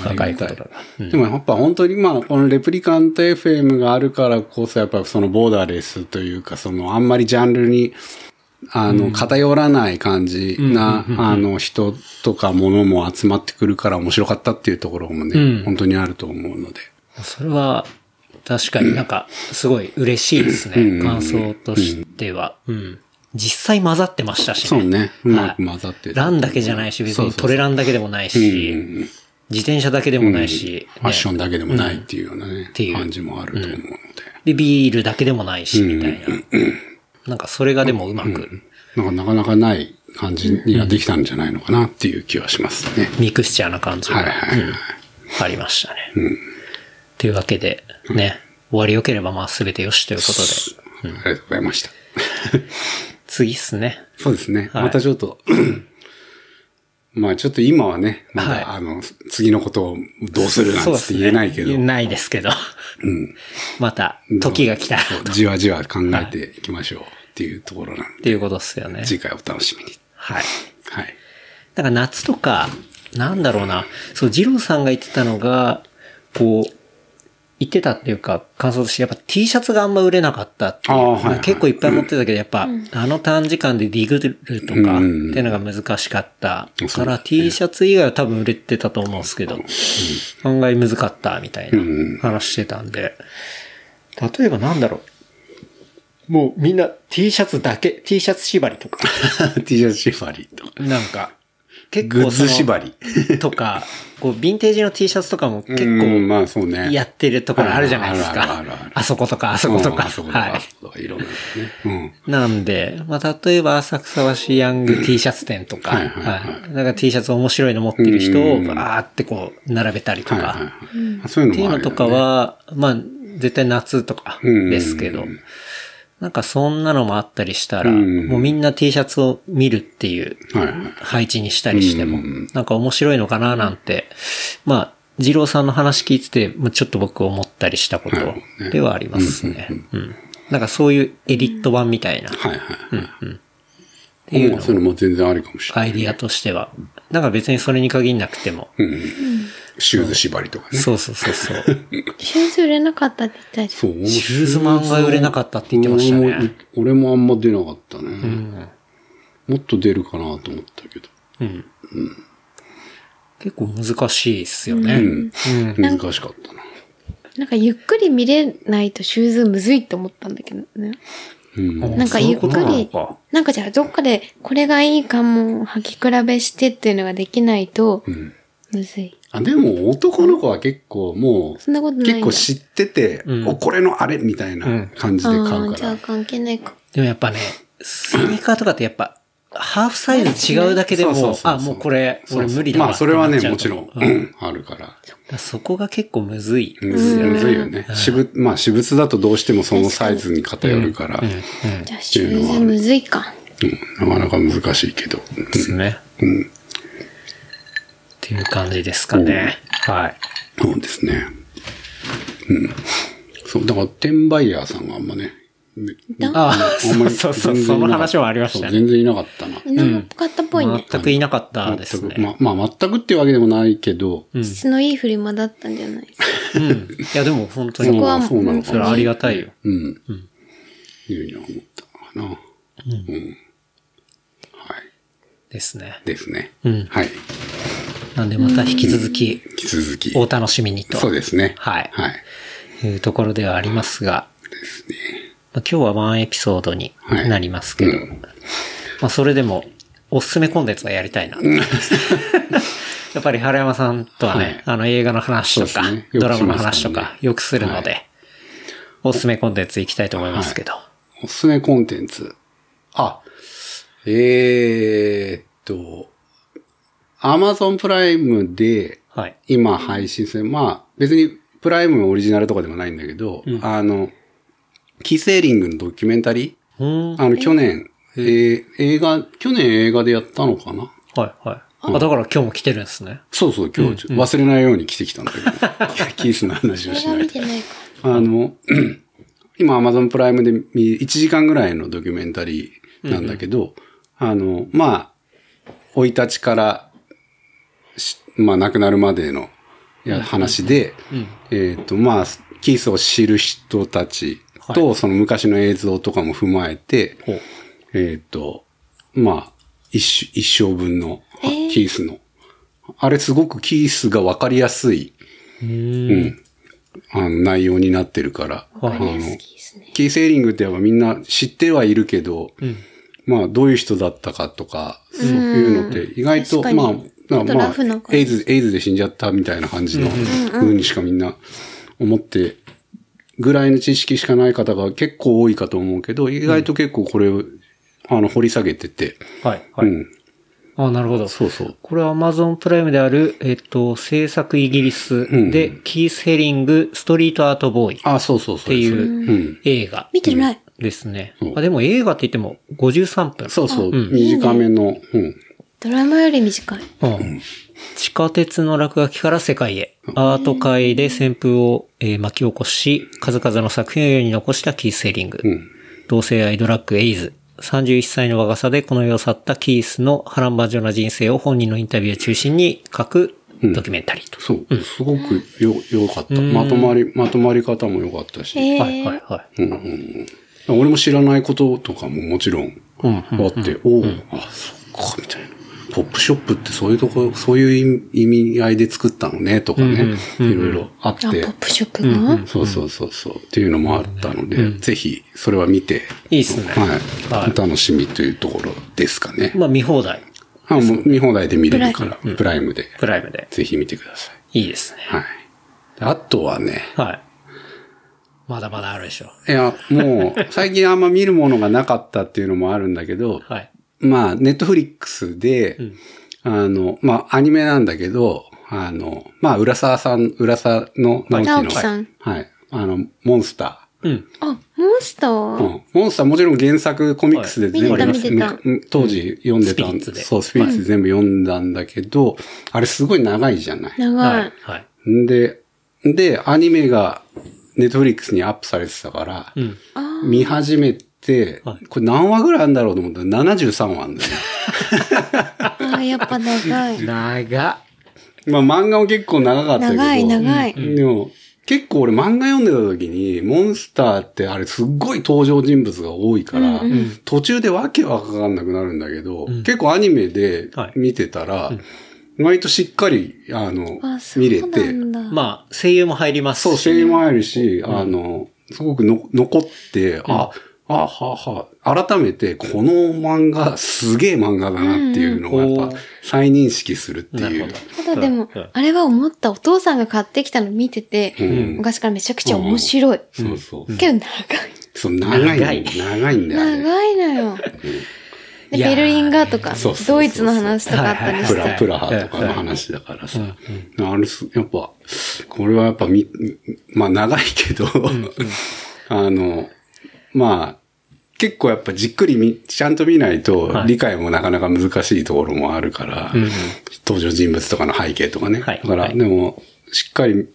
Speaker 2: 若いことが。
Speaker 4: でもやっぱ本当にまあ、このレプリカント FM があるからこそ、やっぱそのボーダーレスというか、そのあんまりジャンルに、あの、偏らない感じな、あの、人とか物も集まってくるから面白かったっていうところもね、
Speaker 2: うん
Speaker 4: 本当にあると思うので。
Speaker 2: それは、確かになんか、すごい嬉しいですね。感想としては。うん。実際混ざってましたし
Speaker 4: そうね。う
Speaker 2: は
Speaker 4: ま
Speaker 2: い
Speaker 4: く混ざってる。
Speaker 2: ランだけじゃないし、別
Speaker 4: そう
Speaker 2: に
Speaker 4: そう
Speaker 2: トレランだけでもないし、自転車だけでもないし、
Speaker 4: ファッショ
Speaker 2: ね
Speaker 4: ンだけでもないっていうようなね、
Speaker 2: ていう
Speaker 4: 感じもあると思うので。
Speaker 2: で、ビールだけでもないし、みたいな。なんかそれがでもうまく、
Speaker 4: なんかなかなかない感じにはできたんじゃないのかなっていう気はしますね。
Speaker 2: ミクスチャーな感じ
Speaker 4: はい
Speaker 2: が
Speaker 4: はいはい。
Speaker 2: ありましたね。というわけで、ね、終わり良ければまあ全て良しということで、
Speaker 4: ありがとうございました。
Speaker 2: 次っすね。
Speaker 4: そうですね。
Speaker 2: はい
Speaker 4: またちょっと、 まあちょっと今はね、まだ、
Speaker 2: はい
Speaker 4: あの、次のことをどうするなん
Speaker 2: そう
Speaker 4: て言えないけど、
Speaker 2: ですね言えないですけど。 また、時が来たら、
Speaker 4: そう
Speaker 2: と
Speaker 4: じわじわ考えていきましょうっていうところなんで、
Speaker 2: いうことですよね。
Speaker 4: 次回お楽しみに。
Speaker 2: はい。
Speaker 4: はい。
Speaker 2: だから夏とか、なんだろうな。そう、ジローさんが言ってたのが、こう、言ってたっていうか、感想として、やっぱ T シャツがあんま売れなかったっていう
Speaker 4: あーはいはい
Speaker 2: 結構いっぱい持ってたけど、やっぱ、あの短時間でディグるとか、っていうのが難しかった。
Speaker 4: そう
Speaker 2: から T シャツ以外は多分売れてたと思うんですけど、案外難かった、みたいな話してたんで、例えばなんだろう。もうみんな T シャツだけ、T シャツ縛りとか、
Speaker 4: T シャツ縛りと、
Speaker 2: なんか、結構
Speaker 4: グッ
Speaker 2: その
Speaker 4: ズ縛り。
Speaker 2: とか、こう、ヴィンテージの T シャツとかも結
Speaker 4: うん
Speaker 2: 構
Speaker 4: まあそうね。
Speaker 2: やってるところあるじゃないです
Speaker 4: あるあ
Speaker 2: か
Speaker 4: るあるある。
Speaker 2: あそことか、あそこと
Speaker 4: うん
Speaker 2: か。
Speaker 4: あそことか、
Speaker 2: は
Speaker 4: あそことか、いろんなのね。うん。
Speaker 2: い。なんで、まあ、例えば、浅草橋ヤング T シャツ店とか、
Speaker 4: はいはいはい
Speaker 2: はい。なんか T シャツ面白いの持ってる人をバーってこう、並べたりと
Speaker 4: はいは
Speaker 2: か、
Speaker 4: いはい。そういう
Speaker 2: ってい
Speaker 4: の
Speaker 2: う
Speaker 4: もあ
Speaker 2: の
Speaker 4: る
Speaker 2: と
Speaker 4: よね
Speaker 2: かは、まあ、絶対夏とかですけど、なんかそんなのもあったりしたら、
Speaker 4: ん
Speaker 2: もうみんな T シャツを見るっていう
Speaker 4: はいはい
Speaker 2: 配置にしたりしても、なんか面白いのかななんて、まあ、二郎さんの話聞いてて、まあちょっと僕思ったりしたことではありますね。うん。なんかそういうエディット版みたいな
Speaker 4: はいはい。うん。もうそういうのも全然ありかもしれな
Speaker 2: ア
Speaker 4: い。
Speaker 2: イディアとしては、なんか別にそれに限んなくても、
Speaker 4: シューズ縛りとかね。
Speaker 2: そうそうそうそう。
Speaker 3: シューズ売れなかったって言ってたじ
Speaker 4: そう。
Speaker 2: シューズ漫画売れなかったって言ってましたね
Speaker 4: 俺も。俺もあんま出なかったね。もっと出るかなと思ったけど。
Speaker 2: 結構難しいっすよね。
Speaker 4: 難しかったな。
Speaker 3: ゃん。なんかゆっくり見れないとシューズむずいって思ったんだけどね。
Speaker 4: うん。
Speaker 3: なんかゆっく
Speaker 2: そういう
Speaker 3: り
Speaker 2: ことなのか、
Speaker 3: なんかじゃあどっかでこれがいいかも履き比べしてっていうのができないと、むずい。
Speaker 4: あ、でも男の子は結構も
Speaker 3: そんなこと
Speaker 4: う、
Speaker 3: ないんだ
Speaker 4: 結構知ってて、
Speaker 2: ん
Speaker 4: お、これのあれみたいな感じ
Speaker 3: あ
Speaker 4: で買
Speaker 3: あ
Speaker 4: う
Speaker 3: ー、
Speaker 4: か
Speaker 3: じゃ
Speaker 4: ら
Speaker 3: あ。関係ないか。
Speaker 2: でもやっぱね、スニーカーとかってやっぱ、ハーフサイズ違うだけで
Speaker 4: そうそ
Speaker 2: も
Speaker 4: う、そう
Speaker 2: あ、もうこれ、
Speaker 4: そう
Speaker 2: 俺
Speaker 4: そう
Speaker 2: 無理だわ
Speaker 4: まあそれはね、
Speaker 2: ってな
Speaker 4: も
Speaker 2: っち
Speaker 4: ち
Speaker 2: ゃう
Speaker 4: ろん
Speaker 2: と、
Speaker 4: う
Speaker 2: うん
Speaker 4: ん、あるから。
Speaker 2: だからそこが結構むずい。
Speaker 4: むずいむずいよね。私物、まあ私物だとどうしてもそのサイズに偏るから、うん
Speaker 3: じゃあシューズむずいか。
Speaker 4: なかなか難しいけど。
Speaker 2: ですね。っていう感じですかね。はい。
Speaker 4: そうですね。うん。そう、だから、転売ヤーさんがあんまね。
Speaker 3: だ
Speaker 2: ああ、
Speaker 4: あんま
Speaker 2: そうそう
Speaker 4: り
Speaker 2: そう、
Speaker 4: 全然
Speaker 2: そ
Speaker 4: い
Speaker 2: の
Speaker 4: なかった
Speaker 2: 話もありました
Speaker 4: そう
Speaker 2: ね。
Speaker 4: 全然いなかったな。
Speaker 3: みんなも買ったっぽいね。
Speaker 2: 全くいなかったですね。
Speaker 4: 全く、ま、まあ、全くっていうわけでもないけど、
Speaker 3: 質のいいフリマだったんじゃないですか。
Speaker 2: うん。いや、でも本当
Speaker 4: そ
Speaker 2: に
Speaker 4: こ、はそうなの
Speaker 2: そ
Speaker 4: か
Speaker 2: れ
Speaker 4: な
Speaker 2: はありがたいよ。
Speaker 4: うん。いうふうには思ったのかな。うん。はい。
Speaker 2: ですね。
Speaker 4: ですね。
Speaker 2: うん
Speaker 4: はい。
Speaker 2: なんでまた引き続き、
Speaker 4: 引き続き。
Speaker 2: お楽しみにと。
Speaker 4: そうですね。
Speaker 2: はい
Speaker 4: はい。
Speaker 2: いうところではありますが、まあ今日はワンエピソードになりますけど、まあそれでもおすすめコンテン ツはやりたいな。やっぱり原山さんとはね、
Speaker 4: はい
Speaker 2: あの映画の話とか、
Speaker 4: そうですねよくします
Speaker 2: ドラマの話とか
Speaker 4: ね
Speaker 2: よくするので、おすすめコンテンツいきたいと思いますけど、
Speaker 4: おすすめコンテンツ。あ、えー、っと、アマゾンプライムで、
Speaker 2: はい。
Speaker 4: 今配信する。まあ、別にプライムオリジナルとかでもないんだけど、あの、キーセーリングのドキュメンタリー、
Speaker 2: うん。
Speaker 4: あの、去年、えー映画、去年映画でやったのかな
Speaker 2: はいはい。あ、だから今日も来てるんですね。
Speaker 4: そうそう、今日、忘れないように来てきたんだけど、 キースの話をし
Speaker 3: 映画
Speaker 4: ない
Speaker 3: 見
Speaker 4: と。
Speaker 3: てないか。
Speaker 4: あの、 今 Amazon プライムで見1時間ぐらいのドキュメンタリーなんだけど、あの、まあ、生い立ちからし、まあ亡くなるまでのや話で、えっ、と、まあ、キースを知る人たちと、その昔の映像とかも踏まえて、
Speaker 2: ほう。
Speaker 4: えっ、と、まあ、一生一生分の、
Speaker 3: えー
Speaker 4: キースの。あれすごくキースがわかりやすい、うん、あの内容になってるから。
Speaker 3: わかり
Speaker 4: あ
Speaker 3: や
Speaker 4: の
Speaker 3: すいですね。
Speaker 4: キーセーリングってやっぱみんな知ってはいるけど、まあどういう人だったかとか、そういうのって意外
Speaker 3: 確
Speaker 4: と、
Speaker 3: かに
Speaker 4: まあ、
Speaker 3: ちょ
Speaker 4: な
Speaker 3: っと
Speaker 4: ま
Speaker 3: ラ
Speaker 4: あ
Speaker 3: フな感じ
Speaker 4: エイズ、エイズで死んじゃったみたいな感じのふうにしかみんな思って、ぐらいの知識しかない方が結構多いかと思うけど、意外と結構これを、あの、掘り下げてて、
Speaker 2: はいはい。
Speaker 4: うん。
Speaker 2: あ、なるほど。
Speaker 4: そうそう。
Speaker 2: これは Amazon プライムである、えっと、制作イギリスで、キース・ヘリング、ストリート・アート・ボーイっ
Speaker 4: あ、そうそうそう。
Speaker 2: て
Speaker 4: う。
Speaker 2: いう映画
Speaker 3: 見てない。
Speaker 2: ですね
Speaker 4: う。ん
Speaker 2: あでも映画って言っても53分。
Speaker 4: そうそう。短めの、うん。
Speaker 3: ドラマより短い。
Speaker 2: うん地下鉄の落書きから世界へ。アート界で旋風を、えー巻き起こし、数々の作品を世に残したキース・ヘリング。
Speaker 4: うん。
Speaker 2: 同性愛ドラッグエイズ。31歳の若さでこの世を去ったキースの波乱万丈な人生を本人のインタビューを中心に書くドキュメンタリーと。
Speaker 4: そう。すごくよ、良かった。まとまり、まとまり方も良かったし。
Speaker 3: え
Speaker 2: はい
Speaker 3: ー、
Speaker 2: はいはい。
Speaker 4: 俺も知らないこととかももちろんあって、おおあ、そっか、みたいな。ポップショップってそういうとこ、そういう意味意味合いで作ったのね、とかね、いろいろあっ
Speaker 3: あ、ポ
Speaker 4: て
Speaker 3: ッ、プショップが
Speaker 4: そうそうそうそう、っていうのもあったので、ぜひ、それは見て、
Speaker 2: いいっすね。
Speaker 4: はい、お楽しみというところですかね。
Speaker 2: まあ見放題。
Speaker 4: あもう見放題で見れるから、プライムで、
Speaker 2: プライムで。
Speaker 4: ぜひ見てください。
Speaker 2: いいですね。
Speaker 4: はい。あとはね、
Speaker 2: はい。まだまだあるでしょ。
Speaker 4: いや、も う、最近あんま見るものがなかったっていうのもあるんだけど、
Speaker 2: はい。
Speaker 4: まあ、ネットフリックスで、あの、まあ、アニメなんだけど、あの、まあ、浦沢さん、浦沢の直樹の、
Speaker 3: 直樹さん
Speaker 4: はい。あの、モンスタ
Speaker 2: うん。
Speaker 3: あ、モンスタ
Speaker 4: ー。う
Speaker 3: ー。
Speaker 4: ん。モンスターもちろん原作コミックスで全部、
Speaker 3: はい見てた見てた
Speaker 4: むむ当時読んでた、
Speaker 2: スピリッツで
Speaker 4: そう、スピリッツで全部読んだんだけど、あれすごい長いじゃない。
Speaker 3: 長い。
Speaker 2: はい。
Speaker 4: んで、で、アニメがネットフリックスにアップされてたから、
Speaker 2: うん。
Speaker 3: あ
Speaker 4: 見始めて、
Speaker 2: はい
Speaker 4: これ何話ぐらいあるんだろうと思ったら73話あるんだよね。
Speaker 3: あー、やっぱ長 い。
Speaker 2: 長
Speaker 4: まあ漫画も結構長かったけど。
Speaker 3: 長い長い
Speaker 4: うんでも、結構俺漫画読んでた時に、モンスターってあれすっごい登場人物が多いから、
Speaker 3: うん
Speaker 4: 途中でわけわかんなくなるんだけど、結構アニメで
Speaker 2: はい
Speaker 4: 見てたら、割としっかり、あの、
Speaker 3: あ、そう
Speaker 4: 見れ
Speaker 3: な
Speaker 4: て、
Speaker 3: んだ。
Speaker 2: まあ、声優も入りますし。
Speaker 4: そう、声優もあるし、あの、すごくの残って、あ、あ、はは改めて、この漫画、すげえ漫画だなっていうのを
Speaker 2: うん
Speaker 4: やっぱ、再認識するって
Speaker 2: な
Speaker 4: いう。
Speaker 2: るほど。
Speaker 3: ただでも
Speaker 2: うん、
Speaker 3: あれは思った。お父さんが買ってきたの見てて、
Speaker 4: ん
Speaker 3: 昔からめちゃくちゃ面白い。
Speaker 4: そうそう。
Speaker 3: けど長い。
Speaker 4: そう、長い。
Speaker 2: 長
Speaker 4: 長
Speaker 2: い
Speaker 4: い長いんだよね。
Speaker 3: 長いのよ。で
Speaker 2: いやー
Speaker 3: ベルリンガーとか
Speaker 4: そうそうそう、そう
Speaker 3: ドイツの話とかあったりし
Speaker 4: プ
Speaker 2: はいはい
Speaker 4: ラ、
Speaker 3: て。
Speaker 4: プラハとかの話だからさ。あれす、やっぱ、これはやっぱみ、まあ長いけど、 あの、まあ、結構やっぱじっくりみ、ちゃんと見ないと
Speaker 2: はい
Speaker 4: 理解もなかなか難しいところもあるから、登場人物とかの背景とかね。
Speaker 2: はい
Speaker 4: だから、
Speaker 2: はい
Speaker 4: でも、しっかり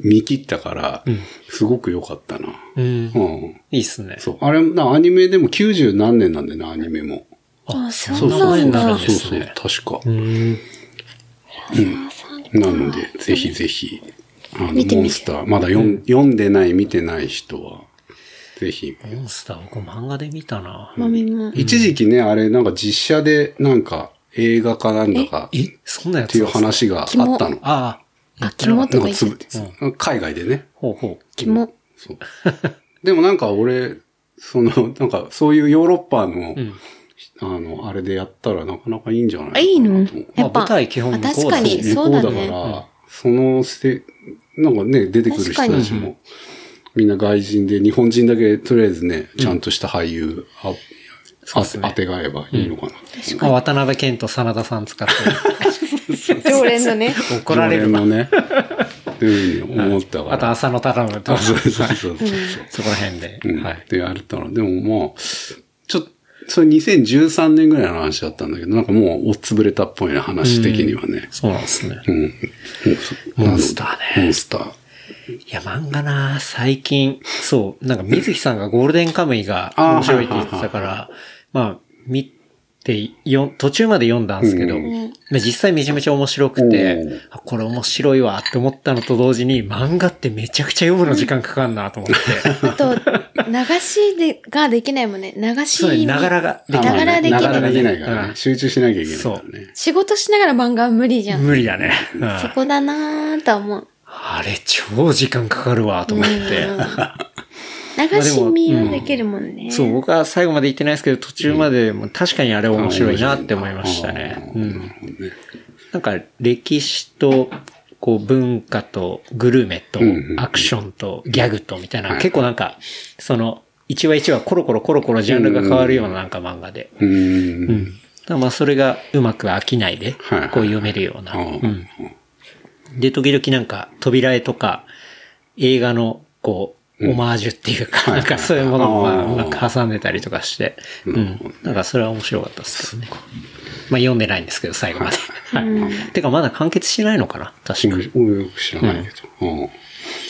Speaker 4: 見切ったから、すごく良かったな。
Speaker 2: うん。
Speaker 4: うん。
Speaker 2: いいっすね。
Speaker 4: そう。あれ、なアニメでも90何年なんだよな、アニメも。
Speaker 3: あ、そ
Speaker 4: そううそう
Speaker 3: な
Speaker 4: そ
Speaker 3: ん
Speaker 4: う
Speaker 2: な
Speaker 3: だ。
Speaker 2: る
Speaker 4: そ
Speaker 2: ん
Speaker 4: う
Speaker 2: ですね
Speaker 4: そう、確か。
Speaker 2: うん。
Speaker 4: なので、ぜひぜひ、あの、
Speaker 3: 見てみる
Speaker 4: モンスター、まだ読ん,、読んでない、見てない人は、ぜひ。
Speaker 2: モンスター、僕漫画で見たな。
Speaker 3: まみも。
Speaker 4: 一時期ね、あれ、なんか実写で、なんか映画かなんだか、っ
Speaker 2: えそんなやつ
Speaker 4: ていう話があったの。なんか
Speaker 2: ああ。
Speaker 3: あ、肝とか言っ
Speaker 4: つ
Speaker 3: て
Speaker 4: ぶ
Speaker 3: た。
Speaker 4: 海外でね。
Speaker 2: ほうほう。
Speaker 3: 肝。
Speaker 4: そう。でもなんか俺、その、なんかそういうヨーロッパの、あの、あれでやったらなかなかいいんじゃない
Speaker 3: あ、いいの
Speaker 4: と思う
Speaker 2: ま
Speaker 3: やっ
Speaker 2: あ
Speaker 3: ぱ。
Speaker 2: 舞台基本
Speaker 3: あ
Speaker 2: 向こうだし
Speaker 3: 確かに、そ
Speaker 4: 向こ
Speaker 3: う
Speaker 4: う
Speaker 3: だ
Speaker 4: だから、
Speaker 3: ね。
Speaker 4: そのせ、なんかね、出てくる人たちも、みんな外人で、日本人だけとりあえずね、ちゃんとした俳優、あ
Speaker 2: そうっ
Speaker 4: あ
Speaker 2: す
Speaker 4: 当
Speaker 2: ね
Speaker 4: てがえばいいのかな。
Speaker 2: まあ渡辺謙と真田さん使って
Speaker 3: 常連のね。
Speaker 2: 怒られるわ。
Speaker 4: 常連のね、というふうに思ったか
Speaker 2: あと
Speaker 4: ら。
Speaker 2: 浅野頼むと
Speaker 4: あ
Speaker 2: か、
Speaker 4: そうそうそうそう。
Speaker 2: そこら辺で。
Speaker 4: うん
Speaker 2: はい。
Speaker 4: で、やれたら、でもまあ、ちょっそれ2013年ぐらいの話だったんだけど、なんかもう、おっつぶれたっぽいな、話的にはね。
Speaker 2: そうなんですね。
Speaker 4: うん。もう
Speaker 2: モンスターね
Speaker 4: モンスター。
Speaker 2: いや、漫画な、最近、そう、なんか水木さんがゴールデンカムイが
Speaker 4: あー
Speaker 2: 面白いって言ってたから、まあ、見て、よん途中まで読んだんですけど、
Speaker 4: うん
Speaker 2: まあ実際めちゃめちゃ面白く
Speaker 4: おー
Speaker 2: て、あこれ面白いわって思ったのと同時に、漫画ってめちゃくちゃ読むの時間かかんなと思って、
Speaker 3: あと、流しでができないもんね。流し
Speaker 2: そうね、ながらができ
Speaker 3: ながらできな
Speaker 4: な
Speaker 3: い
Speaker 4: がらできないから
Speaker 2: う
Speaker 4: ね。
Speaker 2: ん
Speaker 4: 集中しなきゃいけないからね。
Speaker 3: 仕事しながら漫画は無理じゃん。
Speaker 2: 無理だね。うん
Speaker 3: そこだなーとは思う。
Speaker 2: あれ、超時間かかるわと思って。
Speaker 3: 流し見はできるもんね。
Speaker 2: そう、僕は最後まで行ってないですけど、途中までも確かにあれ面白いなって思いましたね。
Speaker 4: あ
Speaker 2: う
Speaker 4: ー
Speaker 2: ん
Speaker 4: な。るほどね。
Speaker 2: なんか歴史と、こう文化とグルメと
Speaker 4: んうんうん
Speaker 2: アクションとギャグとみたいな、
Speaker 4: はい
Speaker 2: 結構なんか、その、一話一話コロコロコロコロジャンルが変わるようななんか漫画で。
Speaker 4: う。
Speaker 2: うんん。だからまあそれがうまく飽きないで、こ
Speaker 4: はいはいう
Speaker 2: 読めるような。
Speaker 4: あー
Speaker 2: うん。で、時々なんか扉絵とか映画のこう、オマージュっていうか、なんかそういうものもまあ
Speaker 4: あー
Speaker 2: うまく挟んでたりとかして、うん。なんかそれは面白かったですけどね。まあ読んでないんですけど、最後まで。 はい。てかまだ完結してないのかな確かに。
Speaker 4: 俺よく知らないけど。うん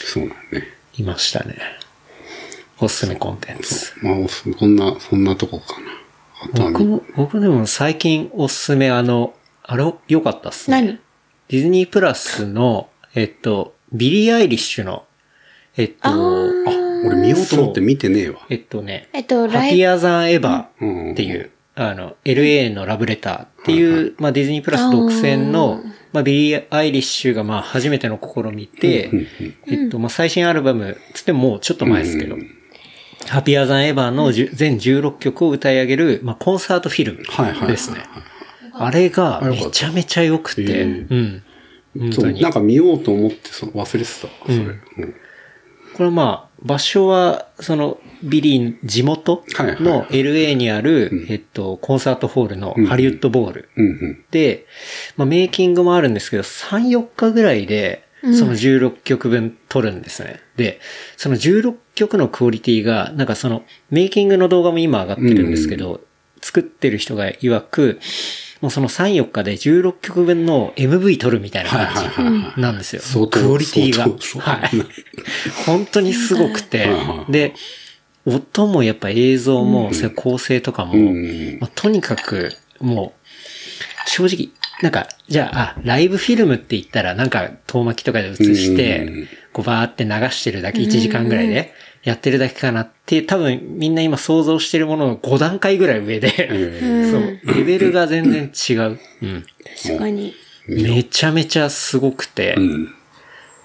Speaker 4: そうなんね。
Speaker 2: いましたね。おすすめコンテンツ。
Speaker 4: まあ、そこんな、そんなとこかな。あとは
Speaker 2: 僕も、僕でも最近おすすめあの、あれ良かったっすね。
Speaker 3: 何
Speaker 2: ディズニープラスの、えっと、ビリー・アイリッシュの、えっと、
Speaker 4: あ、俺見ようと思って見てねえわ。
Speaker 2: えっとね、
Speaker 3: えっと、
Speaker 2: ハ
Speaker 3: ラ
Speaker 2: ッ
Speaker 3: イ
Speaker 2: ピ
Speaker 3: ブ、
Speaker 2: アザン・エヴ
Speaker 4: うん
Speaker 2: ァっていう、あの、LA のラブレターっていう、まあディズニープラス独占の、まあビリー・アイリッシュがまあ初めての試みで、えっと、まあ最新アルバム、つってももうちょっと前ですけど、ハピアザン・エヴァの10全16曲を歌い上げる、まあ、コンサートフィル
Speaker 4: はいはいはい
Speaker 2: ムですね。あれが
Speaker 4: あよかった
Speaker 2: めちゃめちゃ良く
Speaker 4: へえ
Speaker 2: て、うん。本
Speaker 4: そ
Speaker 2: 当
Speaker 4: う、
Speaker 2: に
Speaker 4: な。んか見ようと思ってそう忘れてたわ、それ。
Speaker 2: うん
Speaker 4: うん
Speaker 2: これはまあ、場所は、その、ビリーの地元
Speaker 4: はいはい
Speaker 2: の LA にある、えっと、コンサートホールのハリウッドボール
Speaker 4: うんうん。
Speaker 2: で、まあ、メイキングもあるんですけど、3、4日ぐらいで、その16曲分撮るんですね。で、その16曲のクオリティが、なんかその、メイキングの動画も今上がってるんですけど、作ってる人が曰く、もうその3、4日で16曲分の MV 撮るみたいな
Speaker 4: はい
Speaker 2: 感
Speaker 4: はい
Speaker 2: じ
Speaker 4: はいはい。
Speaker 2: なんですよ。
Speaker 4: 相当
Speaker 2: クオリティが
Speaker 4: 相当相。当
Speaker 2: はい。本当にすごくて
Speaker 4: はいは、い
Speaker 2: で、音もやっぱ映像も、それ構成とかも、
Speaker 4: うん
Speaker 2: まあとにかく、もう、正直、なんか、じゃあ、あ、ライブフィルムって言ったら、なんか、遠巻きとかで映し
Speaker 4: うん
Speaker 2: て、こう、バーって流してるだけ、1時間ぐらいで、やってるだけかなって、多分、みんな今想像してるものの5段階ぐらい上で、
Speaker 4: え
Speaker 2: そう、レベルが全然違う。うん。
Speaker 3: 確かに。
Speaker 2: めちゃめちゃすごくて、
Speaker 4: えうん。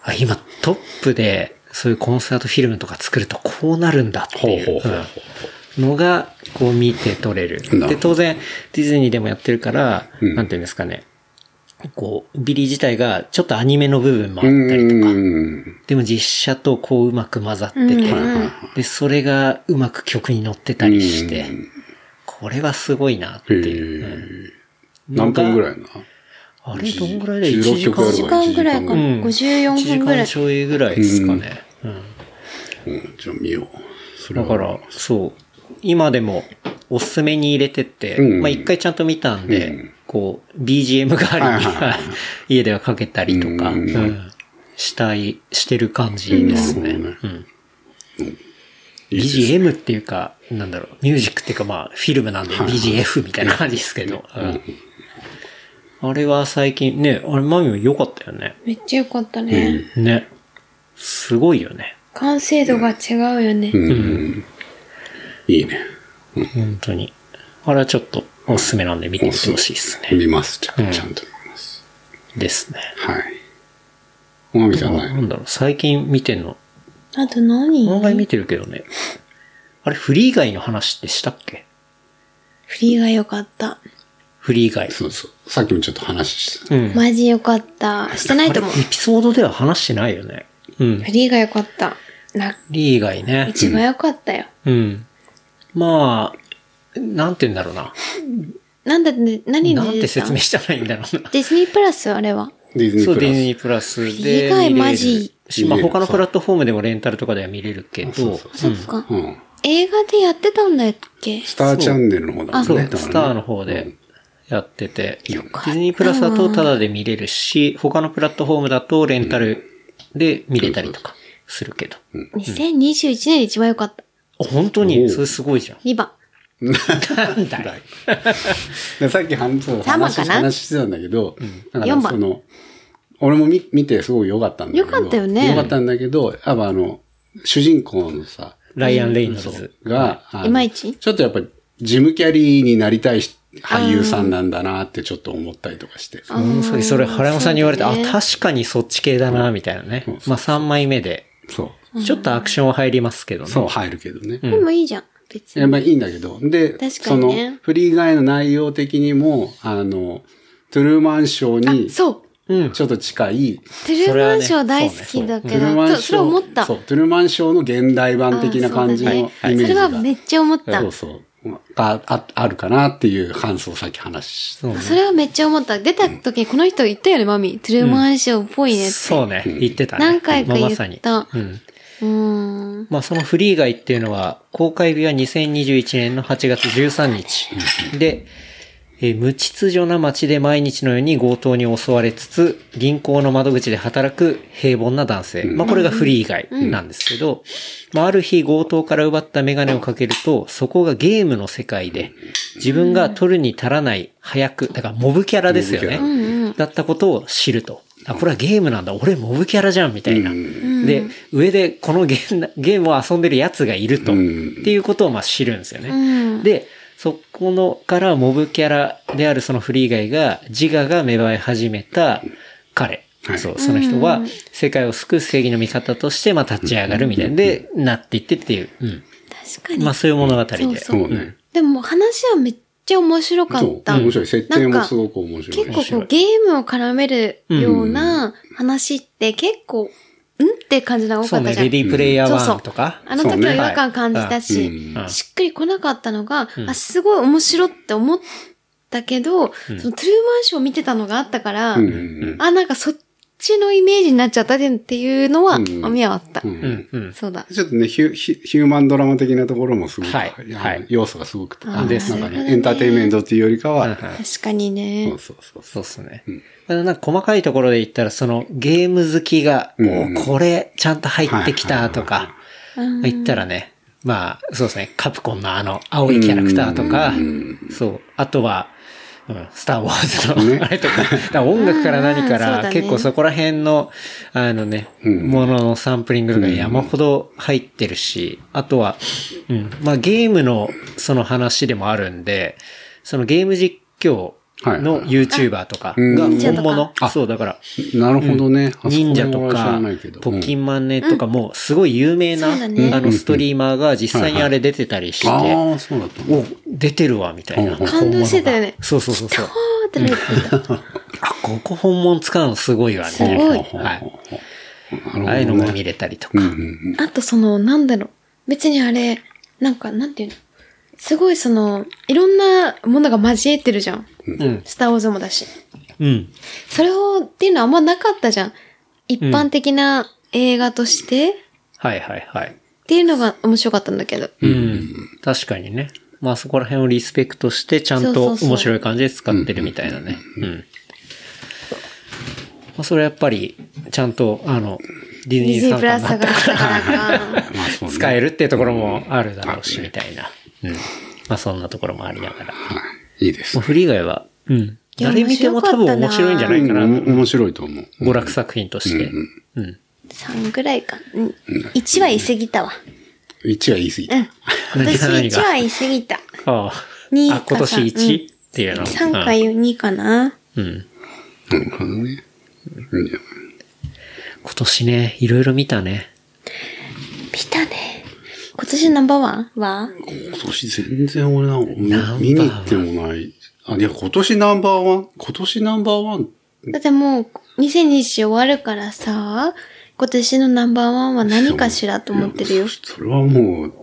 Speaker 2: あ今トップでそういうコンサートフィルムとか作るとこうなるんだってい
Speaker 4: ほう
Speaker 2: う
Speaker 4: ほうほう
Speaker 2: うんのがこう見て取れる
Speaker 4: なる。ほ
Speaker 2: で、
Speaker 4: ど
Speaker 2: 当然ディズニーでもやってるから、
Speaker 4: うん
Speaker 2: なんていうんですかね。こう、ビリー自体がちょっとアニメの部分もあったりとか、
Speaker 4: うん。
Speaker 2: でも実写とこううまく混ざってて、
Speaker 3: うん
Speaker 2: で、それがうまく曲に乗ってたりして、
Speaker 4: うん
Speaker 2: これはすごいなって
Speaker 4: へ
Speaker 2: いう。うん
Speaker 4: え。何分ぐらいな
Speaker 2: あれどんぐらいで1
Speaker 4: 16
Speaker 2: 時
Speaker 4: 曲
Speaker 2: 間
Speaker 3: 5
Speaker 4: やる
Speaker 3: 時間ぐらいかな。
Speaker 2: うん
Speaker 3: 54
Speaker 2: 1時
Speaker 3: 分ぐら
Speaker 2: 間
Speaker 3: い。
Speaker 2: ちょいぐらいですかね。うん
Speaker 4: うん、じゃあ見よう。それ
Speaker 2: だ
Speaker 4: は
Speaker 2: から、そう。今でも、おすすめに入れてって、
Speaker 4: うん
Speaker 2: まあ一回ちゃんと見たんで、
Speaker 4: うん
Speaker 2: こう、BGM 代わり
Speaker 4: はいはいは
Speaker 2: に 家ではかけたりとか、
Speaker 4: うん
Speaker 2: うんしたい、してる感じですね。
Speaker 4: うんなるほ
Speaker 2: うん
Speaker 4: いいですね
Speaker 2: BGM っていうか、なんだろう、ミュージックっていうかまあ、フィルムなんで BGF みたいな感じですけど、うんあれは最近、ね、あれ、マミも良かったよね。
Speaker 3: めっちゃよかったね。
Speaker 2: ね。すごいよね。
Speaker 3: 完成度が違うよね。
Speaker 4: うん。いいね。
Speaker 2: 本当に。あれはちょっと、おすすめなんで見てみてほしいですね。
Speaker 4: 見ます。ちゃ
Speaker 2: うん
Speaker 4: んちゃんと見ます。
Speaker 2: ですね。
Speaker 4: はい。おまみじゃ
Speaker 2: あ
Speaker 4: な。
Speaker 2: ないんだろう、最近見てんの。
Speaker 3: あと何
Speaker 2: 漫画見てるけどね。あれ、フリー以外の話ってしたっけ
Speaker 3: フリーが良かった。
Speaker 2: フリー以外。
Speaker 4: そうそう。さっきもちょっと話してた。
Speaker 2: うん。
Speaker 3: マジ良かった。してないと思う
Speaker 2: あ。れエピソードでは話してないよね。うん。
Speaker 3: フ
Speaker 2: フ
Speaker 3: リーが良かった。な、
Speaker 2: リー以外ね。
Speaker 3: 一番良かったよ。
Speaker 2: うん。まあ、なんて言うんだろうな。
Speaker 3: なんだって、何
Speaker 2: なん
Speaker 3: で
Speaker 2: て
Speaker 3: 出てた
Speaker 2: 説明したらいいんだろうな。
Speaker 3: ディズニープラスあれは。
Speaker 4: ディズニ
Speaker 2: そう、
Speaker 4: ープ
Speaker 2: ディ
Speaker 4: ラ
Speaker 2: ズ
Speaker 4: ス。
Speaker 2: ニープラスで見
Speaker 3: フリ
Speaker 2: れ
Speaker 3: ー以
Speaker 2: る。
Speaker 3: 外マジ
Speaker 2: しまあ他のプラットフォームでもレンタルとかでは見れるけ
Speaker 4: そう
Speaker 2: ど
Speaker 4: そ、う
Speaker 3: そっか。
Speaker 4: うん。
Speaker 3: 映画でやってたんだっけ
Speaker 4: スターチャンネルの方だもんね。
Speaker 2: そう、
Speaker 4: だからね
Speaker 2: スターの方でやってて、ディズニープラスだとタダで見れるし、他のプラットフォームだとレンタルで見れたりとかするけど。
Speaker 3: ?2021 年で一番良かった。
Speaker 2: あ本当
Speaker 4: おう
Speaker 2: にそれすごいじゃん。
Speaker 3: 2番。
Speaker 2: なんだよ。
Speaker 4: でさっき半分
Speaker 3: サマか
Speaker 4: 話
Speaker 3: な
Speaker 4: 話してたんだけど、だから
Speaker 3: 四番
Speaker 4: その、俺も見見てすごい良かったんだけど。
Speaker 3: 良かったよね
Speaker 4: 良かったんだけど、やっぱあの、主人公のさ、
Speaker 2: ライアン・レイノルズ。
Speaker 4: が、あの
Speaker 3: いまいち
Speaker 4: ちょっとやっぱり、ジムキャリーになりたいし俳優さんなんだなってちょっと思ったりとかして。
Speaker 2: うん、それ、それ原山さんに言われて、
Speaker 3: そうだね
Speaker 2: あ、確かにそっち系だな、みたいなね。
Speaker 4: うん
Speaker 2: まあ3枚目で、
Speaker 4: そ
Speaker 2: ちょっとアクションは入りますけど
Speaker 4: う。
Speaker 2: ね。
Speaker 4: そう、入るけどね。
Speaker 3: でもいいじゃん。別
Speaker 4: やっ
Speaker 3: に。
Speaker 4: ぱいいんだけど。で、
Speaker 3: 確かにね
Speaker 4: その、フリー以外の内容的にも、あの、トゥルーマンショーに、
Speaker 3: そう。
Speaker 2: うん。
Speaker 4: ちょっと近い、
Speaker 3: トゥルーマンショー大好きだ
Speaker 4: ト
Speaker 3: け
Speaker 4: ゥル
Speaker 3: ど、
Speaker 4: ーマン
Speaker 3: そう
Speaker 4: ショー
Speaker 3: それ思った。
Speaker 4: そう、トゥルーマンショーの現代版的な感じの
Speaker 3: あ
Speaker 4: イ
Speaker 3: ーそ
Speaker 4: メ
Speaker 3: うだね
Speaker 4: ージ
Speaker 3: それは
Speaker 4: が。
Speaker 3: めっちゃ思った
Speaker 4: そう。そう。があ、あるかなっていう感想をさっき話し
Speaker 2: そうね
Speaker 3: それはめっちゃ思った。出た時にこの人言ったよね、マミ。トゥルーマンショーっぽいねって。
Speaker 2: そうね。言ってたね。
Speaker 3: 何回か
Speaker 2: まあ
Speaker 3: 言
Speaker 2: ま
Speaker 3: っ
Speaker 2: さに。う
Speaker 3: た。
Speaker 2: ん。
Speaker 3: うーん。
Speaker 2: まあそのフリーガイっていうのは、公開日は2021年の8月13日。で、えー無秩序な街で毎日のように強盗に襲われつつ、銀行の窓口で働く平凡な男性。まあこれがフリーガイなんですけど、まあある日強盗から奪ったメガネをかけると、そこがゲームの世界で、自分が取るに足らない早く、だからモブキャラですよね。
Speaker 4: モ
Speaker 2: だったことを知ると。あ、これはゲームなんだ。俺モブキャラじゃん、みたいな。
Speaker 3: ん
Speaker 2: で、上でこのゲーゲームを遊んでる奴がいると。
Speaker 4: うん
Speaker 2: っていうことをまあ知るんですよね。
Speaker 3: うん。
Speaker 2: で、そこのからモブキャラであるそのフリーガイが自我が芽生え始めた彼。
Speaker 4: はい
Speaker 2: そう、その人は世界を救う正義の味方としてまあ立ち上がるみたいなで、なっていってっていう。
Speaker 3: 確か
Speaker 2: うん
Speaker 3: に。
Speaker 2: まあそういう物語で。
Speaker 3: そう
Speaker 4: た。
Speaker 3: そ
Speaker 4: そう
Speaker 3: う。
Speaker 4: ね。
Speaker 3: でも話はめっちゃ面白か
Speaker 4: そ
Speaker 3: っ
Speaker 4: う。
Speaker 3: た。
Speaker 4: 面白い。設定もすごく面白い。
Speaker 3: 結構こうゲームを絡めるような話って結構、うんって感じのが多
Speaker 2: そ
Speaker 3: か
Speaker 2: う
Speaker 3: った
Speaker 2: ね、
Speaker 3: じゃん。
Speaker 2: レディープレイヤー
Speaker 3: そうそう
Speaker 2: 1とか。
Speaker 3: あの時は違和感感じた
Speaker 4: そう
Speaker 3: し、
Speaker 4: ね
Speaker 2: はいうん
Speaker 3: しっくり来なかったのが、あ、すごい面白って思ったけど、そのトゥルーマンションを見てたのがあったから、
Speaker 4: うんうん
Speaker 3: あ、なんかそっちのイメージになっちゃったっていうのは、
Speaker 4: うん
Speaker 3: あ、見はあった。
Speaker 4: うん
Speaker 2: うん、うん。
Speaker 3: そうだ。
Speaker 4: ちょっとねヒュヒュ、ヒューマンドラマ的なところもすごく、
Speaker 2: はい
Speaker 4: あの
Speaker 2: はい
Speaker 4: 要素がすごくて、
Speaker 3: あ
Speaker 2: ーです
Speaker 4: なんか
Speaker 3: なるほど
Speaker 4: ね、
Speaker 3: ね
Speaker 4: エンターテインメントっていうよりかは、
Speaker 2: はいはい
Speaker 3: 確かに
Speaker 4: そ
Speaker 3: ね
Speaker 4: う。そうそうそ
Speaker 2: そうですね。ただなんか細かいところで言ったら、そのゲーム好きが、
Speaker 4: うん
Speaker 2: おーこれちゃんと入ってきたとか、
Speaker 3: うん
Speaker 2: 言ったらね、まあ、そうですね、カプコンのあの、青いキャラクターとか
Speaker 4: う、
Speaker 2: そう、あとは、うん、スターウォーズ
Speaker 4: ね
Speaker 2: の、あれとか、だから音楽から何か
Speaker 3: あーそう
Speaker 2: ら、
Speaker 3: だね
Speaker 2: 結構そこら辺の、あのね、
Speaker 4: うん
Speaker 2: もののサンプリングとか山ほど入ってるし、あとは、うん、まあゲームのその話でもあるんで、そのゲーム実況の YouTuber とかが
Speaker 4: うん
Speaker 2: 本
Speaker 3: 忍者
Speaker 2: 物
Speaker 3: と、
Speaker 2: そうだから、
Speaker 4: うなるほどね。あそこ
Speaker 2: 忍者と
Speaker 4: は知ら
Speaker 2: か
Speaker 4: ないけど、
Speaker 2: ポッキンマネとかも、すごい有名な、
Speaker 3: そうだね
Speaker 2: あの、ストリーマーが実際にあれ出てたりして、
Speaker 4: うんああ、そうだった。
Speaker 2: お、出てるわ、みたいな。
Speaker 4: うん
Speaker 3: 感動してたよね
Speaker 2: 本物がそうそうそうそう。
Speaker 3: あーってなって た
Speaker 2: あ、ここ本物使うのすごいわ、ね。
Speaker 3: すご
Speaker 2: は
Speaker 3: い
Speaker 2: い。
Speaker 4: なるほどね
Speaker 2: ああいうのも見れたりとか。
Speaker 4: うんうん
Speaker 3: あとその、なんだろう。別にあれ、なんか、なんていうのすごいその、いろんなものが交えてるじゃん。
Speaker 2: うん。
Speaker 3: スターウォーズもだし。
Speaker 2: うん。
Speaker 3: それを、っていうのはあんまなかったじゃん。一般的な映画として、っ
Speaker 2: はいはいはい。
Speaker 3: ていうのが面白かったんだけど。
Speaker 2: うん。確かにね。まあそこら辺をリスペクトして、ちゃん
Speaker 3: そ
Speaker 2: と
Speaker 3: うそうそう
Speaker 2: 面白い感じで使ってるみたいなね。うん。まあそれはやっぱり、ちゃんと、あの、ディ
Speaker 3: ディ
Speaker 2: ズ
Speaker 3: ズ
Speaker 2: ニ
Speaker 3: ニ
Speaker 2: ー
Speaker 3: ープラス
Speaker 2: さ
Speaker 3: があ
Speaker 2: ん
Speaker 3: ったからか。
Speaker 4: まあそうね
Speaker 2: 使えるっていうところもあるだろうし、
Speaker 4: うん
Speaker 2: みたいな。うん。まあそんなところもありながら。も
Speaker 4: はい。いいです
Speaker 2: う。フリー以外は、うん。
Speaker 3: いや
Speaker 2: 誰見ても多分面
Speaker 3: 面
Speaker 2: 白
Speaker 3: 白
Speaker 2: い
Speaker 3: かったなん
Speaker 2: じゃないかな。
Speaker 4: うんおも面白いと思う。
Speaker 2: 娯楽作品として。うん。
Speaker 3: 3ぐらいか。うん1は言い過ぎたわ。
Speaker 4: 1は言い過ぎた。
Speaker 2: 何
Speaker 3: 私
Speaker 2: が何
Speaker 3: 1
Speaker 2: が
Speaker 3: は言い過ぎた。
Speaker 2: ああ。
Speaker 3: 二
Speaker 2: あ、今年
Speaker 3: あ三
Speaker 2: 1? っていうの。
Speaker 3: 3か2かな。
Speaker 2: うん。うん。
Speaker 4: なるほどね。うん
Speaker 2: 今年ね、いろいろ見たね。
Speaker 3: 見たね。今年ナンバーワンは
Speaker 4: 今年全然俺な
Speaker 2: ナンバーワン
Speaker 4: 見に行ってもない。あ、いや、今年ナンバーワン今年ナンバーワン
Speaker 3: だってもう2020終わるからさ、今年のナンバーワンは何かしらと思ってるよ。そ
Speaker 4: それはもう、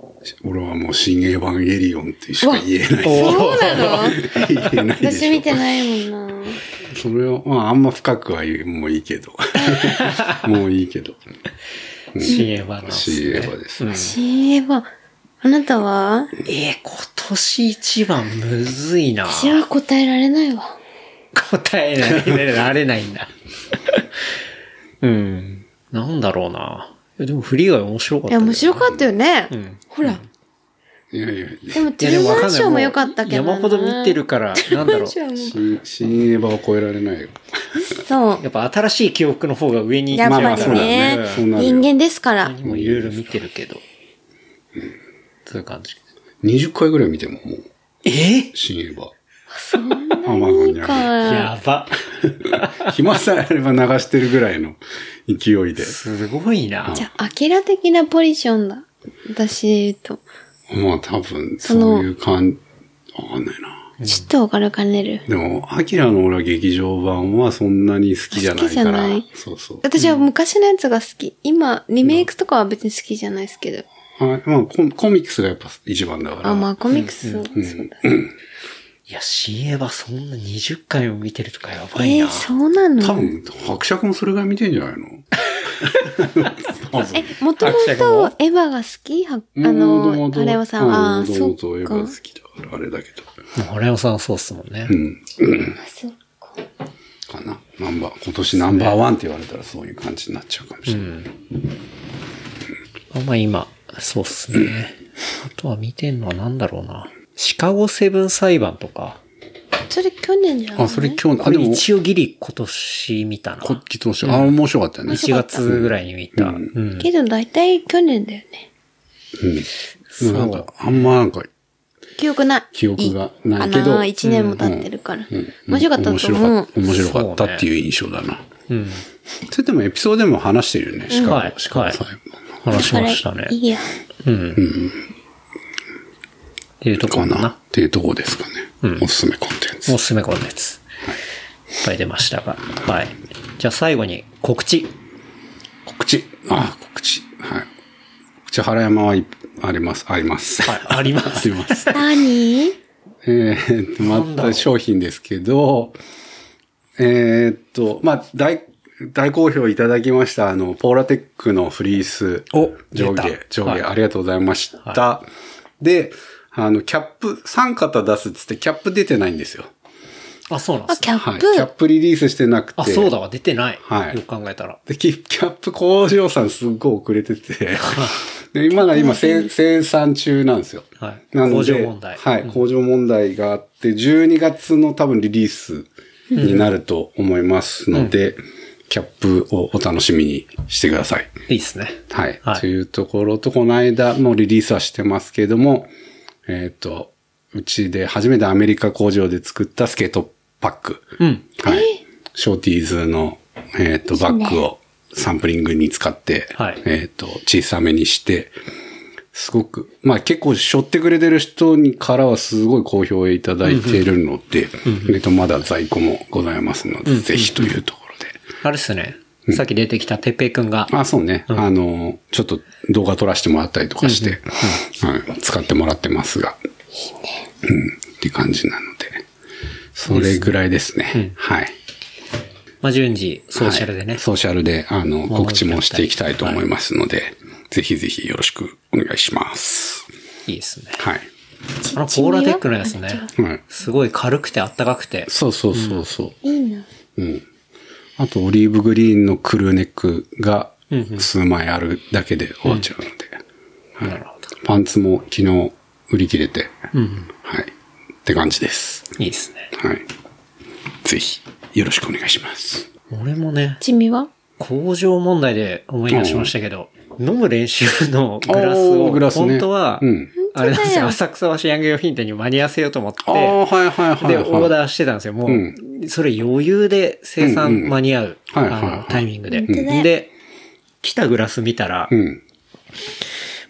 Speaker 4: 俺はもう新エヴァンゲリオンってしか言えな
Speaker 3: う
Speaker 4: い。
Speaker 3: なの
Speaker 4: 言えないで
Speaker 3: 私見
Speaker 4: して
Speaker 3: ないもんな。
Speaker 4: ょ。それは、まあ、あんま深くは言う、もうい いけど。もういいけど。
Speaker 2: 新エヴァの。
Speaker 4: 新エヴァです。
Speaker 3: 新エヴァ、あなたは
Speaker 2: えー、今年一番むずいな。
Speaker 3: 私は答えられないわ。
Speaker 2: 答えられないん だ。うん。なんだろうな。いやでもフリー以外面白かった
Speaker 3: い
Speaker 2: け
Speaker 3: や、
Speaker 2: ど。
Speaker 3: 面白かったよね。
Speaker 2: ん
Speaker 3: ほら。
Speaker 4: いやいや、
Speaker 3: でも、
Speaker 2: い
Speaker 3: ト
Speaker 2: やで
Speaker 3: ゥル
Speaker 2: もわ
Speaker 3: マ
Speaker 2: かん
Speaker 3: ン
Speaker 2: ない
Speaker 3: ショーも良かったけどな。
Speaker 2: 山ほど見てるから、なんだろう。
Speaker 3: トゥルマンショーも
Speaker 4: 新、新エヴァを超えられないよ。
Speaker 3: そう。
Speaker 2: やっぱ新しい記憶の方が上に行
Speaker 3: や
Speaker 2: っ
Speaker 3: っ
Speaker 2: ちゃうか
Speaker 4: ま
Speaker 3: ぱ
Speaker 2: ら
Speaker 4: あ
Speaker 3: り
Speaker 4: そうだ
Speaker 3: ね
Speaker 4: ねそうな、るよ
Speaker 3: 人間ですから。
Speaker 2: もういろいろ見てるけど。そういう感じ。
Speaker 4: 20回ぐらい見ても、もう、
Speaker 2: え
Speaker 4: 新エヴァ。
Speaker 3: そんな
Speaker 4: アマゾン
Speaker 3: に
Speaker 4: にあ
Speaker 3: か。
Speaker 2: やば。
Speaker 4: る。暇さえあれば流してるぐらいの勢いで。
Speaker 2: すごいな。
Speaker 3: じゃあ、アキラ的なポジションだ。私と。
Speaker 4: まあ多分、
Speaker 3: その
Speaker 4: そういう感じ、わかんないな。
Speaker 3: ちょっとわかるかねる。
Speaker 4: でも、アキラの俺は劇場版はそんなに好きじゃないか
Speaker 3: 好きじゃな
Speaker 4: ら
Speaker 3: い。
Speaker 4: そうそう。
Speaker 3: 私は昔のやつが好き。今、リメイクとかは別に好きじゃないですけど。
Speaker 4: あまあコ、コミックスがやっぱ一番だから。
Speaker 3: あ、まあコミックス、そうだ。
Speaker 2: いや、新エヴァそんな20回も見てるとかやばい
Speaker 3: え
Speaker 2: な。
Speaker 3: ー、そうなの
Speaker 4: 多分、伯爵もそれぐらい見てんじゃないの多分
Speaker 3: え、もとも
Speaker 2: 伯爵も
Speaker 3: とエヴァが好きはあ
Speaker 4: もとも
Speaker 3: の、
Speaker 4: と
Speaker 3: タレオさんは。
Speaker 4: う
Speaker 3: あ
Speaker 4: ん
Speaker 3: ー、
Speaker 4: もと
Speaker 3: そ
Speaker 4: も
Speaker 3: う
Speaker 4: とエヴ
Speaker 3: か。
Speaker 4: ァ好きだから、あれだけど。
Speaker 2: 俺もさんそうっすもんね。
Speaker 4: うん。
Speaker 3: あそうか
Speaker 4: かな。ナンバー、今年ナンバーワンって言われたらそういう感じになっちゃうかもしれない。
Speaker 2: あんまあ今、そうっすね。あとは見てんのはなんだろうな。シカゴセブン裁判とか。
Speaker 3: それ去年じゃない
Speaker 4: あ、それ今日、あ、
Speaker 2: こ
Speaker 4: で
Speaker 2: れ
Speaker 4: も、
Speaker 2: 一応ギリ今年見たな。
Speaker 4: こっちとし、あ、面白かったよね。
Speaker 2: 1月ぐらいに見た。うん。
Speaker 3: けど大体去年だよね。
Speaker 4: うん。なんか、あんまなんか、
Speaker 3: 記憶ない。
Speaker 4: 記憶がないけど
Speaker 3: あの、1年も経ってるから。面白かった
Speaker 4: 面
Speaker 3: と
Speaker 4: 白
Speaker 3: 思
Speaker 4: かっ
Speaker 3: う。
Speaker 4: た、面白かったっていう印象だな。
Speaker 2: うん。
Speaker 4: それでもエピソードでも話してるよね、シ
Speaker 2: は
Speaker 4: カ
Speaker 2: い
Speaker 4: ゴ、シカゴ最後。
Speaker 3: だ
Speaker 2: 話し
Speaker 3: か
Speaker 2: ま
Speaker 3: ら
Speaker 2: したね。
Speaker 3: いいや。
Speaker 2: うん。っていうとこ
Speaker 4: か
Speaker 2: か
Speaker 4: なっ
Speaker 2: な。
Speaker 4: ていうとこですかね。おすすめコンテンツ
Speaker 2: お。すすめコンテンツ。いっぱい出ましたが。はい。じゃあ最後に告知。
Speaker 4: 告知。あ、告知。はい。告知原山はいあります、あります。
Speaker 2: はい、ありま
Speaker 4: あ
Speaker 2: す。
Speaker 4: り ます。
Speaker 3: 何
Speaker 4: えーっと、また商品ですけど、えーっと、まあ、大、大好評いただきました、あの、ポーラテックのフリース。
Speaker 2: お出
Speaker 4: 上下
Speaker 2: た、
Speaker 4: 上下、
Speaker 2: はい
Speaker 4: ありがとうございました。で、あの、キャップ、3型出すっつってキャップ出てないんですよ。
Speaker 2: あ、そうなんで
Speaker 3: あ、
Speaker 2: す
Speaker 3: キ
Speaker 2: ね
Speaker 3: ャ
Speaker 4: は
Speaker 3: ッ
Speaker 4: い。キャッ
Speaker 3: プ。
Speaker 4: プリリースしてなくて。
Speaker 2: あ、そうだわ。出てない。
Speaker 4: はい
Speaker 2: よく考えたら。
Speaker 4: で、キキャップ工場さんすっごい遅れ てて、で今が今生生産中なんですよ。
Speaker 2: はい
Speaker 4: なので
Speaker 2: 工場問題
Speaker 4: はい、
Speaker 2: うん
Speaker 4: 工場問題があって、12月の多分リリースになると思いますので、キャップをお楽しみにしてください。
Speaker 2: いいっすね。
Speaker 4: はい。
Speaker 2: はい
Speaker 4: というところと、この間もうリリースはしてますけれども、えっ、と、うちで初めてアメリカ工場で作ったスケートパック。
Speaker 2: うん。
Speaker 4: はい。ショーティーズの、えっ、と、バッグをサンプリングに使って、
Speaker 2: はい
Speaker 4: えっ、と、小さめにして、すごく、まあ結構背負ってくれてる人にからはすごい好評いただいているので、えっ、と、まだ在庫もございますので、ぜひというところで。
Speaker 2: あれっすね。さっき出てきたてっぺいくんが、
Speaker 4: あ、そうね。あの、ちょっと動画撮らせてもらったりとかして、はい、使ってもらってますが。うん。って感じなので。それぐらいですね。はい。
Speaker 2: まあ、順次、ソーシャルでね、
Speaker 4: はいソーシャルで、あの、告知もしていきたいと思いますので、ぜひぜひよろしくお願いします。
Speaker 2: い、いですね。
Speaker 4: はい。
Speaker 2: あの、ポーラテックのやつね。
Speaker 4: はい。
Speaker 2: すごい軽くてあったかくて。
Speaker 4: そうそうそうそう。
Speaker 3: いいな。
Speaker 4: あと、オリーブグリーンのクルーネックが数枚あるだけで終わっちゃうので。
Speaker 2: なるほど。
Speaker 4: パンツも昨日売り切れて、はい。って感じです。
Speaker 2: いいですね。
Speaker 4: はい。ぜひ、よろしくお願いします。
Speaker 2: 俺もね、
Speaker 3: 地味は
Speaker 2: 工場問題で思い出しましたけど、飲む練習のグラス
Speaker 4: お
Speaker 2: を、
Speaker 4: ーグラスね
Speaker 2: 本当は、
Speaker 4: うん
Speaker 2: あれなんです
Speaker 3: 本当だ
Speaker 2: よ、
Speaker 3: よ
Speaker 2: 浅草橋ヤング用品店に間に合わせようと思って、
Speaker 4: ああ、はいはいはい、
Speaker 2: で、
Speaker 4: はい。
Speaker 2: オーダーしてたんですよ。もう、
Speaker 4: うん
Speaker 2: それ余裕で生
Speaker 4: うんう
Speaker 2: 産
Speaker 4: ん
Speaker 2: 間に合う、
Speaker 4: はいはいはい
Speaker 2: あのタイミングで。
Speaker 3: 本当だよ
Speaker 2: で、来たグラス見たら、
Speaker 4: うん。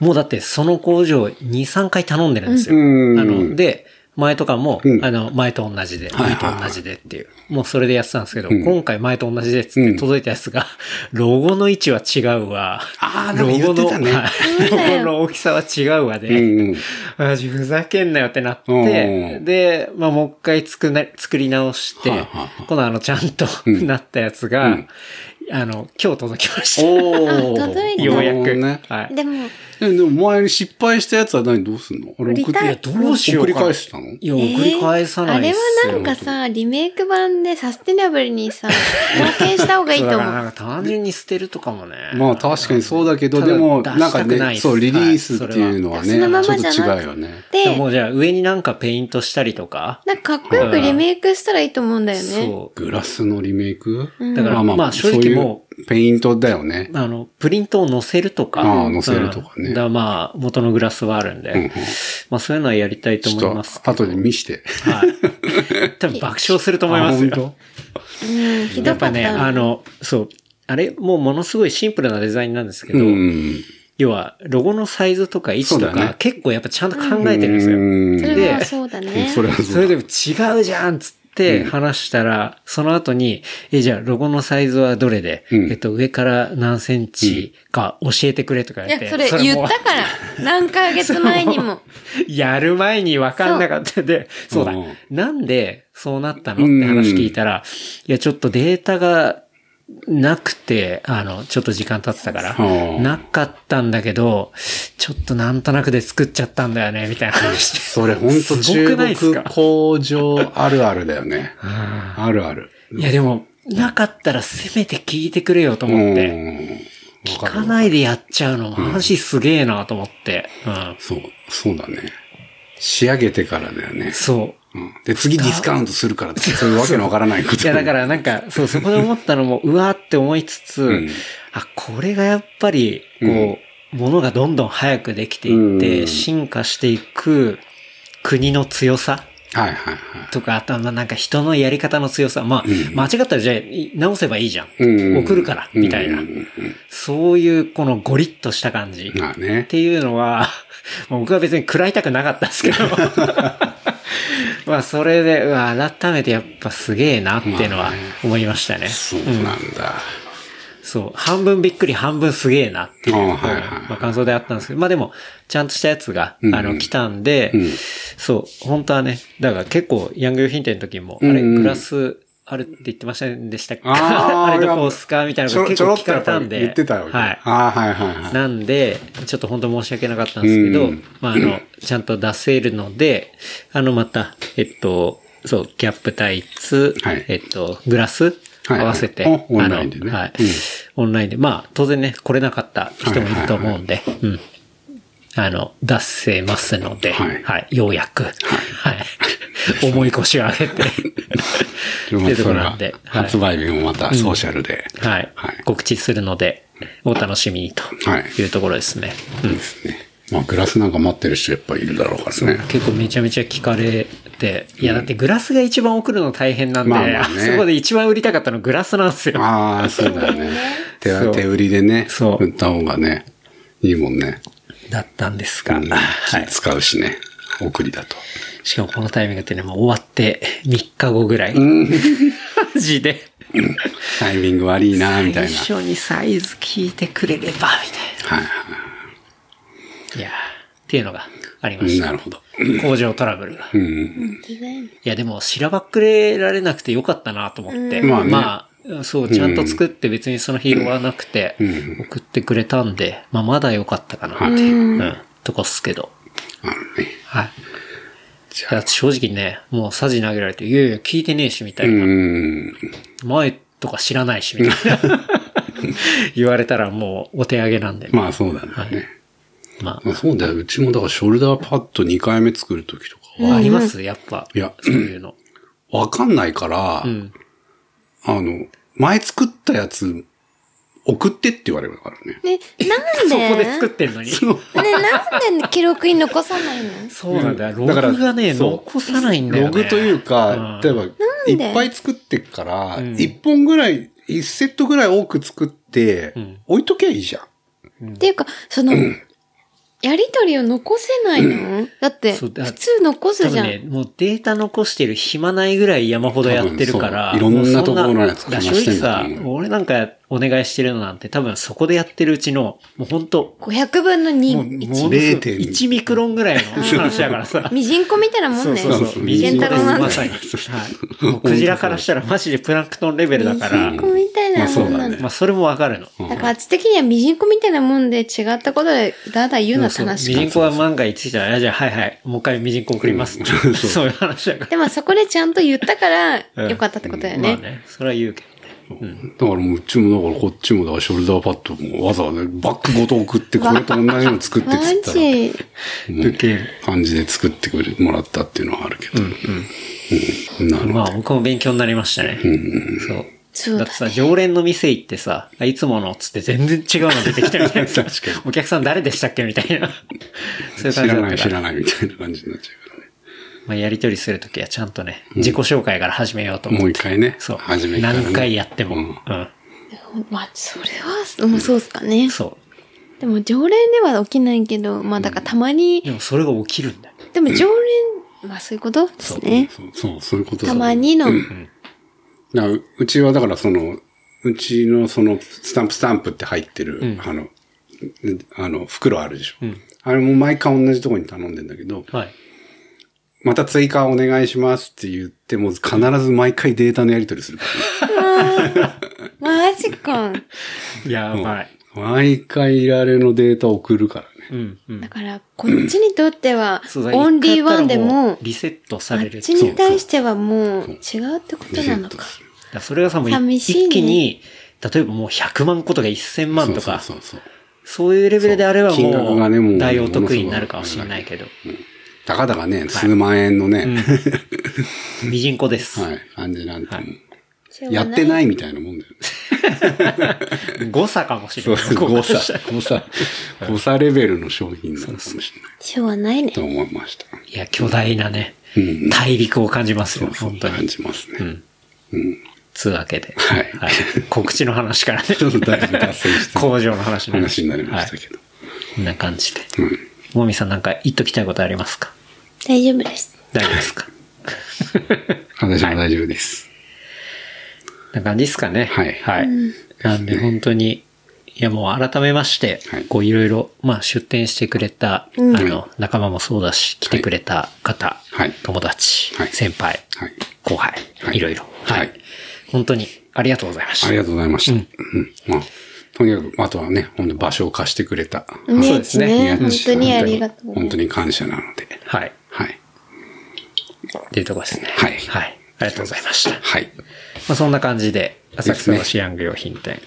Speaker 2: もうだってその工場2、3回頼んでるんですよ。
Speaker 4: うん
Speaker 2: あの、で、前とかも、
Speaker 4: うん
Speaker 2: あの、前と同じで、
Speaker 4: はい
Speaker 2: 前
Speaker 4: はいはい
Speaker 2: と同じでっていう。もうそれでやってたんですけど、
Speaker 4: ん
Speaker 2: 今回前と同じでっつって届いたやつが、 ロゴの位置は違うわ。
Speaker 4: あーな
Speaker 2: ロ
Speaker 4: んか言
Speaker 2: ゴ
Speaker 4: って
Speaker 2: の、
Speaker 4: たね
Speaker 2: はいロゴの大きさは違うわで、
Speaker 4: うんうん。
Speaker 2: マジふざけんなよってなっ
Speaker 4: う
Speaker 2: て、
Speaker 4: ん
Speaker 2: で、まあ、もう一回作な、作り直して、
Speaker 4: はいはいはい
Speaker 2: このあの、ちゃんとなったやつが、
Speaker 4: うん
Speaker 2: あの、今日届きました。
Speaker 4: おお。
Speaker 3: あ届いた
Speaker 2: ようや
Speaker 4: なるほど
Speaker 2: く。
Speaker 4: ね
Speaker 2: はい。
Speaker 3: でも、
Speaker 4: えでも前に失敗したやつは何どうすんのあれ送っ
Speaker 3: 売りたい
Speaker 4: て
Speaker 3: や、
Speaker 2: どうしよう
Speaker 4: 送
Speaker 2: か
Speaker 4: り
Speaker 2: な
Speaker 4: 返したの
Speaker 2: いや、送り返さない
Speaker 3: え
Speaker 2: っす
Speaker 3: ー
Speaker 2: よ。
Speaker 3: あれはなんかさ、リメイク版でサステナブルに さ、貢献した方がいい
Speaker 2: そう
Speaker 3: と
Speaker 2: だ
Speaker 3: 思
Speaker 2: から
Speaker 3: う。
Speaker 2: なんか単純に捨てるとかもね。
Speaker 4: まあ確かにそうだけど、
Speaker 2: ただ
Speaker 4: でも、
Speaker 2: 出し
Speaker 4: なんか
Speaker 2: たくない
Speaker 4: ね、
Speaker 2: です
Speaker 4: そう、リリースっていうのは
Speaker 3: はいそのま
Speaker 4: ね、
Speaker 3: ま
Speaker 4: ちょっ
Speaker 3: じゃな
Speaker 4: と
Speaker 3: く
Speaker 4: 違うよね。
Speaker 2: でも
Speaker 3: で、
Speaker 2: うじゃあ上になんかペイントしたりとか。
Speaker 3: なんかかっこよくリメイクしたらいいと思うんだよね。
Speaker 2: そ
Speaker 4: グラスのリメイク
Speaker 3: ん
Speaker 2: だからまあ正直も
Speaker 4: そういうペイントだよね。
Speaker 2: う。あの、プリントを載せるとか。
Speaker 4: ああ載せるとかね
Speaker 2: うんだらまあ、元のグラスはあるんで。
Speaker 4: うんうん
Speaker 2: まあそういうのはやりたいと
Speaker 4: ちょっ
Speaker 2: 思います
Speaker 4: と、
Speaker 2: けど。
Speaker 4: 後で見して。
Speaker 2: はい。多分爆笑すると思います
Speaker 4: あ
Speaker 2: よ。
Speaker 3: うん、ひ
Speaker 2: や
Speaker 3: ど
Speaker 2: っ
Speaker 3: か
Speaker 2: ぱ
Speaker 3: った。
Speaker 2: ね、あの、そう。あれ、もうものすごいシンプルなデザインなんですけ
Speaker 4: う
Speaker 2: ど、
Speaker 4: ん。
Speaker 2: 要は、ロゴのサイズとか位置と
Speaker 4: そうだ
Speaker 2: か、
Speaker 4: ね
Speaker 2: 結構やっぱちゃんと考えてるんですよ。
Speaker 4: うん
Speaker 3: それはそうだね。
Speaker 4: それはそう
Speaker 2: それでも違うじゃんっつって話したら、その後に、え、じゃあロゴのサイズはどれで、
Speaker 4: うん
Speaker 2: えっと、上から何センチか教えてくれとか
Speaker 3: い
Speaker 2: 言って。
Speaker 3: や、それ言ったから。何ヶ月前にも。
Speaker 2: やる前に分かんなかったで、そうだ
Speaker 4: うん。
Speaker 2: なんでそうなったのって話聞いたら、いや、ちょっとデータがなくて、あの、ちょっと時間経ってたから
Speaker 4: う、ん
Speaker 2: なかったんだけど、ちょっとなんとなくで作っちゃったんだよね、みたいな話して。
Speaker 4: それほんと
Speaker 2: すごく
Speaker 4: 中
Speaker 2: ないですか
Speaker 4: 国工場あるあるだよね。 あるある。
Speaker 2: いや、でも、なかったらせめて聞いてくれよと思って。
Speaker 4: うん
Speaker 2: 聞
Speaker 4: わか
Speaker 2: か
Speaker 4: る
Speaker 2: ないでやっちゃうの、マジすげえなと思って。うん。
Speaker 4: そう、そうだね。仕上げてからだよね。
Speaker 2: そう。
Speaker 4: うんで、次ディスカウントするからって、そういうわけのわからないこと。
Speaker 2: いや、だからなんか、そう、そこで思ったのも、うわーって思いつつ、
Speaker 4: うん
Speaker 2: あ、これがやっぱり、こう、ものがどんどん早くできていって、
Speaker 4: うん
Speaker 2: 進化していく国の強さ
Speaker 4: はいはいはい。
Speaker 2: とか、あとはまあなんか人のやり方の強さ、まあ、間違ったらじゃあ直せばいいじゃん。
Speaker 4: うん
Speaker 2: 送るから、みたいな。
Speaker 4: うんうん
Speaker 2: そういう、このゴリッとした感じ。
Speaker 4: まあ
Speaker 2: っ
Speaker 4: ね。
Speaker 2: ていうのは、 もう僕は別に食らいたくなかったんですけど。 まあそれで、うわ改めてやっぱすげえなっていうのは思いましたね。
Speaker 4: そうなんだ。
Speaker 2: そう。半分びっくり、半分すげえなっていう、
Speaker 4: ああはいはい
Speaker 2: まあ感想であったんですけど、まあでも、ちゃんとしたやつが、
Speaker 4: うんうん
Speaker 2: あの、来たんで、
Speaker 4: うん
Speaker 2: そう、本当はね、だから結構、ヤング用品店の時も、
Speaker 4: うんうん
Speaker 2: あれ、グラス、あるって言ってませんでしたか あ
Speaker 4: ああ
Speaker 2: れどこですかみたいな
Speaker 4: ち
Speaker 2: こ
Speaker 4: ょ
Speaker 2: と
Speaker 4: ろ
Speaker 2: 結
Speaker 4: ち
Speaker 2: 構
Speaker 4: ょろ
Speaker 2: 聞か
Speaker 4: っとや
Speaker 2: れ
Speaker 4: っぱ
Speaker 2: たん
Speaker 4: り
Speaker 2: で。
Speaker 4: 言ってたよね。
Speaker 2: はい。
Speaker 4: ああ、はいはいはい。
Speaker 2: なんで、ちょっと本当申し訳なかったんですけど、
Speaker 4: うん
Speaker 2: まあ、あの、ちゃんと出せるので、あの、また、えっと、そう、キャップタイツ、
Speaker 4: はい
Speaker 2: えっと、グラス、
Speaker 4: はい
Speaker 2: 合わせて、
Speaker 4: おオンラインでね
Speaker 2: あのはい、
Speaker 4: うん
Speaker 2: オンラインで、まあ、当然ね、来れなかった人もいると思うんで、うん。あの、出せますので、
Speaker 4: は
Speaker 2: はいい、ようやく、はい。 重い腰を上げて、
Speaker 4: でも
Speaker 2: ってと
Speaker 4: そ
Speaker 2: こ
Speaker 4: れ
Speaker 2: な
Speaker 4: は
Speaker 2: んで、はい
Speaker 4: 発売日もまたソーシャルで。
Speaker 2: はい、
Speaker 4: はい
Speaker 2: 告知するので、お楽しみにと
Speaker 4: はい
Speaker 2: いうところですね。うん
Speaker 4: ですね。まあ、グラスなんか待ってる人やっぱいるだろうからね。
Speaker 2: 結構めちゃめちゃ聞かれて、いやだってグラスが一番送るの大変なんで、
Speaker 4: まあまあね
Speaker 2: そこで一番売りたかったのグラスなんですよ。
Speaker 4: ああ、そうだよね。手
Speaker 2: そう
Speaker 4: は手売りでね、
Speaker 2: そう
Speaker 4: 売った方がね、いいもんね。
Speaker 2: だったんですが、
Speaker 4: うん
Speaker 2: はい。
Speaker 4: 使うしね、送りだと。
Speaker 2: しかもこのタイミングってね、もう終わって3日後ぐらい。マジで。
Speaker 4: タイミング悪いな、みたい
Speaker 2: 最
Speaker 4: な。
Speaker 2: 初にサイズ聞いてくれれば、みたい
Speaker 4: はいは
Speaker 2: な。いやーっていうのがありま
Speaker 4: い。
Speaker 2: した。
Speaker 4: なるほど。
Speaker 2: 工場トラブルが。
Speaker 4: うん。
Speaker 2: いや、でも、しらばっくれられなくてよかったなと思って。
Speaker 4: うんまあね
Speaker 2: そう、ちゃんと作って別にその日用はなくて、送ってくれたんで、まあ、まだよかったかなっていう、うん、とこっすけど。
Speaker 4: あのね。
Speaker 2: はい。
Speaker 4: じ
Speaker 2: だ
Speaker 4: ゃあ
Speaker 2: っ、て正直ね、もうサジ投げられて、いやいや、聞いてねえし、みたいうな。
Speaker 4: ん。
Speaker 2: 前とか知らないし、みたい な。言われたらもうお手上げなんで。
Speaker 4: まあ、そうだね。
Speaker 2: ま
Speaker 4: まあ、そうだよ。うちもだから、ショルダーパッド2回目作るときとか
Speaker 2: あ、あ
Speaker 4: は、
Speaker 2: りますやっぱ。
Speaker 4: いや
Speaker 2: そういうの。
Speaker 4: わかんないから、
Speaker 2: うん。
Speaker 4: あの、前作ったやつ、送ってって言われるからね。
Speaker 3: ね、なん
Speaker 2: そ
Speaker 3: で
Speaker 2: こで作ってんのに。
Speaker 3: ね、なんで記録に残さないの
Speaker 2: そうなんだよ。ログ
Speaker 4: だから
Speaker 2: がね、
Speaker 4: そう
Speaker 2: 残さないんだよね。
Speaker 4: ログというか、例えば、い
Speaker 3: で
Speaker 4: っぱい作ってっから、
Speaker 2: ん
Speaker 4: 1本ぐらい、1セットぐらい多く作って
Speaker 2: ん、
Speaker 4: 置いときゃいいじゃん。
Speaker 3: っていうか、その、やりとりを残せないのだって、
Speaker 2: そ
Speaker 3: 普
Speaker 2: うだ
Speaker 3: 通残す
Speaker 2: 多
Speaker 3: じ
Speaker 2: 分
Speaker 3: ゃ
Speaker 2: ね
Speaker 3: ん。、
Speaker 2: もうデータ残してる暇ないぐらい山ほどやってるから。
Speaker 4: 多分そういろんな
Speaker 2: もうそ
Speaker 4: ところのやつ
Speaker 2: だ
Speaker 4: 話
Speaker 2: 正直
Speaker 4: してんだ
Speaker 2: さ
Speaker 4: と思う、
Speaker 2: 俺なんかお願いしてるのなんて多分そこでやってるうちの、もうほんと、
Speaker 3: 500分の
Speaker 4: もう
Speaker 3: 2。
Speaker 4: もう
Speaker 2: ものすごい
Speaker 4: 0.2
Speaker 2: 1ミクロンぐらいの話だからさ。
Speaker 3: ミジンコみたいなもんね。
Speaker 4: そうそう
Speaker 2: 微塵
Speaker 3: ケンタロウなん
Speaker 2: ま
Speaker 3: て
Speaker 2: さに。はい。もうクジラからしたらマジでプランクトンレベルだか
Speaker 3: ミ
Speaker 2: ら
Speaker 3: ジン、コみたいなもん
Speaker 4: まあ
Speaker 3: な
Speaker 4: そ
Speaker 3: ん
Speaker 4: う
Speaker 3: だ
Speaker 4: だね。
Speaker 2: まあそれもわかるの。
Speaker 3: だからあっち的にはミジンコみたいなもんで違ったことでだだ言うなって
Speaker 2: ミ
Speaker 3: 話
Speaker 2: ジ
Speaker 3: か。
Speaker 2: ンコは万が一じゃあ、じゃあはいはい、もう一回ミジンコ送りますって。そういう話だから。
Speaker 3: でもそこでちゃんと言ったから
Speaker 2: ん
Speaker 3: よかったってことだよ
Speaker 2: まあ
Speaker 3: ね。
Speaker 2: ね、それは言うけどね。
Speaker 4: だからもううちも、だからこっちも、だからショルダーパッドもわざわざバッグごと送って、これと同じの作ってっ
Speaker 3: マ
Speaker 4: つったら、
Speaker 3: ジ。
Speaker 4: もう感じで作ってくれもらったっていうのはあるけど。うんなるほど。
Speaker 2: まあ僕も勉強になりましたね。そう。
Speaker 3: そう
Speaker 2: っ
Speaker 3: だね
Speaker 2: てさ、常連の店行ってさ、あいつものっつって全然違うの出てきたみたいな。
Speaker 4: 確かに
Speaker 2: お客さん誰でしたっけみた いな。そういう感
Speaker 4: 知
Speaker 2: じ
Speaker 4: ら
Speaker 2: だっ
Speaker 4: な
Speaker 2: た
Speaker 4: い知
Speaker 2: から。
Speaker 4: らないみたいな感じになっちゃうからね。
Speaker 2: まあやりとりするときはちゃんとね、自己紹介から始めようと思って。
Speaker 4: もう一回ね
Speaker 2: そう。
Speaker 4: 始めからね
Speaker 2: 何回やっても。
Speaker 4: う
Speaker 2: うんん。
Speaker 3: まあ、それは、もうそうっすかね。
Speaker 2: そ
Speaker 3: でも常連では起きないけど、まあだからたま
Speaker 2: う。で
Speaker 3: に、
Speaker 2: もそれが起きるんだよ。
Speaker 3: でも常連、まあそういうことですね。
Speaker 4: そう、そう、そういうことだ
Speaker 3: たまにの、
Speaker 4: だからううちはだからその、うちのそのスタンプスタンプって入ってる、あの、あの、袋あるでしょ。あれも毎回同じとこに頼んでんだけど、
Speaker 2: はい。
Speaker 4: また追加お願いしますって言って、もう必ず毎回データのやり取りするか
Speaker 3: マジか。
Speaker 2: やばい。
Speaker 4: ら。毎回いられのデータ送るからね。
Speaker 2: うん。うん。
Speaker 3: だから、こっちにとっては
Speaker 2: そう、だ
Speaker 3: オンリーワンでも、
Speaker 2: リセットさ
Speaker 3: あ
Speaker 2: れ
Speaker 3: っ
Speaker 2: るって
Speaker 3: ち
Speaker 2: いう
Speaker 3: に対してはもう違うってことなの
Speaker 2: だ
Speaker 3: か。
Speaker 2: からそれがさ、もう
Speaker 3: 寂しいね
Speaker 2: 一気に、例えばもう100万個とか1000万とか、
Speaker 4: そうそうそうそう。
Speaker 2: そういうレベルであれば
Speaker 4: そう金額がね
Speaker 2: も
Speaker 4: も
Speaker 2: う
Speaker 4: う
Speaker 2: 大お得意になるかもしれないけど、
Speaker 4: たかだかね、数万円のね、
Speaker 2: ミジンコです。
Speaker 4: はい、感じなんてもう、
Speaker 3: しょう
Speaker 4: や
Speaker 3: が
Speaker 4: ってないみたいなもんだよね。
Speaker 2: 誤差かもし
Speaker 4: そ
Speaker 2: れ
Speaker 4: う、
Speaker 2: ない。
Speaker 4: 誤差、誤差、誤差レベルの商品なのかもしれない
Speaker 3: しょうがないね
Speaker 4: と。思いました。
Speaker 2: いや、巨大なね、大陸を感じますよ、本当
Speaker 4: 感
Speaker 2: に。
Speaker 4: じますね。
Speaker 2: つうわけで。
Speaker 4: はい
Speaker 2: 告知の話からね
Speaker 4: ち、ょっとだいぶ脱線した
Speaker 2: 工場の話の
Speaker 4: 話になりました
Speaker 2: はい
Speaker 4: けど。
Speaker 2: こんな感じで。
Speaker 4: うん
Speaker 2: もみさんなんか言っときたいことありますか
Speaker 3: 大丈夫です。
Speaker 2: 大丈夫ですか
Speaker 4: 私も大丈夫です。
Speaker 2: な感じですかね。
Speaker 4: はい
Speaker 2: はい。なんで本当に、いやもう改めまして、
Speaker 4: はい
Speaker 2: こういろいろ、まあ出店してくれた、
Speaker 3: うん
Speaker 2: あの、仲間もそうだし、来てくれた方、
Speaker 4: はい
Speaker 2: 友達、
Speaker 4: はい
Speaker 2: 先輩、
Speaker 4: はい。
Speaker 2: 後輩、
Speaker 4: はい
Speaker 2: い、ろいろ。はい。
Speaker 4: はい
Speaker 2: 本当にありがとうございました。
Speaker 4: ありがとうございました。うん。まあ、とにかく、あとはね、本当に場所を貸してくれた。
Speaker 3: ね
Speaker 2: そうですね
Speaker 3: ね
Speaker 4: 宮
Speaker 3: 本
Speaker 4: 地
Speaker 3: 当にありがとう。
Speaker 4: 本当に感謝なので。
Speaker 2: はい。
Speaker 4: はい。
Speaker 2: っていうところですね。
Speaker 4: はい
Speaker 2: はい。ありがとうございました。ま
Speaker 4: はい。
Speaker 2: あそんな感じで、
Speaker 4: すね
Speaker 2: 浅草のシヤング用品店、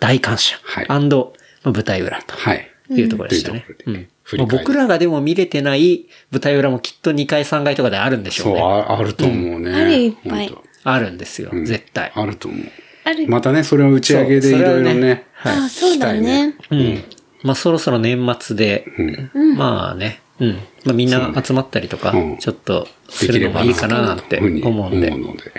Speaker 2: 大感謝、
Speaker 4: はい
Speaker 2: アンド、まあ舞台裏と。
Speaker 4: はい。
Speaker 2: っていうところでしたね
Speaker 4: う
Speaker 2: う
Speaker 4: ん。というんところで
Speaker 2: まあ僕らがでも見れてない舞台裏もきっと2階3階とかであるんでしょ
Speaker 4: そうう、
Speaker 2: ね。
Speaker 4: ああると思うね。
Speaker 3: あるいっぱい
Speaker 4: 本
Speaker 2: あるんですよ、
Speaker 4: 当うん
Speaker 2: 絶対。
Speaker 4: あると思う。
Speaker 3: ある。
Speaker 4: またね、それを打ち上げで
Speaker 2: そ
Speaker 4: いう
Speaker 2: それは
Speaker 4: ろい
Speaker 2: ね
Speaker 4: ろね。
Speaker 3: あ、そうだね。
Speaker 2: うん。まあそろそろ年末で、まあね、うん。まあみんな集まったりとか
Speaker 4: う、ん
Speaker 2: ちょっとす
Speaker 4: でき
Speaker 2: る
Speaker 4: れ
Speaker 2: のも
Speaker 4: ば
Speaker 2: いいかなって
Speaker 4: というふに
Speaker 2: 思うんで、
Speaker 4: 思うので。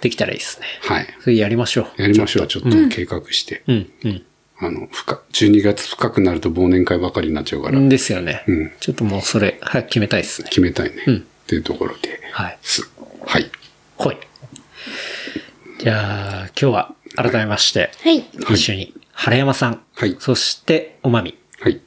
Speaker 2: できたらいいですね。
Speaker 4: はい。
Speaker 2: それやりましょう。
Speaker 4: やりましょう。ちょっと計画して。
Speaker 2: うん、うん。
Speaker 4: あの、深、12月深くなると忘年会ばかりになっちゃうから、
Speaker 2: ですよね、
Speaker 4: うん
Speaker 2: ちょっともうそれ、早く決めたいですね。
Speaker 4: 決めたいね。
Speaker 2: うん
Speaker 4: っていうところで
Speaker 2: はい。
Speaker 4: す。はい。
Speaker 2: ほい。じゃあ、今日は改めまして、
Speaker 3: はい。
Speaker 2: 一緒に、原山さん、
Speaker 4: はい
Speaker 2: そして、おまみ、
Speaker 4: はい。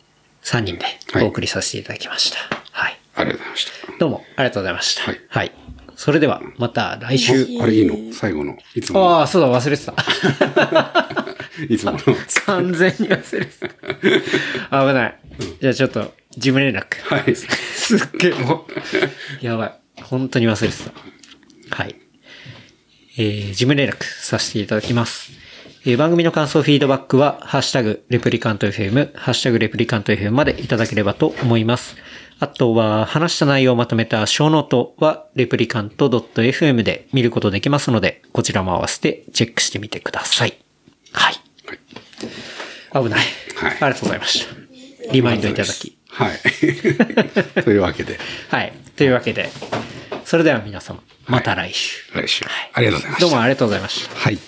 Speaker 2: 3人で
Speaker 4: はい
Speaker 2: お送りさせていただきました。はい。
Speaker 4: ありがとうございました。
Speaker 2: どうも、ありがとうございました。は
Speaker 4: はいい。
Speaker 2: それでは、また来週。
Speaker 4: あれいいの最後の。いつもの。
Speaker 2: ああ、そうだ、忘れてた。
Speaker 4: いつもの。
Speaker 2: 完全に忘れてた。 危ない。じゃあちょっと、事務連絡。
Speaker 4: は い。
Speaker 2: すっげえ、もう。やばい。本当に忘れてた。はい。えー、事務連絡させていただきます。えー番組の感想、フィードバックは、ハッシュタグ、レプリカント FM、ハッシュタグ、レプリカント FM までいただければと思います。あとは、話した内容をまとめた小ノートは、レプリカント .fm で見ることできますので、こちらも合わせてチェックしてみてください。はい。危ない。
Speaker 4: はい
Speaker 2: ありがとうございました。リマインドいただき。
Speaker 4: はい。 というわけで、
Speaker 2: はい。というわけで、それでは皆様、また来週。
Speaker 4: 来週。ありがとうございまし
Speaker 2: ど
Speaker 4: た。
Speaker 2: うもありがとうございました。
Speaker 4: はい。